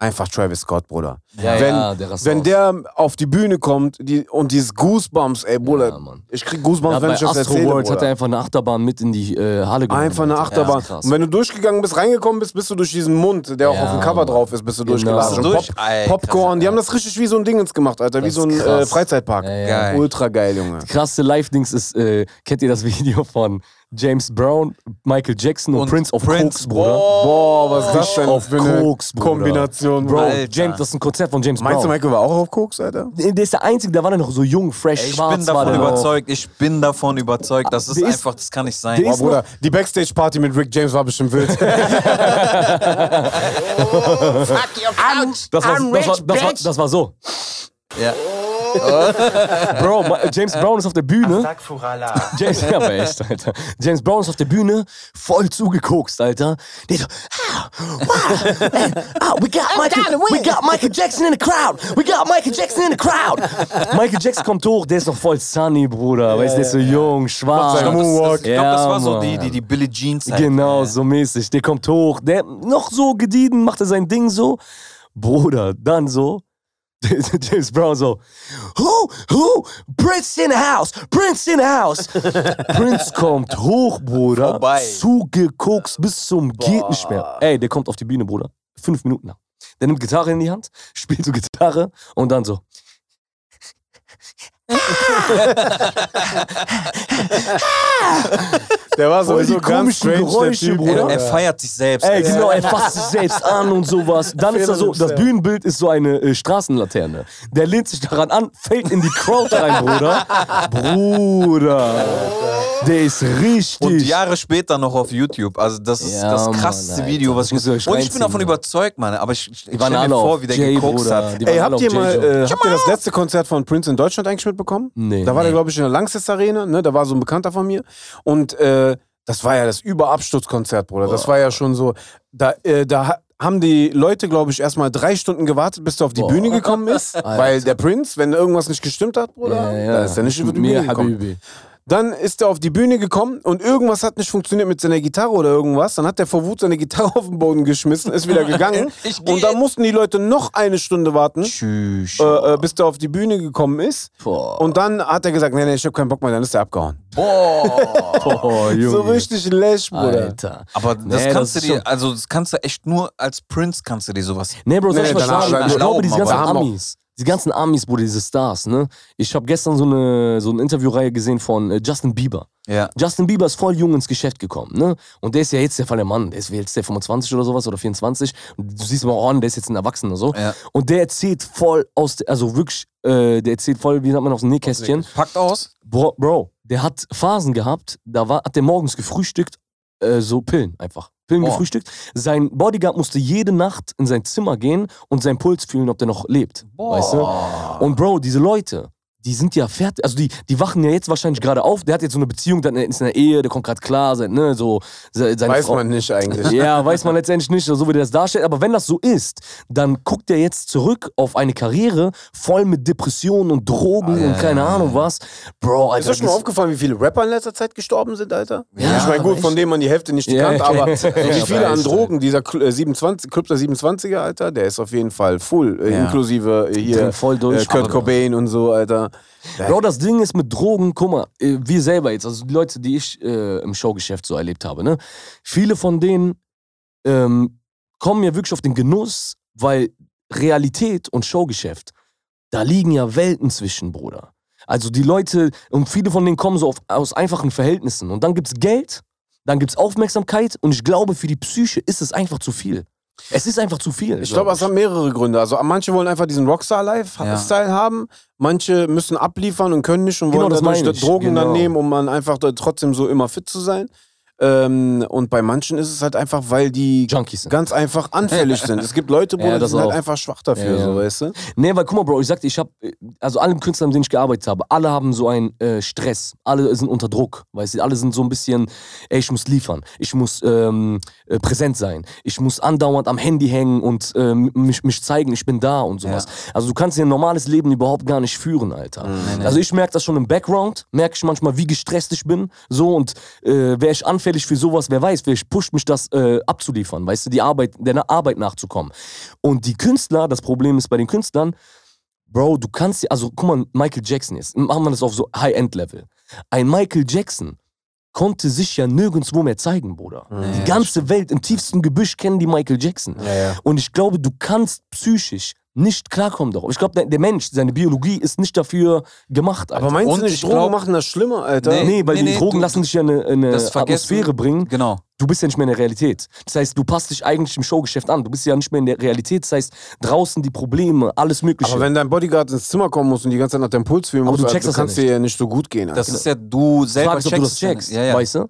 [SPEAKER 1] Einfach Travis Scott, Bruder.
[SPEAKER 3] ja,
[SPEAKER 1] Wenn-
[SPEAKER 3] ja, der rastet
[SPEAKER 1] Wenn
[SPEAKER 3] aus.
[SPEAKER 1] der auf die Bühne kommt die, und dieses Goosebumps, ey, Bruder,
[SPEAKER 3] Ja, Mann.
[SPEAKER 1] ich krieg Goosebumps,
[SPEAKER 3] Ja,
[SPEAKER 1] wenn
[SPEAKER 3] bei
[SPEAKER 1] ich das
[SPEAKER 3] Astro
[SPEAKER 1] erzähle,
[SPEAKER 3] World
[SPEAKER 1] Bruder.
[SPEAKER 3] hat er einfach eine Achterbahn mit in die äh, Halle genommen.
[SPEAKER 1] Einfach eine
[SPEAKER 3] Alter.
[SPEAKER 1] Achterbahn.
[SPEAKER 3] Ja, krass.
[SPEAKER 1] und wenn du durchgegangen bist, reingekommen bist, bist du durch diesen Mund, der auch
[SPEAKER 3] Ja,
[SPEAKER 1] auf dem Cover
[SPEAKER 3] Mann.
[SPEAKER 1] drauf ist, bist du
[SPEAKER 3] Genau.
[SPEAKER 1] durchgeladen.
[SPEAKER 3] Durch-
[SPEAKER 1] Pop Popcorn, die haben das richtig wie so ein Dingens gemacht, Alter, wie
[SPEAKER 3] Das
[SPEAKER 1] so ein
[SPEAKER 3] ist
[SPEAKER 1] äh,
[SPEAKER 3] krass.
[SPEAKER 1] Freizeitpark.
[SPEAKER 3] Ja, ja.
[SPEAKER 2] Geil.
[SPEAKER 1] Ultra geil, Junge.
[SPEAKER 3] Krasse Live-Dings ist, äh, kennt ihr das *laughs* Video von James Brown, Michael Jackson und,
[SPEAKER 2] Und
[SPEAKER 3] Prince of
[SPEAKER 2] Prince,
[SPEAKER 3] Koks, Bruder?
[SPEAKER 1] Boah, Oh, was ist das denn
[SPEAKER 3] auf
[SPEAKER 1] für eine
[SPEAKER 3] Koks, Bruder.
[SPEAKER 1] Kombination,
[SPEAKER 3] Bro,
[SPEAKER 1] Bro?
[SPEAKER 2] Alter.
[SPEAKER 3] James, das ist ein Konzert von James
[SPEAKER 1] Meinst du,
[SPEAKER 3] Brown.
[SPEAKER 1] Michael war auch auf Koks, Alter?
[SPEAKER 3] der ist der Einzige, da war er noch so jung, fresh,
[SPEAKER 2] Ich
[SPEAKER 3] schwarz
[SPEAKER 2] bin
[SPEAKER 3] war
[SPEAKER 2] davon
[SPEAKER 3] der noch.
[SPEAKER 2] überzeugt, ich bin davon überzeugt, das ist
[SPEAKER 3] Der ist-
[SPEAKER 2] einfach, das kann nicht
[SPEAKER 3] der
[SPEAKER 2] sein.
[SPEAKER 1] Boah,
[SPEAKER 3] ist noch-
[SPEAKER 1] Bruder, die Backstage-Party mit Rick James war bestimmt wild.
[SPEAKER 3] *laughs* Das war, das, war, das, war, das war so.
[SPEAKER 2] Ja.
[SPEAKER 3] *laughs* Bro, Ma- James Brown ist auf der Bühne. James, ja, aber echt, Alter. James Brown ist auf der Bühne, voll zugekokst, Alter. Der so, ah, wow, ey, ah, we, got Michael, we got Michael Jackson in the crowd. We got Michael Jackson in the crowd. Michael Jackson kommt hoch, der ist noch voll sunny, Bruder. weißt du, der ist so jung, schwarz.
[SPEAKER 2] Ich glaube, das, das, ich glaub, das
[SPEAKER 3] Ja,
[SPEAKER 2] war so
[SPEAKER 3] Mann.
[SPEAKER 2] die, die, die Billie Jean Zeit.
[SPEAKER 3] Genau, so mäßig. Der kommt hoch, der noch so gediegen, macht er sein Ding so. Bruder, dann so. *laughs* James Brown so, who, who, Prince in the house, Prince in
[SPEAKER 2] *laughs*
[SPEAKER 3] the house. Prince kommt hoch, Bruder,
[SPEAKER 2] Vorbei.
[SPEAKER 3] zugekokst bis zum geht nicht mehr. Ey, der kommt auf die Bühne, Bruder, fünf Minuten lang. Der nimmt Gitarre in die Hand, *laughs* spielt so Gitarre und dann so.
[SPEAKER 1] Der war
[SPEAKER 3] Voll die
[SPEAKER 1] sowieso ganz
[SPEAKER 3] komischen
[SPEAKER 1] strange,
[SPEAKER 3] Geräusche,
[SPEAKER 1] der typ,
[SPEAKER 2] Er,
[SPEAKER 3] Bruder.
[SPEAKER 2] er feiert sich selbst.
[SPEAKER 3] Ey,
[SPEAKER 2] Er-
[SPEAKER 3] genau, er fasst sich selbst an und sowas.
[SPEAKER 2] *laughs*
[SPEAKER 3] Dann ist er so, das Bühnenbild ist so eine äh, Straßenlaterne. Der lehnt sich daran an, fällt in die Crowd
[SPEAKER 2] *laughs*
[SPEAKER 3] rein, Bruder. Bruder. Der ist richtig.
[SPEAKER 2] Und Jahre später noch auf YouTube. Also das ist
[SPEAKER 3] Ja,
[SPEAKER 2] das
[SPEAKER 3] Mann,
[SPEAKER 2] krasseste
[SPEAKER 3] Alter.
[SPEAKER 2] Video, was
[SPEAKER 3] Das müsst
[SPEAKER 2] ich
[SPEAKER 3] ihr euch
[SPEAKER 2] Und ich bin
[SPEAKER 3] reinziehen,
[SPEAKER 2] davon
[SPEAKER 3] Mann.
[SPEAKER 2] überzeugt, Mann. Aber ich, ich, ich
[SPEAKER 3] die waren
[SPEAKER 2] stell mir
[SPEAKER 3] alle
[SPEAKER 2] vor,
[SPEAKER 3] auf
[SPEAKER 2] wie der
[SPEAKER 3] Jay,
[SPEAKER 2] gekokst
[SPEAKER 3] Bruder.
[SPEAKER 2] hat.
[SPEAKER 3] Die
[SPEAKER 1] Ey,
[SPEAKER 3] waren alle
[SPEAKER 1] habt
[SPEAKER 3] auf
[SPEAKER 1] ihr
[SPEAKER 3] Jay
[SPEAKER 1] mal,
[SPEAKER 3] Joe.
[SPEAKER 1] äh, habt ihr das letzte Konzert von Prince in Deutschland eigentlich mitbekommen?
[SPEAKER 3] Nee.
[SPEAKER 1] Da war der, glaube ich, in der Lanxess Arena, ne? Da war so ein Bekannter von mir. Und äh, das war ja das Überabsturzkonzert, Bruder. Das war ja schon so. Da, äh, da ha- haben die Leute, glaube ich, erstmal drei Stunden gewartet, bis der auf die Bühne gekommen
[SPEAKER 3] *laughs*
[SPEAKER 1] ist. Weil der Prinz, wenn irgendwas nicht gestimmt hat, Bruder, da ist er nicht über die Bühne
[SPEAKER 3] Mir,
[SPEAKER 1] gekommen.
[SPEAKER 3] Habibi.
[SPEAKER 1] Dann ist er auf die Bühne gekommen und irgendwas hat nicht funktioniert mit seiner Gitarre oder irgendwas. Dann hat er vor Wut seine Gitarre *laughs* auf den Boden geschmissen, ist
[SPEAKER 3] *laughs*
[SPEAKER 1] wieder gegangen. und dann mussten die Leute noch eine Stunde warten,
[SPEAKER 2] Tschüss.
[SPEAKER 1] äh, äh, bis er auf die Bühne gekommen ist.
[SPEAKER 3] Boah.
[SPEAKER 1] Und dann hat er gesagt, nee, nee, ich hab keinen Bock mehr, dann ist er abgehauen.
[SPEAKER 3] Boah, Junge.
[SPEAKER 1] So richtig läsch, Bruder.
[SPEAKER 3] Alter.
[SPEAKER 2] Aber das
[SPEAKER 3] Nee,
[SPEAKER 2] kannst
[SPEAKER 3] das
[SPEAKER 2] du
[SPEAKER 3] ist
[SPEAKER 2] dir, also das kannst du echt nur als Prince kannst du dir sowas.
[SPEAKER 3] Nee, Bro, soll
[SPEAKER 1] Nee,
[SPEAKER 3] ich was
[SPEAKER 1] danach
[SPEAKER 3] sagen?
[SPEAKER 1] schreiben
[SPEAKER 3] Ich
[SPEAKER 1] die
[SPEAKER 3] glaube,
[SPEAKER 2] Schlauben,
[SPEAKER 3] diese
[SPEAKER 2] aber
[SPEAKER 3] ganzen
[SPEAKER 1] da haben auch-
[SPEAKER 3] Amis, die ganzen Amis, Bruder, diese Stars, ne? Ich habe gestern so eine, so eine Interviewreihe gesehen von äh, Justin Bieber.
[SPEAKER 2] Ja.
[SPEAKER 3] Justin Bieber ist voll jung ins Geschäft gekommen, ne? Und der ist ja jetzt der Fall der Mann. Der ist jetzt der 25 oder sowas oder 24. Und du siehst mal auch an, der ist jetzt ein Erwachsener so.
[SPEAKER 2] Ja.
[SPEAKER 3] Und der erzählt voll aus, der- also wirklich, äh, der erzählt voll, wie sagt man, aus dem Nähkästchen.
[SPEAKER 2] Packt aus.
[SPEAKER 3] Bro, Bro, der hat Phasen gehabt, da war, hat der morgens gefrühstückt, äh, so Pillen einfach. Pillen
[SPEAKER 2] Boah.
[SPEAKER 3] gefrühstückt. Sein Bodyguard musste jede Nacht in sein Zimmer gehen und seinen Puls fühlen, ob der noch lebt. Weißt du? Und Bro, diese Leute, die sind ja fertig, also die, die wachen ja jetzt wahrscheinlich gerade auf. Der hat jetzt so eine Beziehung, dann ist in der Ehe, der kommt gerade klar, sein, ne, so se- seine
[SPEAKER 1] Weiß
[SPEAKER 3] Frau.
[SPEAKER 1] man *laughs* nicht eigentlich.
[SPEAKER 3] Ja, weiß man letztendlich nicht, so wie der das darstellt. Aber wenn das so ist, dann guckt er jetzt zurück auf eine Karriere voll mit Depressionen und Drogen
[SPEAKER 1] Ah,
[SPEAKER 3] und keine Ahnung was. Bro,
[SPEAKER 1] Ist
[SPEAKER 3] Alter.
[SPEAKER 1] euch schon mal
[SPEAKER 3] das-
[SPEAKER 1] aufgefallen, wie viele Rapper in letzter Zeit gestorben sind, Alter?
[SPEAKER 3] Ja,
[SPEAKER 1] ich meine, gut,
[SPEAKER 3] aber
[SPEAKER 1] von denen man die Hälfte nicht
[SPEAKER 3] Ja,
[SPEAKER 1] kannte,
[SPEAKER 3] *laughs* okay.
[SPEAKER 1] aber so
[SPEAKER 3] Ja,
[SPEAKER 1] wie
[SPEAKER 3] aber
[SPEAKER 1] viele an
[SPEAKER 3] echt,
[SPEAKER 1] Drogen, dieser Cl- äh, 27, Club der 27er, Alter, der ist auf jeden Fall full, äh,
[SPEAKER 2] Ja.
[SPEAKER 1] inklusive äh, hier
[SPEAKER 3] Drin voll durch.
[SPEAKER 1] äh, Kurt
[SPEAKER 3] Aber-
[SPEAKER 1] Cobain und so, Alter.
[SPEAKER 3] Bro, das Ding ist mit Drogen, guck mal, äh, wir selber jetzt, also die Leute, die ich äh, im Showgeschäft so erlebt habe, ne, viele von denen ähm, kommen ja wirklich auf den Genuss, weil Realität und Showgeschäft, da liegen ja Welten zwischen, Bruder. Also die Leute, und viele von denen kommen so auf, aus einfachen Verhältnissen. Und dann gibt's Geld, dann gibt's Aufmerksamkeit und ich glaube, für die Psyche ist es einfach zu viel. Es ist einfach zu viel.
[SPEAKER 1] Ich glaube,
[SPEAKER 3] glaub
[SPEAKER 1] es hat mehrere Gründe. Also manche wollen einfach diesen
[SPEAKER 2] Ja.
[SPEAKER 1] Rockstar-Life-Style haben, manche müssen abliefern und können nicht und
[SPEAKER 3] Genau,
[SPEAKER 1] wollen
[SPEAKER 3] das
[SPEAKER 1] dadurch
[SPEAKER 3] meine ich.
[SPEAKER 1] Drogen dann
[SPEAKER 3] Genau.
[SPEAKER 1] nehmen, um dann einfach da trotzdem so immer fit zu sein. Ähm, und bei manchen ist es halt einfach, weil die
[SPEAKER 3] Junkies sind.
[SPEAKER 1] ganz einfach anfällig sind. Es gibt
[SPEAKER 3] *laughs*
[SPEAKER 1] Leute, Bruder,
[SPEAKER 3] Ja,
[SPEAKER 1] die
[SPEAKER 3] das
[SPEAKER 1] sind halt
[SPEAKER 3] auch.
[SPEAKER 1] einfach schwach dafür,
[SPEAKER 3] Ja, ja.
[SPEAKER 1] so weißt du.
[SPEAKER 3] Nee, weil guck mal, Bro, ich sagte, ich habe, also alle Künstler, mit denen ich gearbeitet habe, alle haben so einen äh, Stress. Alle sind unter Druck, weißt du, alle sind so ein bisschen, ey, ich muss liefern, ich muss ähm, äh, präsent sein, ich muss andauernd am Handy hängen und ähm, mich, mich zeigen, ich bin da und sowas. Also du kannst dir ein normales Leben überhaupt gar nicht führen, Alter. Also ich merke das schon im Background, merke ich manchmal, wie gestresst ich bin, so und äh, wäre ich anfällig für sowas, wer weiß, vielleicht pusht mich das äh, abzuliefern, weißt du, die Arbeit, der Na- Arbeit nachzukommen. Und die Künstler, das Problem ist bei den Künstlern, Bro, du kannst ja, also guck mal, Michael Jackson ist, machen wir das auf so High-End-Level. Ein Michael Jackson konnte sich ja nirgendwo mehr zeigen, Bruder. die ganze Welt, im tiefsten Gebüsch kennen die Michael Jackson. Und ich glaube, du kannst psychisch nicht klarkommen darauf. Ich glaube, der, der Mensch, seine Biologie ist nicht dafür gemacht, Alter.
[SPEAKER 1] Aber meinst
[SPEAKER 2] Und
[SPEAKER 1] du nicht,
[SPEAKER 2] ich
[SPEAKER 1] Drogen
[SPEAKER 2] glaub-
[SPEAKER 1] machen das schlimmer, Alter?
[SPEAKER 2] Nee.
[SPEAKER 3] Nee, weil die Drogen
[SPEAKER 2] du-
[SPEAKER 3] lassen dich ja in eine, in eine
[SPEAKER 2] Das Vergessen-
[SPEAKER 3] Äh, Atmosphäre bringen.
[SPEAKER 2] Genau.
[SPEAKER 3] Du bist ja nicht mehr in der Realität. Das heißt, du passt dich eigentlich im Showgeschäft an. Du bist ja nicht mehr in der Realität. Das heißt, draußen die Probleme, alles Mögliche.
[SPEAKER 1] Aber wenn dein Bodyguard ins Zimmer kommen muss und die ganze Zeit nach deinem Puls fühlen
[SPEAKER 3] Aber
[SPEAKER 1] muss,
[SPEAKER 3] du
[SPEAKER 1] Alter,
[SPEAKER 3] checkst das ja
[SPEAKER 1] kannst dir ja nicht so gut gehen. Alter.
[SPEAKER 2] Das ist ja du
[SPEAKER 3] Frage
[SPEAKER 2] selber
[SPEAKER 3] ist, Genau. ob du das
[SPEAKER 2] checkst.
[SPEAKER 3] checkst,
[SPEAKER 2] ja, ja.
[SPEAKER 3] weißt du?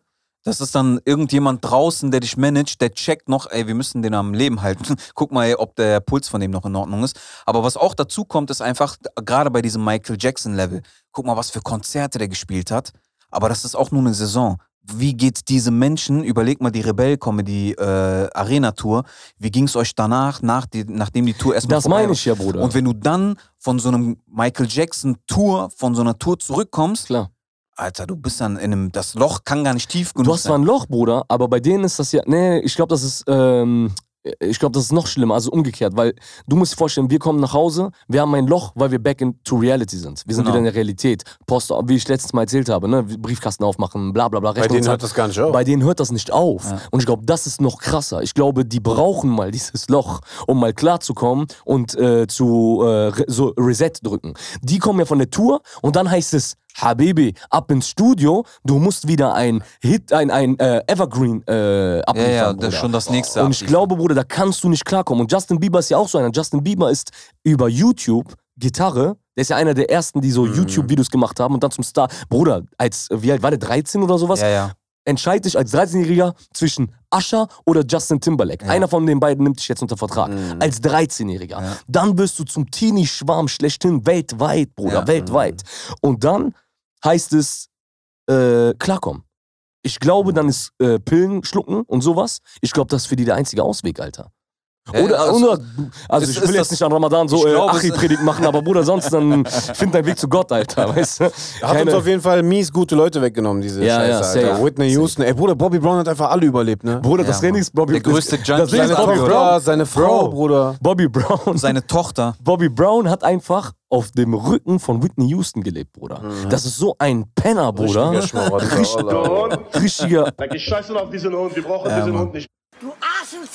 [SPEAKER 2] Das ist dann irgendjemand draußen, der dich managt, der checkt noch, ey, wir müssen den am Leben halten. *laughs* Guck mal, ey, ob der Puls von dem noch in Ordnung ist. Aber was auch dazu kommt, ist einfach, gerade bei diesem Michael Jackson-Level, guck mal, was für Konzerte der gespielt hat. Aber das ist auch nur eine Saison. Wie geht's diesen Menschen? Überleg mal die Rebell-Comedy-Arena-Tour. Wie ging's euch danach, nach die, nachdem die Tour erstmal
[SPEAKER 3] Das
[SPEAKER 2] vorbei
[SPEAKER 3] meine
[SPEAKER 2] war?
[SPEAKER 3] ich ja, Bruder.
[SPEAKER 2] Und wenn du dann von so einem Michael Jackson-Tour, von so einer Tour zurückkommst,
[SPEAKER 3] Klar.
[SPEAKER 2] Alter, du bist dann in einem, das Loch kann gar nicht tief genug
[SPEAKER 3] du hast zwar
[SPEAKER 2] sein.
[SPEAKER 3] ein Loch, Bruder, aber bei denen ist das ja. Nee, ich glaube, das ist. Ähm, ich glaube, das ist noch schlimmer, also umgekehrt, weil du musst dir vorstellen, wir kommen nach Hause, wir haben ein Loch, weil wir back into reality sind. Wir sind
[SPEAKER 2] Genau.
[SPEAKER 3] wieder in der Realität. Post, wie ich letztens mal erzählt habe, ne? Briefkasten aufmachen, bla bla bla.
[SPEAKER 1] Bei denen
[SPEAKER 3] Rechnung zahlen.
[SPEAKER 1] hört das gar nicht auf.
[SPEAKER 3] Bei denen hört das nicht auf.
[SPEAKER 2] Ja.
[SPEAKER 3] Und ich glaube, das ist noch krasser. Ich glaube, die brauchen mal dieses Loch, um mal klarzukommen und äh, zu äh, re so Reset drücken. Die kommen ja von der Tour und dann heißt es, Habibi, ab ins Studio, du musst wieder ein Hit, ein, ein äh, Evergreen äh, abliefern.
[SPEAKER 2] ja, ja, das
[SPEAKER 3] Bruder.
[SPEAKER 2] ist schon das nächste.
[SPEAKER 3] Und ich
[SPEAKER 2] abliefern.
[SPEAKER 3] glaube, Bruder, da kannst du nicht klarkommen. Und Justin Bieber ist ja auch so einer. Justin Bieber ist über YouTube Gitarre. Der ist ja einer der ersten, die so
[SPEAKER 2] Mhm.
[SPEAKER 3] YouTube-Videos gemacht haben und dann zum Star. Bruder, als, wie alt war der? 13 oder sowas?
[SPEAKER 2] Ja, ja.
[SPEAKER 3] entscheide dich als 13-Jähriger zwischen Asher oder Justin Timberlake. Einer von den beiden nimmt dich jetzt unter Vertrag. Als 13-Jähriger.
[SPEAKER 2] Mhm. Ja.
[SPEAKER 3] Dann wirst du zum Teenie-Schwarm schlechthin weltweit, Bruder,
[SPEAKER 2] Ja. Mhm.
[SPEAKER 3] weltweit. Und dann heißt es, äh, klarkommen. Ich glaube,
[SPEAKER 2] Mhm.
[SPEAKER 3] dann ist äh, Pillen schlucken und sowas. Ich glaube, das ist für die der einzige Ausweg, Alter.
[SPEAKER 2] Ja,
[SPEAKER 3] Oder,
[SPEAKER 2] also-
[SPEAKER 3] oder also
[SPEAKER 2] es
[SPEAKER 3] ich
[SPEAKER 2] ist
[SPEAKER 3] will
[SPEAKER 2] das-
[SPEAKER 3] jetzt nicht an Ramadan
[SPEAKER 2] Ich
[SPEAKER 3] so äh,
[SPEAKER 2] glaube, es-
[SPEAKER 3] Achi-Predigt machen, aber Bruder, sonst
[SPEAKER 2] *laughs*
[SPEAKER 3] dann find deinen Weg zu Gott, Alter, weißt du?
[SPEAKER 1] Hat uns
[SPEAKER 3] Keine-
[SPEAKER 1] auf jeden Fall mies gute Leute weggenommen, diese
[SPEAKER 3] Ja,
[SPEAKER 1] Scheiße,
[SPEAKER 3] ja,
[SPEAKER 1] Alter.
[SPEAKER 3] safe.
[SPEAKER 1] Whitney Houston. Ey, Bruder, Bobby Brown hat einfach alle überlebt, ne?
[SPEAKER 3] Bruder,
[SPEAKER 2] Ja,
[SPEAKER 3] das
[SPEAKER 2] Mann.
[SPEAKER 3] Ding ist Bobby
[SPEAKER 2] Der größte Junkie
[SPEAKER 3] Das Ding
[SPEAKER 1] seine
[SPEAKER 3] ist
[SPEAKER 2] seiner
[SPEAKER 3] Bobby
[SPEAKER 1] Tochter,
[SPEAKER 2] Zeit.
[SPEAKER 3] Brown.
[SPEAKER 1] seine Frau,
[SPEAKER 3] Bro.
[SPEAKER 1] Bruder.
[SPEAKER 3] Bobby Brown.
[SPEAKER 2] Seine Tochter.
[SPEAKER 3] *laughs* Bobby Brown hat einfach auf dem Rücken von Whitney Houston gelebt, Bruder. Das ist so ein Penner, Bruder.
[SPEAKER 1] Mhm. Richtiger
[SPEAKER 3] *laughs*
[SPEAKER 1] Schmarotzer,
[SPEAKER 3] Richtig-
[SPEAKER 1] Alter.
[SPEAKER 3] Richtiger.
[SPEAKER 8] Da geh ich scheiße auf diesen Hund. Wir brauchen diesen Hund nicht.
[SPEAKER 2] *laughs*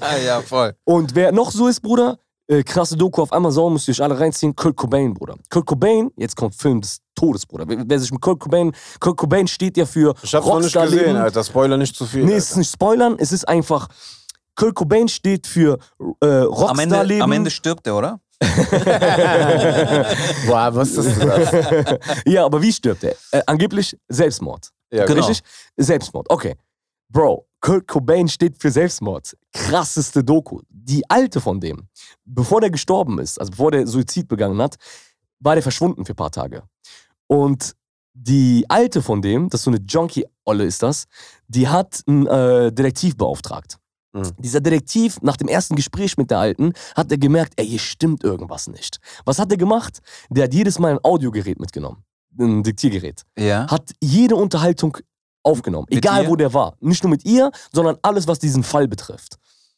[SPEAKER 2] Ah, ja, voll.
[SPEAKER 3] Und wer noch so ist, Bruder, äh, krasse Doku auf Amazon, müsst ihr euch alle reinziehen. Kurt Cobain, Bruder. Kurt Cobain, jetzt kommt Film des Todes, Bruder. Wer, wer sich mit Kurt Cobain, Kurt Cobain steht ja für
[SPEAKER 1] Ich hab's noch nicht gesehen, Alter. Spoiler nicht zu viel.
[SPEAKER 3] Nee, es
[SPEAKER 1] Alter.
[SPEAKER 3] ist nicht spoilern, es ist einfach. Kurt Cobain steht für äh,
[SPEAKER 2] Am Ende,
[SPEAKER 3] Rockstar-Leben.
[SPEAKER 2] am Ende stirbt er, oder?
[SPEAKER 1] Boah, was ist das?
[SPEAKER 3] *laughs* ja, aber wie stirbt er? Äh, angeblich Selbstmord.
[SPEAKER 1] Ja,
[SPEAKER 2] Genau.
[SPEAKER 3] Richtig? Selbstmord. Okay. Bro, Kurt Cobain steht für Selbstmord. Krasseste Doku. Die alte von dem, bevor der gestorben ist, also bevor der Suizid begangen hat, war der verschwunden für ein paar Tage. Und die alte von dem, das ist so eine Junkie-Olle ist das, die hat einen äh, Detektiv beauftragt.
[SPEAKER 1] Mhm.
[SPEAKER 3] Dieser Detektiv, nach dem ersten Gespräch mit der Alten, hat er gemerkt, ey, hier stimmt irgendwas nicht. Was hat er gemacht? Der hat jedes Mal ein Audiogerät mitgenommen, ein Diktiergerät
[SPEAKER 2] Ja.
[SPEAKER 3] hat jede Unterhaltung aufgenommen.
[SPEAKER 2] Mit
[SPEAKER 3] egal
[SPEAKER 2] ihr?
[SPEAKER 3] wo der war. Nicht nur mit ihr, sondern alles, was diesen Fall betrifft.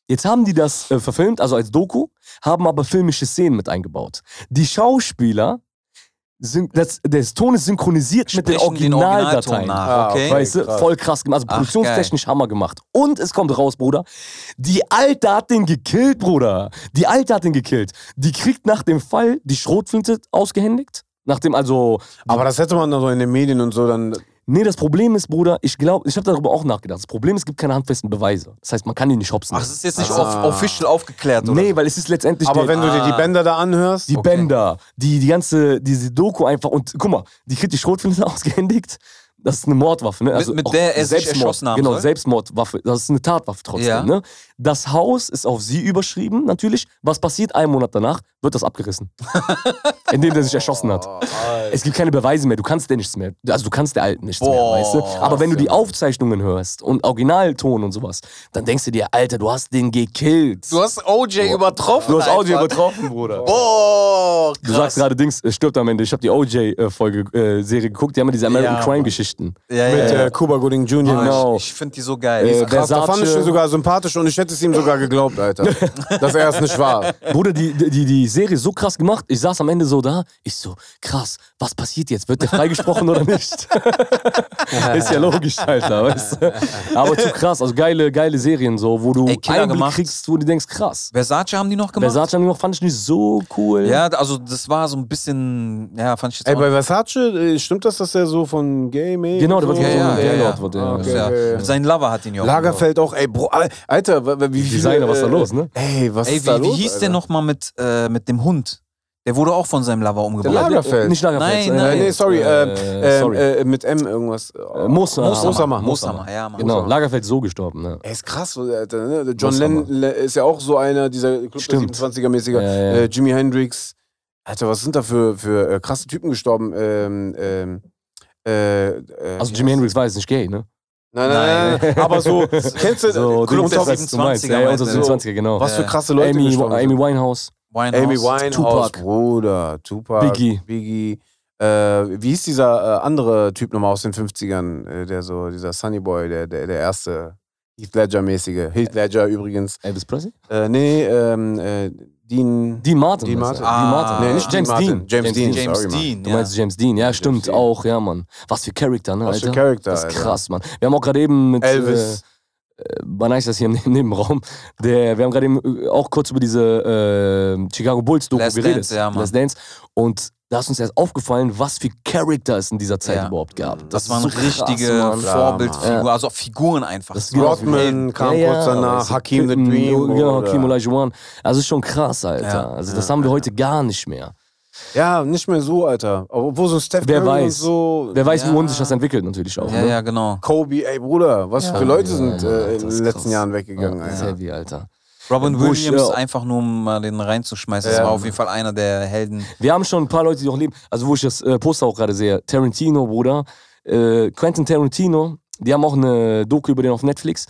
[SPEAKER 3] Jetzt haben die das äh, verfilmt, also als Doku, haben aber filmische Szenen mit eingebaut. Die Schauspieler, sind, das, des Ton ist synchronisiert mit den
[SPEAKER 2] Sprechen den
[SPEAKER 3] Originaldateien.
[SPEAKER 2] Originalton nach.
[SPEAKER 1] Ah,
[SPEAKER 2] Okay.
[SPEAKER 1] weiß-
[SPEAKER 3] Weißt du,
[SPEAKER 1] krass.
[SPEAKER 3] voll krass gemacht. Also
[SPEAKER 2] Ach,
[SPEAKER 3] produktionstechnisch Hammer gemacht. Und es kommt raus, Bruder, die Alte hat den gekillt, Bruder. Die Alte hat den gekillt. Die kriegt nach dem Fall die Schrotflinte ausgehändigt. Nachdem also
[SPEAKER 1] Aber das hätte man doch so in den Medien und so dann.
[SPEAKER 3] Nee, das Problem ist, Bruder, ich glaube, ich habe darüber auch nachgedacht. Das Problem ist, es gibt keine handfesten Beweise. Das heißt, man kann die nicht hopsen.
[SPEAKER 2] Ach, es ist jetzt nicht
[SPEAKER 1] Ah.
[SPEAKER 2] off official aufgeklärt, oder?
[SPEAKER 3] nee, weil es ist letztendlich
[SPEAKER 1] Aber
[SPEAKER 3] der,
[SPEAKER 1] wenn du dir die
[SPEAKER 2] Ah.
[SPEAKER 1] Bänder da anhörst.
[SPEAKER 3] die *laughs* Bänder, die, die ganze, diese Doku einfach. Und guck mal, die kriegt die Schrotflinte ausgehändigt. Das ist eine Mordwaffe, ne?
[SPEAKER 2] mit der er sich erschossen haben
[SPEAKER 3] Genau,
[SPEAKER 2] soll?
[SPEAKER 3] Selbstmordwaffe. Das ist eine Tatwaffe trotzdem,
[SPEAKER 2] Ja.
[SPEAKER 3] ne? Das Haus ist auf sie überschrieben, natürlich. Was passiert? Einen Monat danach wird das
[SPEAKER 2] *laughs*
[SPEAKER 3] abgerissen. indem der sich erschossen hat. Es gibt keine Beweise mehr, du kannst der nichts mehr. Also du kannst der Alten nichts
[SPEAKER 2] Boah,
[SPEAKER 3] mehr, weißt du? Aber wenn du
[SPEAKER 2] Wahnsinn.
[SPEAKER 3] die Aufzeichnungen hörst und Originalton und sowas, dann denkst du dir, Alter, du hast den gekillt.
[SPEAKER 2] Du hast OJ übertroffen.
[SPEAKER 3] Du hast Audio
[SPEAKER 2] einfach.
[SPEAKER 3] übertroffen, Bruder.
[SPEAKER 2] Boah, krass.
[SPEAKER 3] Du sagst gerade, Dings äh, stirbt am Ende. Ich habe die äh, OJ-Serie geguckt. Die haben ja diese American
[SPEAKER 2] Ja,
[SPEAKER 3] Crime-Geschichten.
[SPEAKER 2] ja, ja,
[SPEAKER 1] Mit
[SPEAKER 2] ja.
[SPEAKER 1] äh, Cuba Gooding Jr.
[SPEAKER 2] Ah,
[SPEAKER 1] Genau.
[SPEAKER 3] genau.
[SPEAKER 2] Ich, ich finde die so geil.
[SPEAKER 3] Äh,
[SPEAKER 2] Die ist krass.
[SPEAKER 1] Krass, da fand ich
[SPEAKER 3] Versace-
[SPEAKER 1] ihn sogar sympathisch und ich hätte es ihm sogar geglaubt,
[SPEAKER 3] *laughs*
[SPEAKER 1] Alter. dass er es nicht war.
[SPEAKER 3] Wurde die, die, die Serie so krass gemacht. Ich saß am Ende so da. Ich so, krass, was passiert jetzt? Wird der freigesprochen
[SPEAKER 2] *laughs*
[SPEAKER 3] oder nicht? ist ja logisch, Alter. Weißt du? Aber zu krass. Also geile, geile Serien so, wo du
[SPEAKER 2] Ey, Killer
[SPEAKER 3] Einblick
[SPEAKER 2] gemacht.
[SPEAKER 3] kriegst, wo du denkst, krass.
[SPEAKER 2] Versace haben die noch gemacht?
[SPEAKER 3] Versace haben die noch fand ich nicht so cool.
[SPEAKER 2] Ja, also das war so ein bisschen, ja, fand ich jetzt
[SPEAKER 1] Ey,
[SPEAKER 2] auch
[SPEAKER 1] bei Versace, äh, stimmt das, dass er so von Gay Man?
[SPEAKER 3] Genau, der wird
[SPEAKER 1] so,
[SPEAKER 2] ja,
[SPEAKER 3] von so
[SPEAKER 2] ja,
[SPEAKER 3] einem
[SPEAKER 2] ja,
[SPEAKER 3] Gaylord
[SPEAKER 2] ja.
[SPEAKER 3] wird
[SPEAKER 1] Ah,
[SPEAKER 3] der.
[SPEAKER 1] okay.
[SPEAKER 2] ja. Sein Lover hat ihn ja auch
[SPEAKER 1] Lagerfeld auch, ey, Bro, Alter, wa- wa- wie viel.
[SPEAKER 3] Designer, was ist da
[SPEAKER 2] äh,
[SPEAKER 3] los, ne?
[SPEAKER 1] Ey, was
[SPEAKER 2] Ey,
[SPEAKER 1] ist da
[SPEAKER 2] wie,
[SPEAKER 1] los?
[SPEAKER 2] wie hieß
[SPEAKER 1] Alter?
[SPEAKER 2] der nochmal mit, äh, mit dem Hund? Der wurde auch von seinem Lover umgebracht.
[SPEAKER 1] Der Lagerfeld.
[SPEAKER 3] Nicht Lagerfeld.
[SPEAKER 2] Nein,
[SPEAKER 3] äh,
[SPEAKER 2] nein.
[SPEAKER 1] Äh, nee, sorry, ähm,
[SPEAKER 3] äh,
[SPEAKER 1] Ähm,
[SPEAKER 3] sorry.
[SPEAKER 1] Äh, mit M irgendwas. Oh,
[SPEAKER 3] Äh, Moser.
[SPEAKER 1] Mosama.
[SPEAKER 2] Mosama, ja, Mann.
[SPEAKER 3] Genau, Lagerfeld so gestorben. Ne?
[SPEAKER 1] Ey, ist krass, so, Alter, ne? Der John
[SPEAKER 3] Muss
[SPEAKER 1] Lennon Le- ist ja auch so einer dieser Club der
[SPEAKER 3] Stimmt.
[SPEAKER 1] 27er-mäßiger.
[SPEAKER 3] Ja, ja.
[SPEAKER 1] Äh, Jimi Hendrix. Alter, was sind da für, für äh, krasse Typen gestorben? Ähm, ähm, äh, äh,
[SPEAKER 3] Also
[SPEAKER 1] wie
[SPEAKER 3] Jimi
[SPEAKER 1] heißt-
[SPEAKER 3] Hendrix war jetzt nicht gay, ne?
[SPEAKER 1] Nein, nein, nein, nein. Aber
[SPEAKER 3] *laughs*
[SPEAKER 1] so, kennst du
[SPEAKER 3] So,
[SPEAKER 1] Club
[SPEAKER 3] Dings,
[SPEAKER 1] der
[SPEAKER 3] was du meinst.
[SPEAKER 2] 27er,
[SPEAKER 3] Ja, ja, unter
[SPEAKER 2] meinst du?
[SPEAKER 3] 27er, genau.
[SPEAKER 1] was für
[SPEAKER 2] äh,
[SPEAKER 1] krasse Leute
[SPEAKER 3] Amy,
[SPEAKER 1] gestorben sind.
[SPEAKER 3] Amy Winehouse.
[SPEAKER 2] Winehouse.
[SPEAKER 1] Amy Winehouse,
[SPEAKER 3] Tupac.
[SPEAKER 1] Bruder, Tupac,
[SPEAKER 3] Biggie.
[SPEAKER 1] Biggie. Äh, wie hieß dieser äh, andere Typ nochmal aus den 50ern, äh, der so, dieser Sunny Boy, der, der, der erste Heath Ledger-mäßige. Heath Ledger übrigens.
[SPEAKER 3] Elvis Presley?
[SPEAKER 1] Äh, nee, ähm, äh, Dean.
[SPEAKER 3] Dean Martin.
[SPEAKER 1] Dean
[SPEAKER 3] meinst
[SPEAKER 1] Martin.
[SPEAKER 3] du?
[SPEAKER 2] Ah.
[SPEAKER 1] Nee, nicht Dean Martin. James Dean.
[SPEAKER 2] James
[SPEAKER 1] Sorry, Mann.
[SPEAKER 2] Dean.
[SPEAKER 3] Du
[SPEAKER 2] ja.
[SPEAKER 3] meinst James Dean, ja, stimmt,
[SPEAKER 1] Dean.
[SPEAKER 3] auch, ja, Mann. Was für Charakter, ne,
[SPEAKER 1] Was für
[SPEAKER 3] Alter?
[SPEAKER 1] Charakter,
[SPEAKER 3] Das ist
[SPEAKER 1] Alter.
[SPEAKER 3] krass, Mann. Wir haben auch gerade eben mit
[SPEAKER 1] Elvis.
[SPEAKER 3] Äh, Banai ist das hier im Neben- Nebenraum. Der, wir haben gerade eben äh, auch kurz über diese äh, Chicago Bulls Doku
[SPEAKER 2] Last
[SPEAKER 3] geredet.
[SPEAKER 2] Dance, ja, Mann.
[SPEAKER 3] Last Dance. Und da ist uns erst aufgefallen, was für Charakter es in dieser Zeit
[SPEAKER 2] Ja.
[SPEAKER 3] überhaupt gab.
[SPEAKER 2] Das,
[SPEAKER 3] ist
[SPEAKER 2] waren
[SPEAKER 3] so krass,
[SPEAKER 2] richtige
[SPEAKER 3] Mann.
[SPEAKER 1] Klar,
[SPEAKER 2] Vorbildfiguren,
[SPEAKER 3] Mann.
[SPEAKER 2] also Figuren einfach. Genau.
[SPEAKER 3] Das ist
[SPEAKER 2] Ja.
[SPEAKER 1] Rodman kam
[SPEAKER 3] Ja, ja,
[SPEAKER 1] kurz
[SPEAKER 3] aber
[SPEAKER 1] danach,
[SPEAKER 3] es-
[SPEAKER 1] Hakim the
[SPEAKER 3] Pippen,
[SPEAKER 1] Dream.
[SPEAKER 3] Genau,
[SPEAKER 1] oder-
[SPEAKER 3] Hakim Olajuwon. Also ist schon krass, Alter.
[SPEAKER 2] Ja,
[SPEAKER 3] also das haben wir heute gar nicht mehr.
[SPEAKER 1] ja, nicht mehr so, Alter. Obwohl so ein Steph
[SPEAKER 3] Wer
[SPEAKER 1] Curry und
[SPEAKER 3] weiß.
[SPEAKER 1] so.
[SPEAKER 3] Wer weiß,
[SPEAKER 2] Ja.
[SPEAKER 3] wie uns sich das entwickelt natürlich auch.
[SPEAKER 2] Ja,
[SPEAKER 3] ne?
[SPEAKER 2] ja, genau.
[SPEAKER 1] Kobe, ey Bruder, was
[SPEAKER 3] Ja.
[SPEAKER 1] für Leute
[SPEAKER 3] Ja,
[SPEAKER 1] sind
[SPEAKER 3] ja,
[SPEAKER 1] äh,
[SPEAKER 3] das
[SPEAKER 1] in
[SPEAKER 3] ist
[SPEAKER 1] den letzten
[SPEAKER 3] krass.
[SPEAKER 1] Jahren weggegangen,
[SPEAKER 3] ja,
[SPEAKER 1] Alter.
[SPEAKER 3] Heavy, Alter.
[SPEAKER 2] Robin
[SPEAKER 3] Bush,
[SPEAKER 2] Williams,
[SPEAKER 3] ja.
[SPEAKER 2] einfach nur um mal den reinzuschmeißen. Das
[SPEAKER 1] Ja.
[SPEAKER 2] war auf jeden Fall einer der Helden.
[SPEAKER 3] Wir haben schon ein paar Leute, die noch leben. Also wo ich das äh, Poster auch gerade sehe. Tarantino, Bruder. Äh, Quentin Tarantino. Die haben auch eine Doku über den auf Netflix.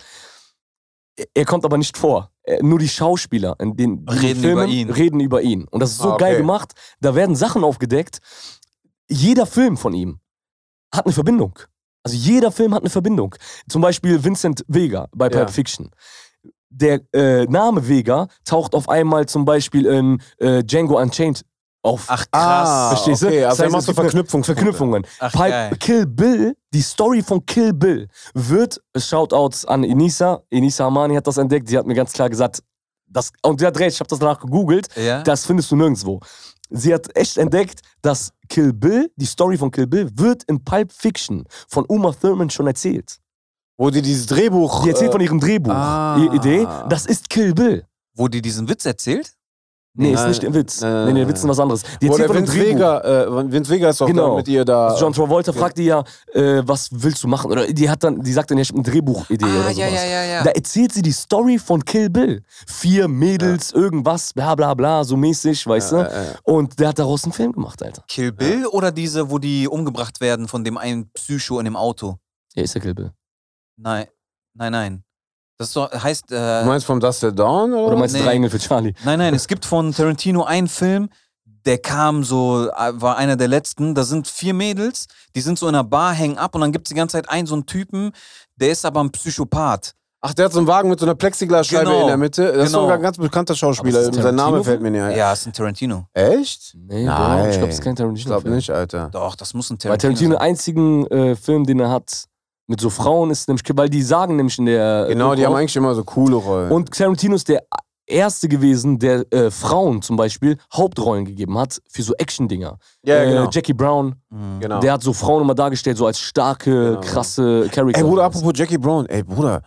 [SPEAKER 3] Er- Er kommt aber nicht vor. Er- Nur die Schauspieler in den die
[SPEAKER 2] Reden
[SPEAKER 3] Filmen
[SPEAKER 2] über ihn.
[SPEAKER 3] reden über ihn. Und das ist so
[SPEAKER 1] Ah,
[SPEAKER 3] geil
[SPEAKER 1] okay.
[SPEAKER 3] gemacht. Da werden Sachen aufgedeckt. Jeder Film von ihm hat eine Verbindung. Also jeder Film hat eine Verbindung. Zum Beispiel Vincent Vega bei
[SPEAKER 1] Ja.
[SPEAKER 3] Pulp Fiction. Der äh, Name Vega taucht auf einmal zum Beispiel in äh, Django Unchained auf. Ah,
[SPEAKER 2] Ach krass.
[SPEAKER 3] Verstehst du?
[SPEAKER 1] okay,
[SPEAKER 3] Das
[SPEAKER 1] also er macht
[SPEAKER 3] heißt,
[SPEAKER 1] so
[SPEAKER 3] es gibt eine-
[SPEAKER 1] Verknüpfungspunkte.
[SPEAKER 3] Verknüpfungen.
[SPEAKER 2] Ach,
[SPEAKER 3] Pulp-
[SPEAKER 2] geil.
[SPEAKER 3] Kill Bill, die Story von Kill Bill wird, äh, Shoutouts an Inisa, Inisa Amani hat das entdeckt, sie hat mir ganz klar gesagt, das, und sie hat recht, ich habe das danach gegoogelt,
[SPEAKER 2] Ja?
[SPEAKER 3] das findest du nirgendwo. Sie hat echt entdeckt, dass Kill Bill, die Story von Kill Bill, wird in Pulp Fiction von Uma Thurman schon erzählt.
[SPEAKER 1] Wo die dieses Drehbuch. äh,
[SPEAKER 3] Die erzählt von ihrem Drehbuch,
[SPEAKER 1] ah.
[SPEAKER 3] ihre Idee, das ist Kill Bill.
[SPEAKER 2] Wo die diesen Witz erzählt?
[SPEAKER 3] Nee, ist
[SPEAKER 1] Nein,
[SPEAKER 3] nicht im Witz.
[SPEAKER 1] nein, nein,
[SPEAKER 3] Nee, nee,
[SPEAKER 1] nein,
[SPEAKER 3] Witz ist was anderes. Die
[SPEAKER 1] Wo
[SPEAKER 3] erzählt
[SPEAKER 1] der
[SPEAKER 3] von dem
[SPEAKER 1] Vince
[SPEAKER 3] Drehbuch.
[SPEAKER 1] Vega, äh, Vince Vega ist doch
[SPEAKER 3] Genau.
[SPEAKER 1] da mit ihr da.
[SPEAKER 3] John Travolta fragt die ja, äh, was willst du machen? Oder die hat dann, die sagt dann, ja, ich hab eine Drehbuchidee
[SPEAKER 1] Ah,
[SPEAKER 3] oder sowas.
[SPEAKER 2] ja, ja.
[SPEAKER 3] Da erzählt sie die Story von Kill Bill. Vier Mädels, irgendwas, bla bla bla, so mäßig, weißt du?
[SPEAKER 1] äh, äh.
[SPEAKER 3] Und der hat daraus einen Film gemacht, Alter.
[SPEAKER 2] Kill Bill oder diese, wo die umgebracht werden von dem einen Psycho in dem Auto?
[SPEAKER 3] Ja, ist der Kill Bill.
[SPEAKER 2] Nein, nein, nein. Das so, heißt,
[SPEAKER 1] Du
[SPEAKER 2] äh,
[SPEAKER 1] meinst vom Dust Till Dawn? Oder?
[SPEAKER 3] Oder meinst du
[SPEAKER 2] nee.
[SPEAKER 3] Drei Engel für Charlie?
[SPEAKER 2] *laughs* nein, nein, es gibt von Tarantino einen Film, der kam so, äh, war einer der letzten. Da sind vier Mädels, die sind so in einer Bar, hängen ab und dann gibt es die ganze Zeit einen, so einen Typen, der ist aber ein Psychopath.
[SPEAKER 1] Ach, der hat so einen Wagen mit so einer Plexiglasscheibe
[SPEAKER 2] Genau.
[SPEAKER 1] in der Mitte. Das ist
[SPEAKER 2] Genau.
[SPEAKER 1] sogar ein ganz bekannter
[SPEAKER 3] Aber
[SPEAKER 1] Schauspieler.
[SPEAKER 3] ist das
[SPEAKER 1] Sein Name
[SPEAKER 3] Tarantino-Film?
[SPEAKER 1] fällt mir nicht ein.
[SPEAKER 2] Ja, ist ein Tarantino.
[SPEAKER 1] Echt?
[SPEAKER 3] Nee,
[SPEAKER 1] Nein.
[SPEAKER 3] Bro, ich glaube, das ist kein
[SPEAKER 1] Ich glaube
[SPEAKER 3] Tarantino-Film.
[SPEAKER 1] nicht, Alter.
[SPEAKER 2] Doch, das muss ein
[SPEAKER 3] Weil
[SPEAKER 2] Tarantino.
[SPEAKER 3] Tarantino
[SPEAKER 2] sein.
[SPEAKER 3] einzigen äh, Film, den er hat mit so Frauen, ist nämlich, weil die sagen nämlich in der. äh,
[SPEAKER 1] Genau, die
[SPEAKER 3] Doku
[SPEAKER 1] haben
[SPEAKER 3] auch-
[SPEAKER 1] eigentlich immer so coole Rollen.
[SPEAKER 3] Und Tarantino ist der erste gewesen, der äh, Frauen zum Beispiel Hauptrollen gegeben hat für so Action-Dinger.
[SPEAKER 1] ja, ja,
[SPEAKER 3] Äh,
[SPEAKER 1] genau.
[SPEAKER 3] Jackie Brown,
[SPEAKER 2] Mhm.
[SPEAKER 1] genau.
[SPEAKER 3] Der hat so Frauen immer dargestellt, so als starke,
[SPEAKER 1] Genau.
[SPEAKER 3] krasse Charakter.
[SPEAKER 1] Ey, Bruder, apropos Jackie Brown. Ey, Bruder,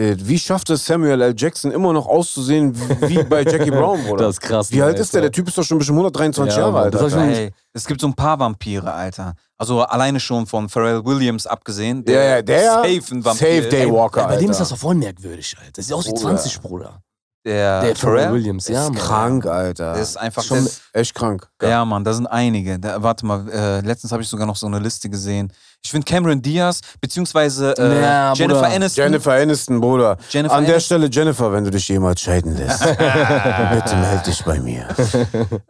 [SPEAKER 1] Äh, wie schafft es Samuel L. Jackson immer noch auszusehen
[SPEAKER 3] *laughs*
[SPEAKER 1] wie wie bei Jackie Brown, Bruder?
[SPEAKER 3] Das ist krass.
[SPEAKER 1] wie alt
[SPEAKER 3] Alter.
[SPEAKER 1] ist der? Der Typ ist doch schon bestimmt 123
[SPEAKER 3] Ja,
[SPEAKER 1] Jahre
[SPEAKER 3] Mann,
[SPEAKER 1] alt.
[SPEAKER 3] das hab ich
[SPEAKER 1] Alter.
[SPEAKER 3] noch
[SPEAKER 2] Ey, es gibt so ein paar Vampire, Alter. Also alleine schon von Pharrell Williams abgesehen.
[SPEAKER 1] ja, ja, der
[SPEAKER 2] safe ein Vampir.
[SPEAKER 1] Safe Day
[SPEAKER 2] Ey,
[SPEAKER 1] Walker,
[SPEAKER 3] Ey, bei dem ist das
[SPEAKER 1] Alter.
[SPEAKER 3] doch voll merkwürdig, Alter. Das sieht aus wie
[SPEAKER 1] Bruder.
[SPEAKER 3] 20, Bruder.
[SPEAKER 2] Der,
[SPEAKER 3] Der Pharrell
[SPEAKER 2] Pharrell,
[SPEAKER 3] Williams,
[SPEAKER 1] Das
[SPEAKER 3] ja,
[SPEAKER 1] ist
[SPEAKER 3] Mann.
[SPEAKER 1] krank, Alter.
[SPEAKER 2] der ist einfach
[SPEAKER 1] schon
[SPEAKER 2] das-
[SPEAKER 1] echt krank.
[SPEAKER 2] Ja, Mann, da sind einige. Da, warte mal, äh, letztens habe ich sogar noch so eine Liste gesehen. Ich finde Cameron Diaz, beziehungsweise äh,
[SPEAKER 3] Ja,
[SPEAKER 2] Jennifer
[SPEAKER 3] Bruder.
[SPEAKER 2] Aniston.
[SPEAKER 1] Jennifer Aniston, Bruder.
[SPEAKER 2] Jennifer
[SPEAKER 1] An der
[SPEAKER 2] Aniston.
[SPEAKER 1] Stelle, Jennifer, wenn du dich jemals scheiden
[SPEAKER 3] *laughs*
[SPEAKER 1] lässt, bitte melde dich bei mir.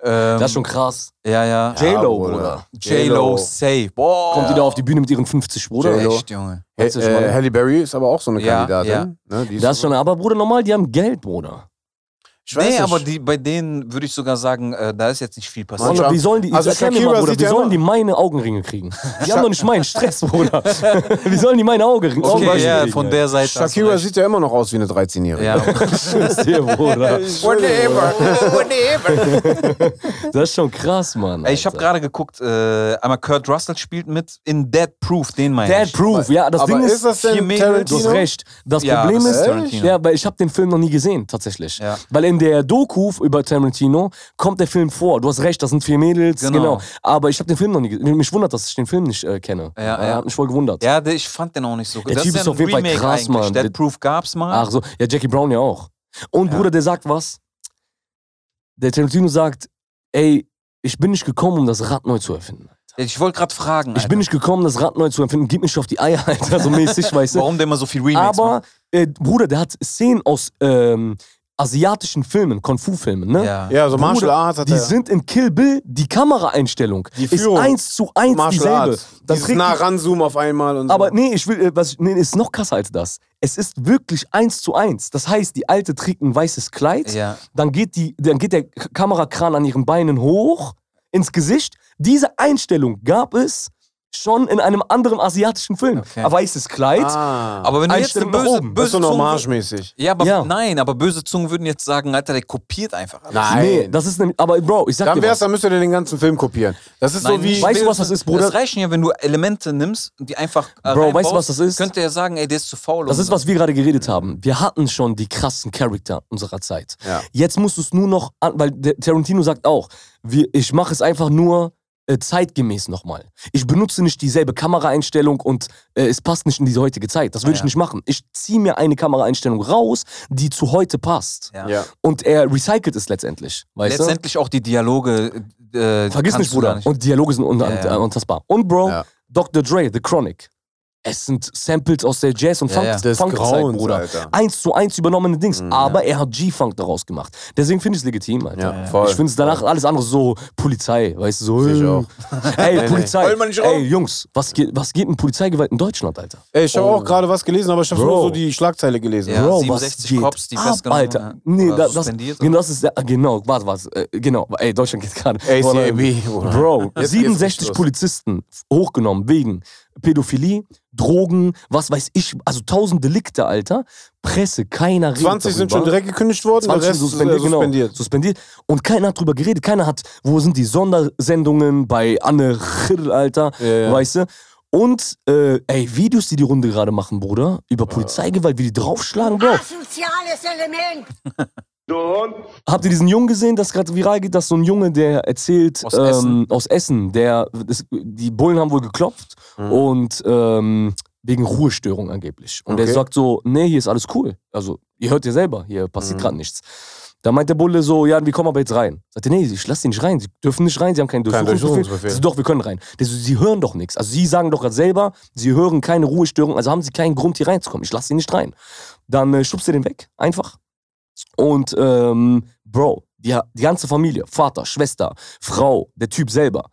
[SPEAKER 2] ähm,
[SPEAKER 3] Das ist schon krass.
[SPEAKER 2] Ja, ja.
[SPEAKER 1] J-Lo,
[SPEAKER 3] Bruder.
[SPEAKER 1] Bruder.
[SPEAKER 2] J-Lo, safe. Boah.
[SPEAKER 3] Kommt die da auf die Bühne mit ihren 50, Bruder?
[SPEAKER 1] J-Lo.
[SPEAKER 2] Echt, Junge.
[SPEAKER 1] Hey,
[SPEAKER 3] Hast du schon mal-
[SPEAKER 1] äh, Halle Berry ist aber auch so eine
[SPEAKER 2] Ja,
[SPEAKER 1] Kandidatin. Ne, die
[SPEAKER 3] Das ist schon, aber Bruder, normal, die haben Geld, Bruder.
[SPEAKER 1] Ich weiß
[SPEAKER 2] Nee,
[SPEAKER 1] nicht.
[SPEAKER 2] aber die, bei denen würde ich sogar sagen, äh, da ist jetzt nicht viel passiert.
[SPEAKER 1] Mannschaft-
[SPEAKER 3] Bruder, wie sollen die,
[SPEAKER 1] Also
[SPEAKER 3] erklär mir
[SPEAKER 1] Shakira
[SPEAKER 3] mal, Bruder,
[SPEAKER 1] sieht
[SPEAKER 3] wie
[SPEAKER 1] ja
[SPEAKER 3] sollen
[SPEAKER 1] immer-
[SPEAKER 3] die meine Augenringe kriegen?
[SPEAKER 1] *laughs*
[SPEAKER 3] Die haben doch nicht meinen Stress, Bruder. *laughs* wie sollen die meine Augenringe
[SPEAKER 2] Okay,
[SPEAKER 3] Augenringe
[SPEAKER 2] ja,
[SPEAKER 3] kriegen,
[SPEAKER 2] von
[SPEAKER 3] Alter?
[SPEAKER 2] der Seite. hast du
[SPEAKER 1] Shakira
[SPEAKER 2] recht.
[SPEAKER 1] sieht ja immer noch aus wie eine 13-Jährige. *laughs*
[SPEAKER 2] Ja,
[SPEAKER 3] Das ist
[SPEAKER 2] *laughs*
[SPEAKER 3] dir, Bruder.
[SPEAKER 2] Whatever, whatever.
[SPEAKER 3] Das ist schon krass, Mann.
[SPEAKER 2] Ey, ich habe
[SPEAKER 3] Alter.
[SPEAKER 2] gerade geguckt, äh, einmal Kurt Russell spielt mit in Dead Proof, den meine ich.
[SPEAKER 3] Dead Proof, ja, das
[SPEAKER 1] aber
[SPEAKER 3] Ding
[SPEAKER 1] ist
[SPEAKER 3] ist,
[SPEAKER 1] das
[SPEAKER 2] vier
[SPEAKER 1] denn
[SPEAKER 2] Mädels-
[SPEAKER 3] du hast
[SPEAKER 1] Tarantino?
[SPEAKER 3] recht. Das
[SPEAKER 2] Ja,
[SPEAKER 3] Problem
[SPEAKER 2] das ist
[SPEAKER 3] ist,
[SPEAKER 2] Tarantino.
[SPEAKER 3] ja, weil ich habe den Film noch nie gesehen, tatsächlich.
[SPEAKER 2] Ja.
[SPEAKER 3] Weil in der Doku über Tarantino kommt der Film vor. Du hast recht, das sind vier Mädels,
[SPEAKER 2] Genau.
[SPEAKER 3] genau. Aber ich habe den Film noch nie gesehen. Mich wundert, dass ich den Film nicht äh, kenne.
[SPEAKER 2] Ja, ja.
[SPEAKER 3] Hat mich voll gewundert.
[SPEAKER 2] Ja, der, ich fand den auch nicht so gut.
[SPEAKER 3] Der
[SPEAKER 2] das
[SPEAKER 3] Typ
[SPEAKER 2] ist, ja
[SPEAKER 3] ist auf
[SPEAKER 2] ein
[SPEAKER 3] jeden Fall
[SPEAKER 2] Remake
[SPEAKER 3] krass,
[SPEAKER 2] eigentlich.
[SPEAKER 3] Mann.
[SPEAKER 2] Dead
[SPEAKER 3] Der-
[SPEAKER 2] Proof gab's mal.
[SPEAKER 3] Ach so, ja, Jackie Brown ja auch. Und
[SPEAKER 2] Ja.
[SPEAKER 3] Bruder, der sagt was? Der Tarantino sagt, ey, ich bin nicht gekommen, um das Rad neu zu erfinden.
[SPEAKER 2] Ich wollte gerade fragen,
[SPEAKER 3] Ich bin nicht gekommen, um das Rad neu zu erfinden. Gib mich auf die Eier, *laughs* Alter,
[SPEAKER 1] *laughs*
[SPEAKER 3] so mäßig, weißt du.
[SPEAKER 2] warum der immer so viel Remakes macht.
[SPEAKER 3] Aber,
[SPEAKER 1] ne?
[SPEAKER 3] äh, Bruder, der hat Szenen aus ähm, asiatischen Filmen, Kung-Fu-Filmen, ne?
[SPEAKER 2] Ja.
[SPEAKER 1] Ja, so
[SPEAKER 3] Bruder,
[SPEAKER 1] Martial Arts hat
[SPEAKER 3] Die
[SPEAKER 1] er.
[SPEAKER 3] sind in Kill Bill, die Kameraeinstellung
[SPEAKER 1] Die
[SPEAKER 3] ist
[SPEAKER 1] Führung.
[SPEAKER 3] eins zu eins
[SPEAKER 1] Martial
[SPEAKER 3] dieselbe.
[SPEAKER 1] Arts.
[SPEAKER 3] Das
[SPEAKER 1] Dieses
[SPEAKER 3] regt
[SPEAKER 1] nah
[SPEAKER 3] mich-
[SPEAKER 1] ranzoomen auf einmal und so.
[SPEAKER 3] aber nee, ich will, äh, was, ich- nee, ist noch krasser als das. Es ist wirklich eins zu eins. Das heißt, die Alte trägt ein weißes Kleid,
[SPEAKER 2] Ja.
[SPEAKER 3] dann, geht die, dann geht der K- Kamerakran an ihren Beinen hoch, ins Gesicht. Diese Einstellung gab es schon in einem anderen asiatischen Film.
[SPEAKER 2] Okay.
[SPEAKER 3] Ein weißes Kleid,
[SPEAKER 1] ah.
[SPEAKER 2] Aber wenn du jetzt eine
[SPEAKER 3] Einstellung nach
[SPEAKER 2] böse,
[SPEAKER 3] oben.
[SPEAKER 1] das ist
[SPEAKER 2] böse
[SPEAKER 1] so
[SPEAKER 2] Zunge-
[SPEAKER 1] normagemäßig.
[SPEAKER 2] Ja, aber
[SPEAKER 3] Ja.
[SPEAKER 2] nein, aber böse Zungen würden jetzt sagen, Alter, der kopiert einfach alles.
[SPEAKER 1] Nein.
[SPEAKER 3] Nee, das ist nämlich, aber Bro, ich sag
[SPEAKER 1] Dann
[SPEAKER 3] dir
[SPEAKER 1] wär's,
[SPEAKER 3] was.
[SPEAKER 1] dann müsst ihr den ganzen Film kopieren. Das ist
[SPEAKER 2] Nein,
[SPEAKER 1] so wie.
[SPEAKER 2] nicht.
[SPEAKER 3] Weißt du, was das ist, Bruder?
[SPEAKER 2] Das reichen ja, wenn du Elemente nimmst und die einfach. äh,
[SPEAKER 3] Bro, weißt du,
[SPEAKER 2] reinbaust,
[SPEAKER 3] was das ist?
[SPEAKER 2] Könnte ja sagen, ey, der ist zu faul.
[SPEAKER 3] Das
[SPEAKER 2] um
[SPEAKER 3] ist, was wir gerade geredet haben. Wir hatten schon die krassen Charakter unserer Zeit.
[SPEAKER 1] Ja.
[SPEAKER 3] Jetzt musst du es nur noch, an, weil der Tarantino sagt auch, wir, ich mache es einfach nur äh, zeitgemäß nochmal. Ich benutze nicht dieselbe Kameraeinstellung und äh, es passt nicht in diese heutige Zeit. Das würde
[SPEAKER 2] Ja.
[SPEAKER 3] ich nicht machen. Ich ziehe mir eine Kameraeinstellung raus, die zu heute passt.
[SPEAKER 2] Ja.
[SPEAKER 1] Ja.
[SPEAKER 3] Und er recycelt es letztendlich. Weißt du?
[SPEAKER 2] Letztendlich auch die Dialoge. Äh,
[SPEAKER 3] Vergiss
[SPEAKER 2] kannst
[SPEAKER 3] nicht,
[SPEAKER 2] du
[SPEAKER 3] Bruder.
[SPEAKER 2] gar nicht-
[SPEAKER 3] Und Dialoge sind un
[SPEAKER 2] Ja, ja.
[SPEAKER 3] äh, unfassbar. Und Bro,
[SPEAKER 1] Ja.
[SPEAKER 3] Dr. Dre, The Chronic. Es sind Samples aus der Jazz- und
[SPEAKER 2] Ja, ja.
[SPEAKER 3] Funk-
[SPEAKER 1] Des
[SPEAKER 3] Funk-Zeit,
[SPEAKER 1] Grauens,
[SPEAKER 3] Bruder.
[SPEAKER 1] Alter.
[SPEAKER 3] Eins zu eins übernommene Dings.
[SPEAKER 1] Mhm,
[SPEAKER 3] Aber er hat G-Funk daraus gemacht. Deswegen finde ich es legitim, Alter.
[SPEAKER 1] Ja, voll.
[SPEAKER 3] Ich finde es danach alles andere so Polizei, weißt du, so.
[SPEAKER 1] Sehe ich
[SPEAKER 3] äh,
[SPEAKER 1] auch.
[SPEAKER 3] *laughs* Ey,
[SPEAKER 2] Wollen
[SPEAKER 3] Polizei.
[SPEAKER 2] wir nicht
[SPEAKER 3] Ey, Jungs, was geht, was geht in Polizeigewalt in Deutschland, Alter?
[SPEAKER 1] Ey, ich habe auch gerade was gelesen, aber ich habe
[SPEAKER 3] Oh. Bro.
[SPEAKER 1] nur so die Schlagzeile gelesen.
[SPEAKER 2] Ja,
[SPEAKER 3] Bro, Oh, was
[SPEAKER 2] 67
[SPEAKER 3] geht
[SPEAKER 2] Cops, die
[SPEAKER 3] ab,
[SPEAKER 2] festgenommen
[SPEAKER 3] Alter.
[SPEAKER 2] oder
[SPEAKER 3] Nee, da, das,
[SPEAKER 2] suspendiert
[SPEAKER 3] genau, das ist, der- genau, warte, warte, äh, genau, ey, Deutschland geht gerade.
[SPEAKER 1] ACAB, Bruder.
[SPEAKER 3] Bro,
[SPEAKER 1] Jetzt geht's richtig
[SPEAKER 3] 67
[SPEAKER 1] los.
[SPEAKER 3] Polizisten hochgenommen wegen Pädophilie, Drogen, was weiß ich, also tausend Delikte, Alter. Presse, keiner redet
[SPEAKER 1] 20 sind schon
[SPEAKER 3] darüber.
[SPEAKER 1] direkt gekündigt worden, der
[SPEAKER 3] 20
[SPEAKER 1] Rest suspendiert.
[SPEAKER 3] suspendiert,
[SPEAKER 1] Ist, äh,
[SPEAKER 3] genau.
[SPEAKER 1] suspendiert.
[SPEAKER 3] suspendiert. Und keiner hat drüber geredet. Keiner hat, wo sind die Sondersendungen bei Anne Chirr, Alter,
[SPEAKER 1] ja.
[SPEAKER 3] weißt du? Und, äh, ey, Videos, die die Runde gerade machen, Bruder, über Polizeigewalt, wie die draufschlagen, Bro.
[SPEAKER 9] Soziales Element.
[SPEAKER 8] Du Hund.
[SPEAKER 3] Habt ihr diesen Jungen gesehen, das gerade viral geht, dass so ein Junge, der erzählt
[SPEAKER 2] Aus
[SPEAKER 3] ähm,
[SPEAKER 2] Essen.
[SPEAKER 3] aus Essen, der das, die Bullen haben wohl geklopft
[SPEAKER 1] Mhm.
[SPEAKER 3] und ähm, wegen Ruhestörung angeblich. Und
[SPEAKER 1] Okay.
[SPEAKER 3] der sagt so, nee, hier ist alles cool. Also ihr hört ja selber, hier passiert
[SPEAKER 1] Mhm.
[SPEAKER 3] gerade nichts. Da meint der Bulle so, ja, wir kommen aber jetzt rein. Sagt er, nee, ich lasse die nicht rein. Sie dürfen nicht rein, sie haben keinen
[SPEAKER 1] Kein
[SPEAKER 3] Durchsuchungsbefehl.
[SPEAKER 1] Durchsuchungsbefehl.
[SPEAKER 3] Sie, doch, wir können rein. Der so, sie hören doch nichts. Also sie sagen doch gerade selber, sie hören keine Ruhestörung, also haben sie keinen Grund, hier reinzukommen. Ich lasse sie nicht rein. Dann äh, schubst er den weg, einfach. Und ähm, Bro, die, die ganze Familie, Vater, Schwester, Frau, der Typ selber,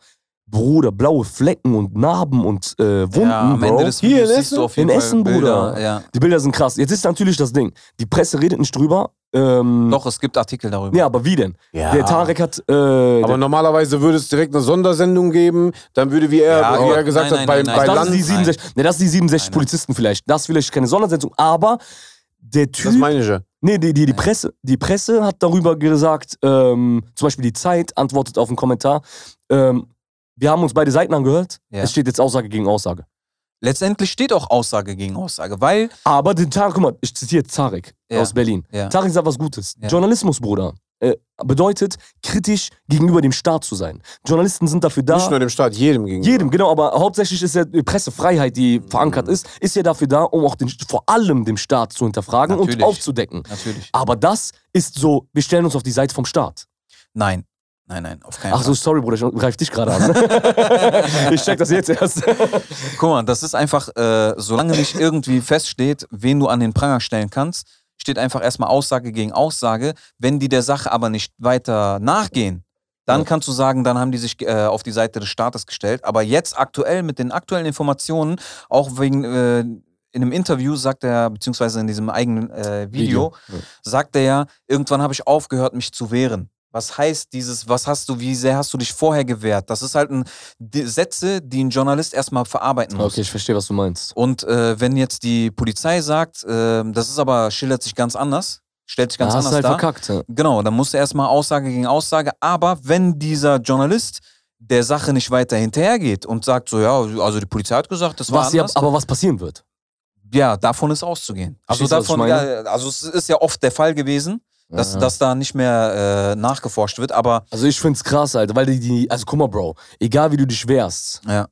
[SPEAKER 3] Bruder, blaue Flecken und Narben und äh, Wunden,
[SPEAKER 2] ja, am
[SPEAKER 3] Bro.
[SPEAKER 2] Ende des
[SPEAKER 1] Hier in
[SPEAKER 2] Videos siehst
[SPEAKER 1] Essen?
[SPEAKER 2] du auf jeden
[SPEAKER 3] In
[SPEAKER 2] Fall
[SPEAKER 3] Essen,
[SPEAKER 2] Bilder.
[SPEAKER 3] Bruder. Hm.
[SPEAKER 2] Ja.
[SPEAKER 3] die Bilder sind krass. Jetzt ist natürlich das Ding. Die Presse redet nicht drüber. Ähm,
[SPEAKER 2] Doch, es gibt Artikel darüber.
[SPEAKER 3] Ja, aber wie denn?
[SPEAKER 1] Ja.
[SPEAKER 3] Der Tarek hat. Äh, der,
[SPEAKER 1] Aber normalerweise würde es direkt eine Sondersendung geben, dann würde, wie er,
[SPEAKER 2] Ja,
[SPEAKER 1] wie
[SPEAKER 2] aber-
[SPEAKER 1] er gesagt hat,
[SPEAKER 2] nein, nein,
[SPEAKER 1] bei,
[SPEAKER 2] nein,
[SPEAKER 1] bei
[SPEAKER 2] nein.
[SPEAKER 3] das,
[SPEAKER 1] Land.
[SPEAKER 3] ist die 67, ne, das ist die 67
[SPEAKER 2] Nein, nein.
[SPEAKER 3] Polizisten vielleicht. Das ist vielleicht keine Sondersetzung, aber der Typ.
[SPEAKER 1] Das meine ich ja.
[SPEAKER 3] Nee, die,
[SPEAKER 2] Äh.
[SPEAKER 3] die, die, Presse, die Presse hat darüber gesagt, ähm, zum Beispiel die Zeit antwortet auf einen Kommentar, ähm, wir haben uns beide Seiten angehört,
[SPEAKER 2] Ja.
[SPEAKER 3] es steht jetzt Aussage gegen Aussage.
[SPEAKER 2] Letztendlich steht auch Aussage gegen Aussage, weil
[SPEAKER 3] Aber den Tarek, guck mal, ich zitiere Tarek
[SPEAKER 2] Ja.
[SPEAKER 3] aus Berlin.
[SPEAKER 2] Ja.
[SPEAKER 3] Tarek sagt was Gutes.
[SPEAKER 2] Ja.
[SPEAKER 3] Journalismus, Bruder, äh, bedeutet, kritisch gegenüber dem Staat zu sein. Journalisten sind dafür da.
[SPEAKER 1] Nicht nur dem Staat, jedem gegenüber.
[SPEAKER 3] jedem, genau, aber hauptsächlich ist ja die Pressefreiheit, die
[SPEAKER 2] Mhm.
[SPEAKER 3] verankert ist, ist ja dafür da, um auch den, vor allem dem Staat zu hinterfragen und
[SPEAKER 2] Natürlich.
[SPEAKER 3] aufzudecken.
[SPEAKER 2] natürlich.
[SPEAKER 3] Aber das ist so, wir stellen uns auf die Seite vom Staat.
[SPEAKER 2] Nein. Nein, nein, auf keinen
[SPEAKER 3] Ach so,
[SPEAKER 2] Fall.
[SPEAKER 3] sorry, Bruder, ich greif dich gerade an. *laughs* ich check das jetzt erst.
[SPEAKER 2] Guck mal, das ist einfach, äh, solange nicht irgendwie feststeht, wen du an den Pranger stellen kannst, steht einfach erstmal Aussage gegen Aussage. Wenn die der Sache aber nicht weiter nachgehen, dann kannst du sagen, dann haben die sich äh, auf die Seite des Staates gestellt. Aber jetzt aktuell mit den aktuellen Informationen, auch wegen äh, in einem Interview sagt er, beziehungsweise in diesem eigenen äh, Video, sagt er ja, irgendwann habe ich aufgehört, mich zu wehren. Was heißt dieses, was hast du, wie sehr hast du dich vorher gewehrt? Das ist halt ein die Sätze, die ein Journalist erstmal verarbeiten muss.
[SPEAKER 3] Okay, ich verstehe, was du meinst.
[SPEAKER 2] Und äh, wenn jetzt die Polizei sagt, äh, das ist aber, schildert sich ganz anders, stellt sich ganz
[SPEAKER 3] da hast
[SPEAKER 2] anders
[SPEAKER 3] du
[SPEAKER 2] dar.
[SPEAKER 3] halt verkackt. ja.
[SPEAKER 2] Genau, dann musst du erstmal Aussage gegen Aussage. Aber wenn dieser Journalist der Sache nicht weiter hinterhergeht und sagt so, ja, also die Polizei hat gesagt, das war
[SPEAKER 3] Was ja,
[SPEAKER 2] anders.
[SPEAKER 3] aber was passieren wird?
[SPEAKER 2] ja, davon ist auszugehen. Also
[SPEAKER 3] Verstehst du, was ich
[SPEAKER 2] davon,
[SPEAKER 3] meine?
[SPEAKER 2] ja, also es ist ja oft der Fall gewesen, dass,
[SPEAKER 3] Ja.
[SPEAKER 2] dass da nicht mehr äh, nachgeforscht wird, aber
[SPEAKER 3] Also ich find's krass, Alter, weil die, die, also guck mal, Bro, egal wie du dich wehrst,
[SPEAKER 2] Ja.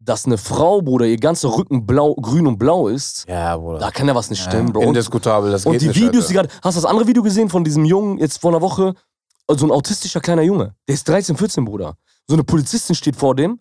[SPEAKER 3] dass eine Frau, Bruder, ihr ganzer Rücken blau, grün und blau ist,
[SPEAKER 1] Ja, Bruder.
[SPEAKER 3] da kann ja was nicht
[SPEAKER 2] Ja.
[SPEAKER 3] stimmen, Bro. Und,
[SPEAKER 1] Indiskutabel, das
[SPEAKER 3] und
[SPEAKER 1] geht
[SPEAKER 3] die
[SPEAKER 1] nicht,
[SPEAKER 3] Videos, die
[SPEAKER 1] Alter.
[SPEAKER 3] gerade, hast du das andere Video gesehen von diesem Jungen jetzt vor einer Woche? So ein autistischer kleiner Junge, der ist 13, 14, Bruder. So eine Polizistin steht vor dem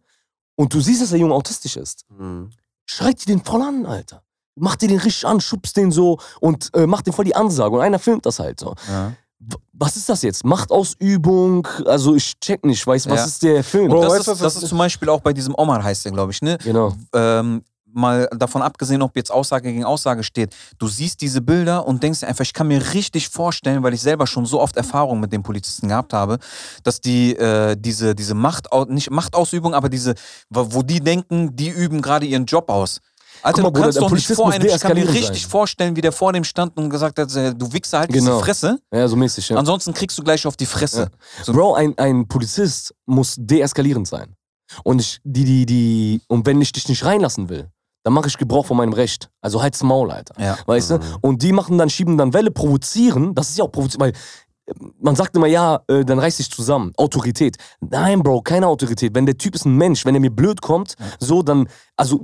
[SPEAKER 3] und du siehst, dass der Junge autistisch ist.
[SPEAKER 1] Mhm.
[SPEAKER 3] schreit die den voll an, Alter. Macht die den richtig an, schubst den so und äh, macht den voll die Ansage. Und einer filmt das halt so.
[SPEAKER 2] Ja.
[SPEAKER 3] W- Was ist das jetzt? Machtausübung? Also ich check nicht, weiß, was
[SPEAKER 2] Ja.
[SPEAKER 3] ist der Film?
[SPEAKER 1] Bro,
[SPEAKER 2] das,
[SPEAKER 1] weißt
[SPEAKER 2] ist,
[SPEAKER 1] du, was
[SPEAKER 2] das
[SPEAKER 1] das
[SPEAKER 2] ist zum Beispiel auch bei diesem Omar heißt der, glaube ich, ne?
[SPEAKER 3] genau.
[SPEAKER 2] ähm, mal davon abgesehen, ob jetzt Aussage gegen Aussage steht, du siehst diese Bilder und denkst dir einfach, ich kann mir richtig vorstellen, weil ich selber schon so oft Erfahrung mit den Polizisten gehabt habe, dass die äh, diese, diese Macht, nicht Machtausübung, aber diese, wo wo die denken, die üben gerade ihren Job aus. Alter,
[SPEAKER 3] Guck mal,
[SPEAKER 2] du
[SPEAKER 3] Bruder,
[SPEAKER 2] kannst
[SPEAKER 3] der
[SPEAKER 2] doch nicht
[SPEAKER 3] Polizist
[SPEAKER 2] vor
[SPEAKER 3] muss
[SPEAKER 2] einem, ich kann mir
[SPEAKER 3] deeskalierend
[SPEAKER 2] richtig
[SPEAKER 3] sein.
[SPEAKER 2] vorstellen, wie der vor dem stand und gesagt hat, äh, du Wichser, halt
[SPEAKER 3] Genau.
[SPEAKER 2] diese Fresse,
[SPEAKER 3] Ja, so mäßig, ja.
[SPEAKER 2] ansonsten kriegst du gleich auf die Fresse. so-
[SPEAKER 3] Bro, ein, ein Polizist muss deeskalierend sein. Und ich, die, die, die, und wenn ich dich nicht reinlassen will, dann mache ich Gebrauch von meinem Recht. Also halt's Maul, Alter.
[SPEAKER 2] Ja. Mhm.
[SPEAKER 3] Weißt du? Und die machen dann, schieben dann Welle, provozieren. Das ist ja auch provozieren, weil äh, man sagt immer, ja, äh, dann reiß dich zusammen. Autorität. Nein, Bro, keine Autorität. Wenn der Typ ist ein Mensch, wenn er mir blöd kommt, so dann, also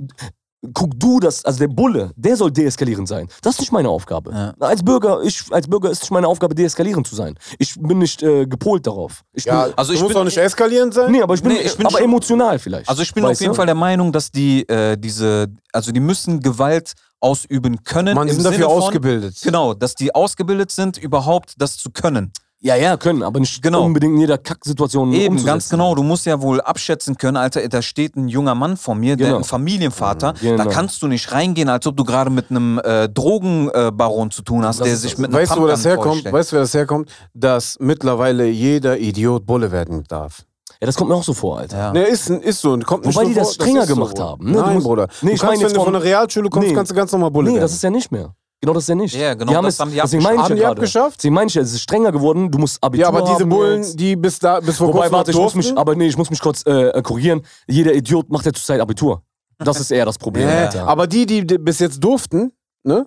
[SPEAKER 3] guck du das, also der Bulle, der soll deeskalierend sein. Das ist nicht meine Aufgabe.
[SPEAKER 2] Ja.
[SPEAKER 3] Als Bürger, ich, als Bürger ist nicht meine Aufgabe, deeskalierend zu sein. Ich bin nicht äh, gepolt darauf. Ich
[SPEAKER 1] Ja,
[SPEAKER 3] bin,
[SPEAKER 1] also
[SPEAKER 2] Also ich
[SPEAKER 1] ich du musst
[SPEAKER 2] bin-
[SPEAKER 1] auch nicht eskalierend sein.
[SPEAKER 3] nee, aber ich bin, äh,
[SPEAKER 2] nee, ich bin
[SPEAKER 3] aber
[SPEAKER 2] schon-
[SPEAKER 3] emotional vielleicht.
[SPEAKER 2] Also ich bin
[SPEAKER 3] Weißt
[SPEAKER 2] auf jeden
[SPEAKER 3] du?
[SPEAKER 2] Fall der Meinung, dass die äh, diese, also die müssen Gewalt ausüben können.
[SPEAKER 1] Man, die
[SPEAKER 2] im
[SPEAKER 1] sind dafür
[SPEAKER 2] Sinne von-
[SPEAKER 1] ausgebildet.
[SPEAKER 2] Genau, dass die ausgebildet sind, überhaupt das zu können.
[SPEAKER 3] Ja, ja, können, aber nicht
[SPEAKER 2] Genau.
[SPEAKER 3] unbedingt in jeder Kacksituation
[SPEAKER 2] Eben,
[SPEAKER 3] umzusetzen.
[SPEAKER 2] ganz genau. Du musst ja wohl abschätzen können, Alter, da steht ein junger Mann vor mir, der
[SPEAKER 3] Genau.
[SPEAKER 2] ein Familienvater.
[SPEAKER 3] Mhm, genau.
[SPEAKER 2] Da kannst du nicht reingehen, als ob du gerade mit einem äh, Drogenbaron äh, Baron zu tun hast, der sich mit einem
[SPEAKER 1] Weißt du, wo das
[SPEAKER 2] Pumpgun
[SPEAKER 1] herkommt?
[SPEAKER 2] vorstellt.
[SPEAKER 1] Weißt du, wer das herkommt? Dass mittlerweile jeder Idiot Bulle werden darf.
[SPEAKER 3] Ja, das kommt mir auch so vor, Alter.
[SPEAKER 2] Ja.
[SPEAKER 1] Ne, ist, ist so. Kommt nicht
[SPEAKER 3] Wobei
[SPEAKER 1] nur
[SPEAKER 3] die das
[SPEAKER 1] vor,
[SPEAKER 3] strenger
[SPEAKER 1] ist so.
[SPEAKER 3] gemacht haben, ne? Du
[SPEAKER 1] Nein,
[SPEAKER 3] musst-
[SPEAKER 1] Bruder.
[SPEAKER 3] Nee,
[SPEAKER 1] du
[SPEAKER 3] ich meine
[SPEAKER 1] kannst, wenn
[SPEAKER 3] jetzt
[SPEAKER 1] du von
[SPEAKER 3] von-
[SPEAKER 1] der Realschule kommst,
[SPEAKER 3] Nee.
[SPEAKER 1] kannst du ganz normal Bulle
[SPEAKER 3] Nee,
[SPEAKER 1] werden.
[SPEAKER 3] das ist ja nicht mehr. Genau das ist ja nicht.
[SPEAKER 2] Ja, genau,
[SPEAKER 3] die haben
[SPEAKER 2] das
[SPEAKER 3] es,
[SPEAKER 2] haben die
[SPEAKER 3] deswegen meine ich
[SPEAKER 1] abgeschafft. Haben die
[SPEAKER 3] ja gerade.
[SPEAKER 1] abgeschafft?
[SPEAKER 3] Deswegen meine ich ja, es ist strenger geworden, du musst Abitur
[SPEAKER 1] ja, aber diese
[SPEAKER 3] haben
[SPEAKER 1] Bullen,
[SPEAKER 3] jetzt.
[SPEAKER 1] die bis da, bis vor
[SPEAKER 3] Wobei,
[SPEAKER 1] kurzem
[SPEAKER 3] warte, ich muss
[SPEAKER 1] durften,
[SPEAKER 3] mich, aber nee, ich muss mich kurz äh, korrigieren. Jeder Idiot macht ja zurzeit Abitur. Das ist eher das Problem,
[SPEAKER 1] Ja,
[SPEAKER 3] Alter.
[SPEAKER 1] ne? aber die, die d- bis jetzt durften, ne?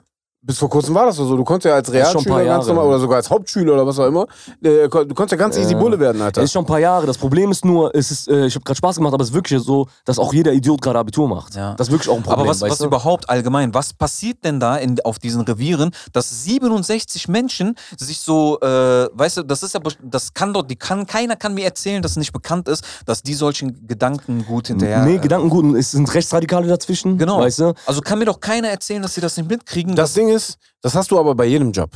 [SPEAKER 1] Bis vor kurzem war das so. Du konntest ja als
[SPEAKER 3] ist schon ein paar
[SPEAKER 1] Realschüler ganz
[SPEAKER 3] Jahre.
[SPEAKER 1] normal oder sogar als Hauptschüler oder was auch immer, äh, kon- du konntest ja ganz easy
[SPEAKER 3] Ja.
[SPEAKER 1] Bulle werden, Alter.
[SPEAKER 3] Das ist schon ein paar Jahre. Das Problem ist nur, es ist, äh, ich habe gerade Spaß gemacht, aber es ist wirklich so, dass auch jeder Idiot gerade Abitur macht.
[SPEAKER 2] Ja.
[SPEAKER 3] Das ist wirklich auch ein Problem.
[SPEAKER 2] Aber was,
[SPEAKER 3] weißt
[SPEAKER 2] was
[SPEAKER 3] du?
[SPEAKER 2] überhaupt allgemein, was passiert denn da in, auf diesen Revieren, dass 67 Menschen sich so, äh, weißt du, das ist ja, be- das kann doch, die kann, keiner kann mir erzählen, dass nicht bekannt ist, dass die solchen Gedanken gut hinterher.
[SPEAKER 3] nee,
[SPEAKER 2] äh,
[SPEAKER 3] Gedankengut. Es sind Rechtsradikale dazwischen.
[SPEAKER 2] Genau.
[SPEAKER 3] Weißt du?
[SPEAKER 2] Also kann mir doch keiner erzählen, dass sie das nicht mitkriegen.
[SPEAKER 1] Das Ding ist, das hast du aber bei jedem Job.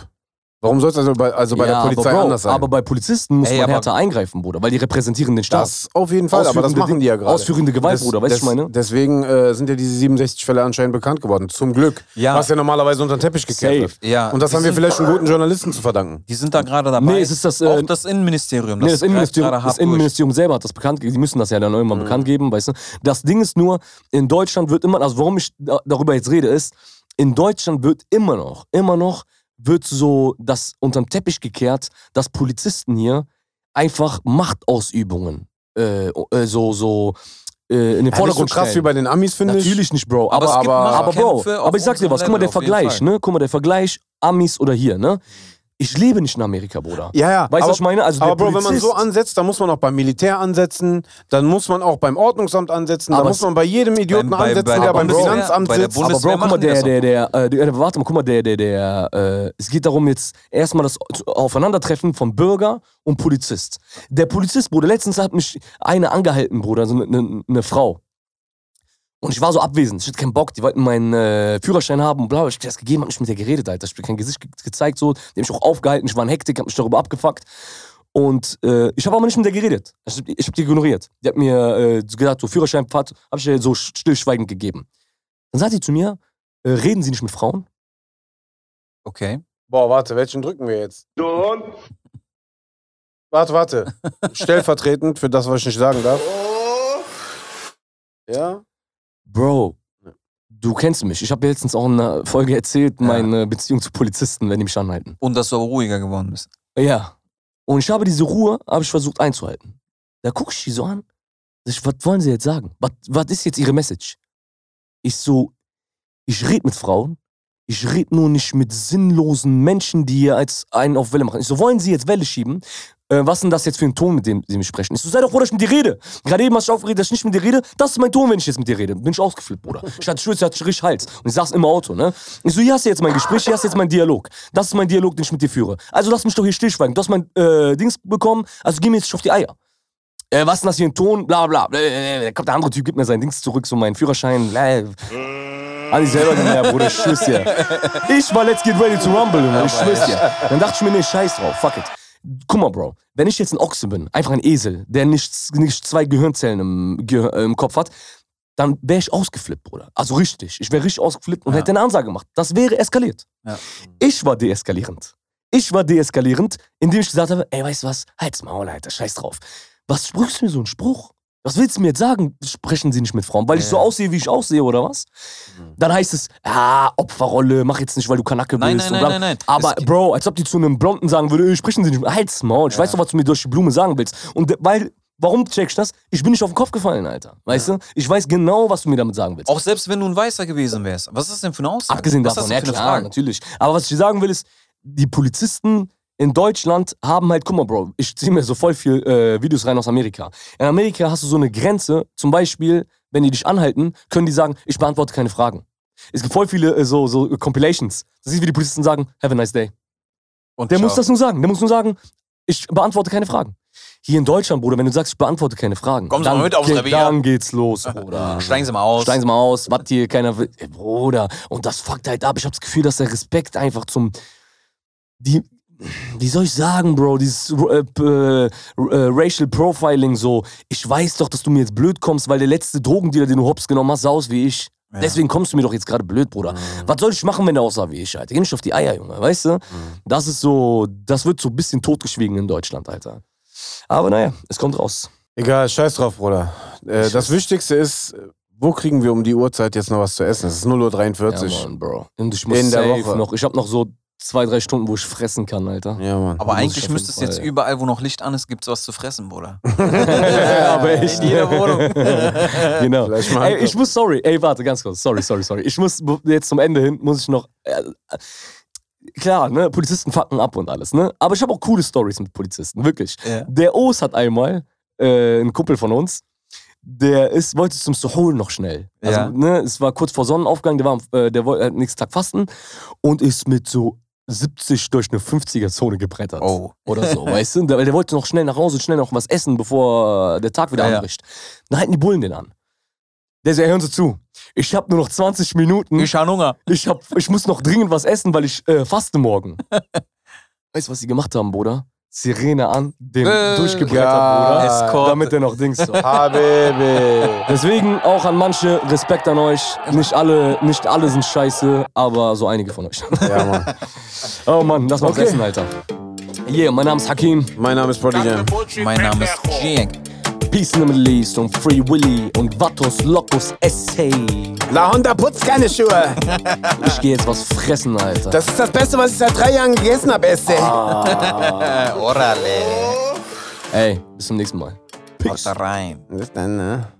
[SPEAKER 1] Warum soll es also bei, also bei
[SPEAKER 3] Ja,
[SPEAKER 1] der Polizei
[SPEAKER 3] aber, Bro,
[SPEAKER 1] anders sein?
[SPEAKER 3] Aber bei Polizisten muss
[SPEAKER 2] Ey,
[SPEAKER 3] man
[SPEAKER 2] aber-
[SPEAKER 3] härter eingreifen, Bruder, weil die repräsentieren den Staat.
[SPEAKER 1] das auf jeden Fall, aber das
[SPEAKER 3] Ausführende-
[SPEAKER 1] machen die ja gerade.
[SPEAKER 3] Ausführende Gewalt,
[SPEAKER 1] Des-
[SPEAKER 3] Bruder, weißt du,
[SPEAKER 1] des-
[SPEAKER 3] ich meine?
[SPEAKER 1] Deswegen äh, sind ja diese 67 Fälle anscheinend bekannt geworden. Zum Glück.
[SPEAKER 2] Ja.
[SPEAKER 1] Was ja normalerweise unter den Teppich gekehrt
[SPEAKER 3] Safe.
[SPEAKER 1] wird.
[SPEAKER 2] ja,
[SPEAKER 1] Und das
[SPEAKER 2] die
[SPEAKER 1] haben wir
[SPEAKER 2] sind-
[SPEAKER 1] vielleicht einem guten Journalisten zu verdanken.
[SPEAKER 2] Die sind da gerade dabei.
[SPEAKER 3] Nee, es ist das, äh,
[SPEAKER 2] auch das Innenministerium.
[SPEAKER 3] Nee, das, Innenministerium,
[SPEAKER 2] greift gerade
[SPEAKER 3] das
[SPEAKER 2] hart durch.
[SPEAKER 3] Innenministerium selber hat das bekannt gegeben. Die müssen das ja dann
[SPEAKER 1] Mhm.
[SPEAKER 3] irgendwann bekannt geben, weißt du? Das Ding ist nur, in Deutschland wird immer, also warum ich da- darüber jetzt rede, ist, in Deutschland wird immer noch, immer noch, wird so das unterm Teppich gekehrt, dass Polizisten hier einfach Machtausübungen äh, äh, so, so äh, in den
[SPEAKER 1] Ja, nicht so
[SPEAKER 3] Vordergrund
[SPEAKER 1] krass wie
[SPEAKER 3] stellen.
[SPEAKER 1] bei den Amis, finde ich.
[SPEAKER 3] Natürlich nicht, Bro.
[SPEAKER 2] Aber
[SPEAKER 3] Aber,
[SPEAKER 2] es gibt
[SPEAKER 3] aber, aber, Bro,
[SPEAKER 2] Machtkämpfe auf
[SPEAKER 3] aber ich sag dir
[SPEAKER 2] unserem
[SPEAKER 3] was, guck mal,
[SPEAKER 2] Level,
[SPEAKER 3] der
[SPEAKER 2] auf jeden
[SPEAKER 3] Vergleich,
[SPEAKER 2] Fall.
[SPEAKER 3] ne? Guck mal, der Vergleich, Amis oder hier, ne? Ich lebe nicht in Amerika, Bruder.
[SPEAKER 1] Ja, ja.
[SPEAKER 3] Weißt du,
[SPEAKER 1] aber,
[SPEAKER 3] was ich meine? Also
[SPEAKER 1] aber
[SPEAKER 3] der
[SPEAKER 1] Bro, wenn man
[SPEAKER 3] Polizist-
[SPEAKER 1] so ansetzt, dann muss man auch beim Militär ansetzen, dann muss man auch beim Ordnungsamt ansetzen, dann
[SPEAKER 3] Aber
[SPEAKER 1] muss
[SPEAKER 3] es-
[SPEAKER 1] man bei jedem Idioten
[SPEAKER 2] Beim- bei-
[SPEAKER 1] ansetzen,
[SPEAKER 2] bei
[SPEAKER 1] der
[SPEAKER 2] der
[SPEAKER 1] beim
[SPEAKER 2] Bundeswehr,
[SPEAKER 1] Finanzamt
[SPEAKER 2] bei der
[SPEAKER 1] sitzt.
[SPEAKER 2] Bundes-
[SPEAKER 3] Aber Bro,
[SPEAKER 2] Bundeswehr
[SPEAKER 3] guck mal,
[SPEAKER 2] machen
[SPEAKER 3] der,
[SPEAKER 2] das
[SPEAKER 3] der, der, äh, der, warte mal, guck mal, der, der, der, äh, es geht darum jetzt erstmal das Aufeinandertreffen von Bürger und Polizist. Der Polizist, Bruder, letztens hat mich eine angehalten, Bruder, also so eine, eine, eine ne Frau. Und ich war so abwesend, ich hatte keinen Bock, die wollten meinen äh, Führerschein haben und bla, bla. ich hab das gegeben, hab nicht mit der geredet, Alter, ich hab kein Gesicht ge gezeigt, so, die haben mich auch aufgehalten, ich war in Hektik, hab mich darüber abgefuckt. Und äh, ich habe aber nicht mit der geredet. Ich hab, ich hab die ignoriert. Die hat mir äh, gesagt, so Führerscheinpfad, hab ich ihr so stillschweigend gegeben. Dann sagt sie zu mir, äh, reden Sie nicht mit Frauen?
[SPEAKER 2] Okay.
[SPEAKER 1] Boah, warte, welchen drücken wir jetzt?
[SPEAKER 8] Du Hund.
[SPEAKER 1] Warte,
[SPEAKER 3] *laughs*
[SPEAKER 1] warte. Stellvertretend für das, was ich nicht sagen darf. Ja?
[SPEAKER 3] Bro, du kennst mich. Ich habe letztens auch in einer Folge erzählt, meine Beziehung zu Polizisten, wenn die mich anhalten.
[SPEAKER 2] Und dass du auch ruhiger geworden bist.
[SPEAKER 3] Ja. Und ich habe diese Ruhe, habe ich versucht einzuhalten. Da gucke ich die so an. Sag Ich, was wollen sie jetzt sagen? Was, was ist jetzt ihre Message? Ich so, ich rede mit Frauen. Ich rede nur nicht mit sinnlosen Menschen, die hier als einen auf Welle machen. Ich so, wollen sie jetzt Welle schieben? Äh, was ist denn das jetzt für ein Ton, mit dem sie mich sprechen? Ich so, sei doch froh, dass ich mit dir rede. Gerade eben hast du aufgeregt, dass ich nicht mit dir rede. Das ist mein Ton, wenn ich jetzt mit dir rede. Bin ich ausgeflippt, Bruder. Ich hatte Schulz, hatte ich richtig Hals. Und ich saß im Auto, ne? Ich so, hier hast du jetzt mein Gespräch, hier hast du jetzt meinen Dialog. Das ist mein Dialog, den ich mit dir führe. Also lass mich doch hier stillschweigen. Du hast mein äh, Dings bekommen, also geh mir jetzt nicht auf die Eier. Äh, was ist denn das hier ein Ton? Bla bla. bla. Äh, Da kommt der andere Typ, gibt mir sein Dings zurück, so meinen Führerschein. Bla. Hat ich selber gemerkt, Bruder, ich schwör's dir. Ich war let's get ready to rumble, Junge, ich schwör's dir. Dann dachte ich mir, nee, scheiß drauf, fuck it. Guck mal, Bro, wenn ich jetzt ein Ochse bin, einfach ein Esel, der nicht, nicht zwei Gehirnzellen im, Gehir äh, im Kopf hat, dann wäre ich ausgeflippt, Bruder. Also richtig. Ich wäre richtig ausgeflippt und
[SPEAKER 2] Ja.
[SPEAKER 3] hätte eine Ansage gemacht. Das wäre eskaliert.
[SPEAKER 2] Ja.
[SPEAKER 3] Ich war deeskalierend. Ich war deeskalierend, indem ich gesagt habe, ey, weißt du was, halt's Maul, Alter, scheiß drauf. Was sprüchst du mir so einen Spruch? Was willst du mir jetzt sagen? Sprechen sie nicht mit Frauen, weil ich
[SPEAKER 2] Ja. Mhm.
[SPEAKER 3] so aussehe, wie ich aussehe, oder was? Dann heißt es, ah, Opferrolle, mach jetzt nicht, weil du Kanacke
[SPEAKER 2] Nein,
[SPEAKER 3] bist.
[SPEAKER 2] nein,
[SPEAKER 3] und bla.
[SPEAKER 2] nein, nein, nein.
[SPEAKER 3] Aber
[SPEAKER 2] Es-
[SPEAKER 3] Bro, als ob die zu einem Blonden sagen würde, äh, sprechen sie nicht mit Halt's Maul, ich weiß doch, was du mir durch die Blume sagen willst. Und weil, warum checkst du das? Ich bin nicht auf den Kopf gefallen, Alter. Weißt du? Ich weiß genau, was du mir damit sagen willst.
[SPEAKER 2] Auch selbst wenn du ein Weißer gewesen wärst. Was ist das denn für eine Aussage?
[SPEAKER 3] Abgesehen
[SPEAKER 2] was
[SPEAKER 3] davon,
[SPEAKER 2] ist
[SPEAKER 3] ja
[SPEAKER 2] das denn für eine
[SPEAKER 3] klar,
[SPEAKER 2] Frage?
[SPEAKER 3] natürlich. Aber was ich sagen will, ist, die Polizisten in Deutschland haben halt, guck mal, Bro, ich ziehe mir so voll viel äh, Videos rein aus Amerika. In Amerika hast du so eine Grenze, zum Beispiel, wenn die dich anhalten, können die sagen, ich beantworte keine Fragen. Es gibt voll viele äh, so, so Compilations. Das ist, wie die Polizisten sagen, have a nice day.
[SPEAKER 2] Und
[SPEAKER 3] Der
[SPEAKER 2] ciao.
[SPEAKER 3] muss das nur sagen. Der muss nur sagen, ich beantworte keine Fragen. Hier in Deutschland, Bruder, wenn du sagst, ich beantworte keine Fragen,
[SPEAKER 2] Kommen Sie
[SPEAKER 3] dann,
[SPEAKER 2] mal mit aufs
[SPEAKER 3] geht-
[SPEAKER 2] Revier.
[SPEAKER 3] dann
[SPEAKER 2] *laughs*
[SPEAKER 3] geht's los, Bruder.
[SPEAKER 2] Steigen Sie mal aus.
[SPEAKER 3] Steigen Sie mal aus, was hier keiner will. Ey, Bruder, und das fuckt halt ab. Ich habe das Gefühl, dass der Respekt einfach zum. Die, wie soll ich sagen, Bro, dieses äh, p- äh, äh, Racial Profiling so. Ich weiß doch, dass du mir jetzt blöd kommst, weil der letzte Drogendealer, den du hops genommen hast, sah aus wie ich.
[SPEAKER 2] Ja. Mhm.
[SPEAKER 3] Deswegen kommst du mir doch jetzt gerade blöd, Bruder. Was soll ich machen, wenn der aussah wie ich, Alter? Geh nicht auf die Eier, Junge, weißt du?
[SPEAKER 2] Mhm.
[SPEAKER 3] Das ist so, das wird so ein bisschen totgeschwiegen in Deutschland, Alter. Aber naja, es kommt raus.
[SPEAKER 1] Egal, scheiß drauf, Bruder. Äh, das Wichtigste ist, wo kriegen wir um die Uhrzeit jetzt noch was zu essen? Es ist 0.43
[SPEAKER 3] Ja,
[SPEAKER 1] Uhr.
[SPEAKER 3] Mann, Bro. Und ich muss
[SPEAKER 1] In der
[SPEAKER 3] safe
[SPEAKER 1] Woche.
[SPEAKER 3] noch. Ich habe noch so zwei, drei Stunden, wo ich fressen kann, Alter. *laughs*
[SPEAKER 1] Ja, Mann.
[SPEAKER 2] Aber
[SPEAKER 3] Muss ich
[SPEAKER 2] eigentlich
[SPEAKER 3] auf
[SPEAKER 2] müsste es
[SPEAKER 3] jeden
[SPEAKER 2] jetzt
[SPEAKER 3] Fall.
[SPEAKER 2] überall, wo noch Licht an ist, gibt's was zu fressen, Bruder.
[SPEAKER 3] Aber echt.
[SPEAKER 2] In jeder Wohnung.
[SPEAKER 3] *laughs* Genau.
[SPEAKER 1] Vielleicht mal
[SPEAKER 3] Ey, ich muss, sorry, ey, warte, ganz kurz. Sorry, sorry, sorry. Ich muss be- jetzt zum Ende hin, muss ich noch. Äh, äh, klar, ne, Polizisten fucken ab und alles, ne? Aber ich habe auch coole Stories mit Polizisten, wirklich.
[SPEAKER 2] Ja.
[SPEAKER 3] Der O's hat einmal, äh, ein Kumpel von uns, der ist, wollte zum Suholen noch schnell. Also,
[SPEAKER 2] Ja.
[SPEAKER 3] ne, es war kurz vor Sonnenaufgang, der, war, am- äh, der wollte äh, nächsten Tag fasten und ist mit so 70 durch eine 50er-Zone gebrettert.
[SPEAKER 2] Oh.
[SPEAKER 3] Oder
[SPEAKER 2] *laughs*
[SPEAKER 3] so, weißt du? Weil der wollte noch schnell nach Hause und schnell noch was essen, bevor äh, der Tag wieder
[SPEAKER 2] Ja, ja.
[SPEAKER 3] anbricht. Dann halten die Bullen den an. Der sagt, hören Sie zu, ich habe nur noch 20 Minuten, ich,
[SPEAKER 2] Ich habe Hunger.
[SPEAKER 3] hab, ich muss noch dringend was essen, weil ich äh, faste *laughs* morgen. weißt du, was sie gemacht haben, Bruder? Sirene an, den
[SPEAKER 2] Äh,
[SPEAKER 3] durchgebrettert,
[SPEAKER 1] ja.
[SPEAKER 3] Bruder.
[SPEAKER 2] Escort.
[SPEAKER 3] Damit der noch Dings so.
[SPEAKER 1] Habibi.
[SPEAKER 3] Deswegen auch an manche Respekt an euch. Nicht alle, nicht alle sind scheiße, aber so einige von euch.
[SPEAKER 1] Ja, Mann.
[SPEAKER 3] *laughs* Oh Mann, lass mal was
[SPEAKER 1] Okay.
[SPEAKER 3] essen, Alter. Yeah, mein Name ist Hakim.
[SPEAKER 1] Mein Name ist Prodigy.
[SPEAKER 2] mein Name ist Jack.
[SPEAKER 3] Peace in the Middle East und Free Willy und Vatos Locos Essay.
[SPEAKER 1] La Honda putzt keine Schuhe.
[SPEAKER 3] Ich gehe jetzt was fressen, Alter.
[SPEAKER 1] Das ist das Beste, was ich seit drei Jahren gegessen habe, Esse.
[SPEAKER 3] Ah.
[SPEAKER 2] Orale.
[SPEAKER 3] Ey, bis zum nächsten Mal.
[SPEAKER 2] Haut da rein.
[SPEAKER 1] Bis dann, ne?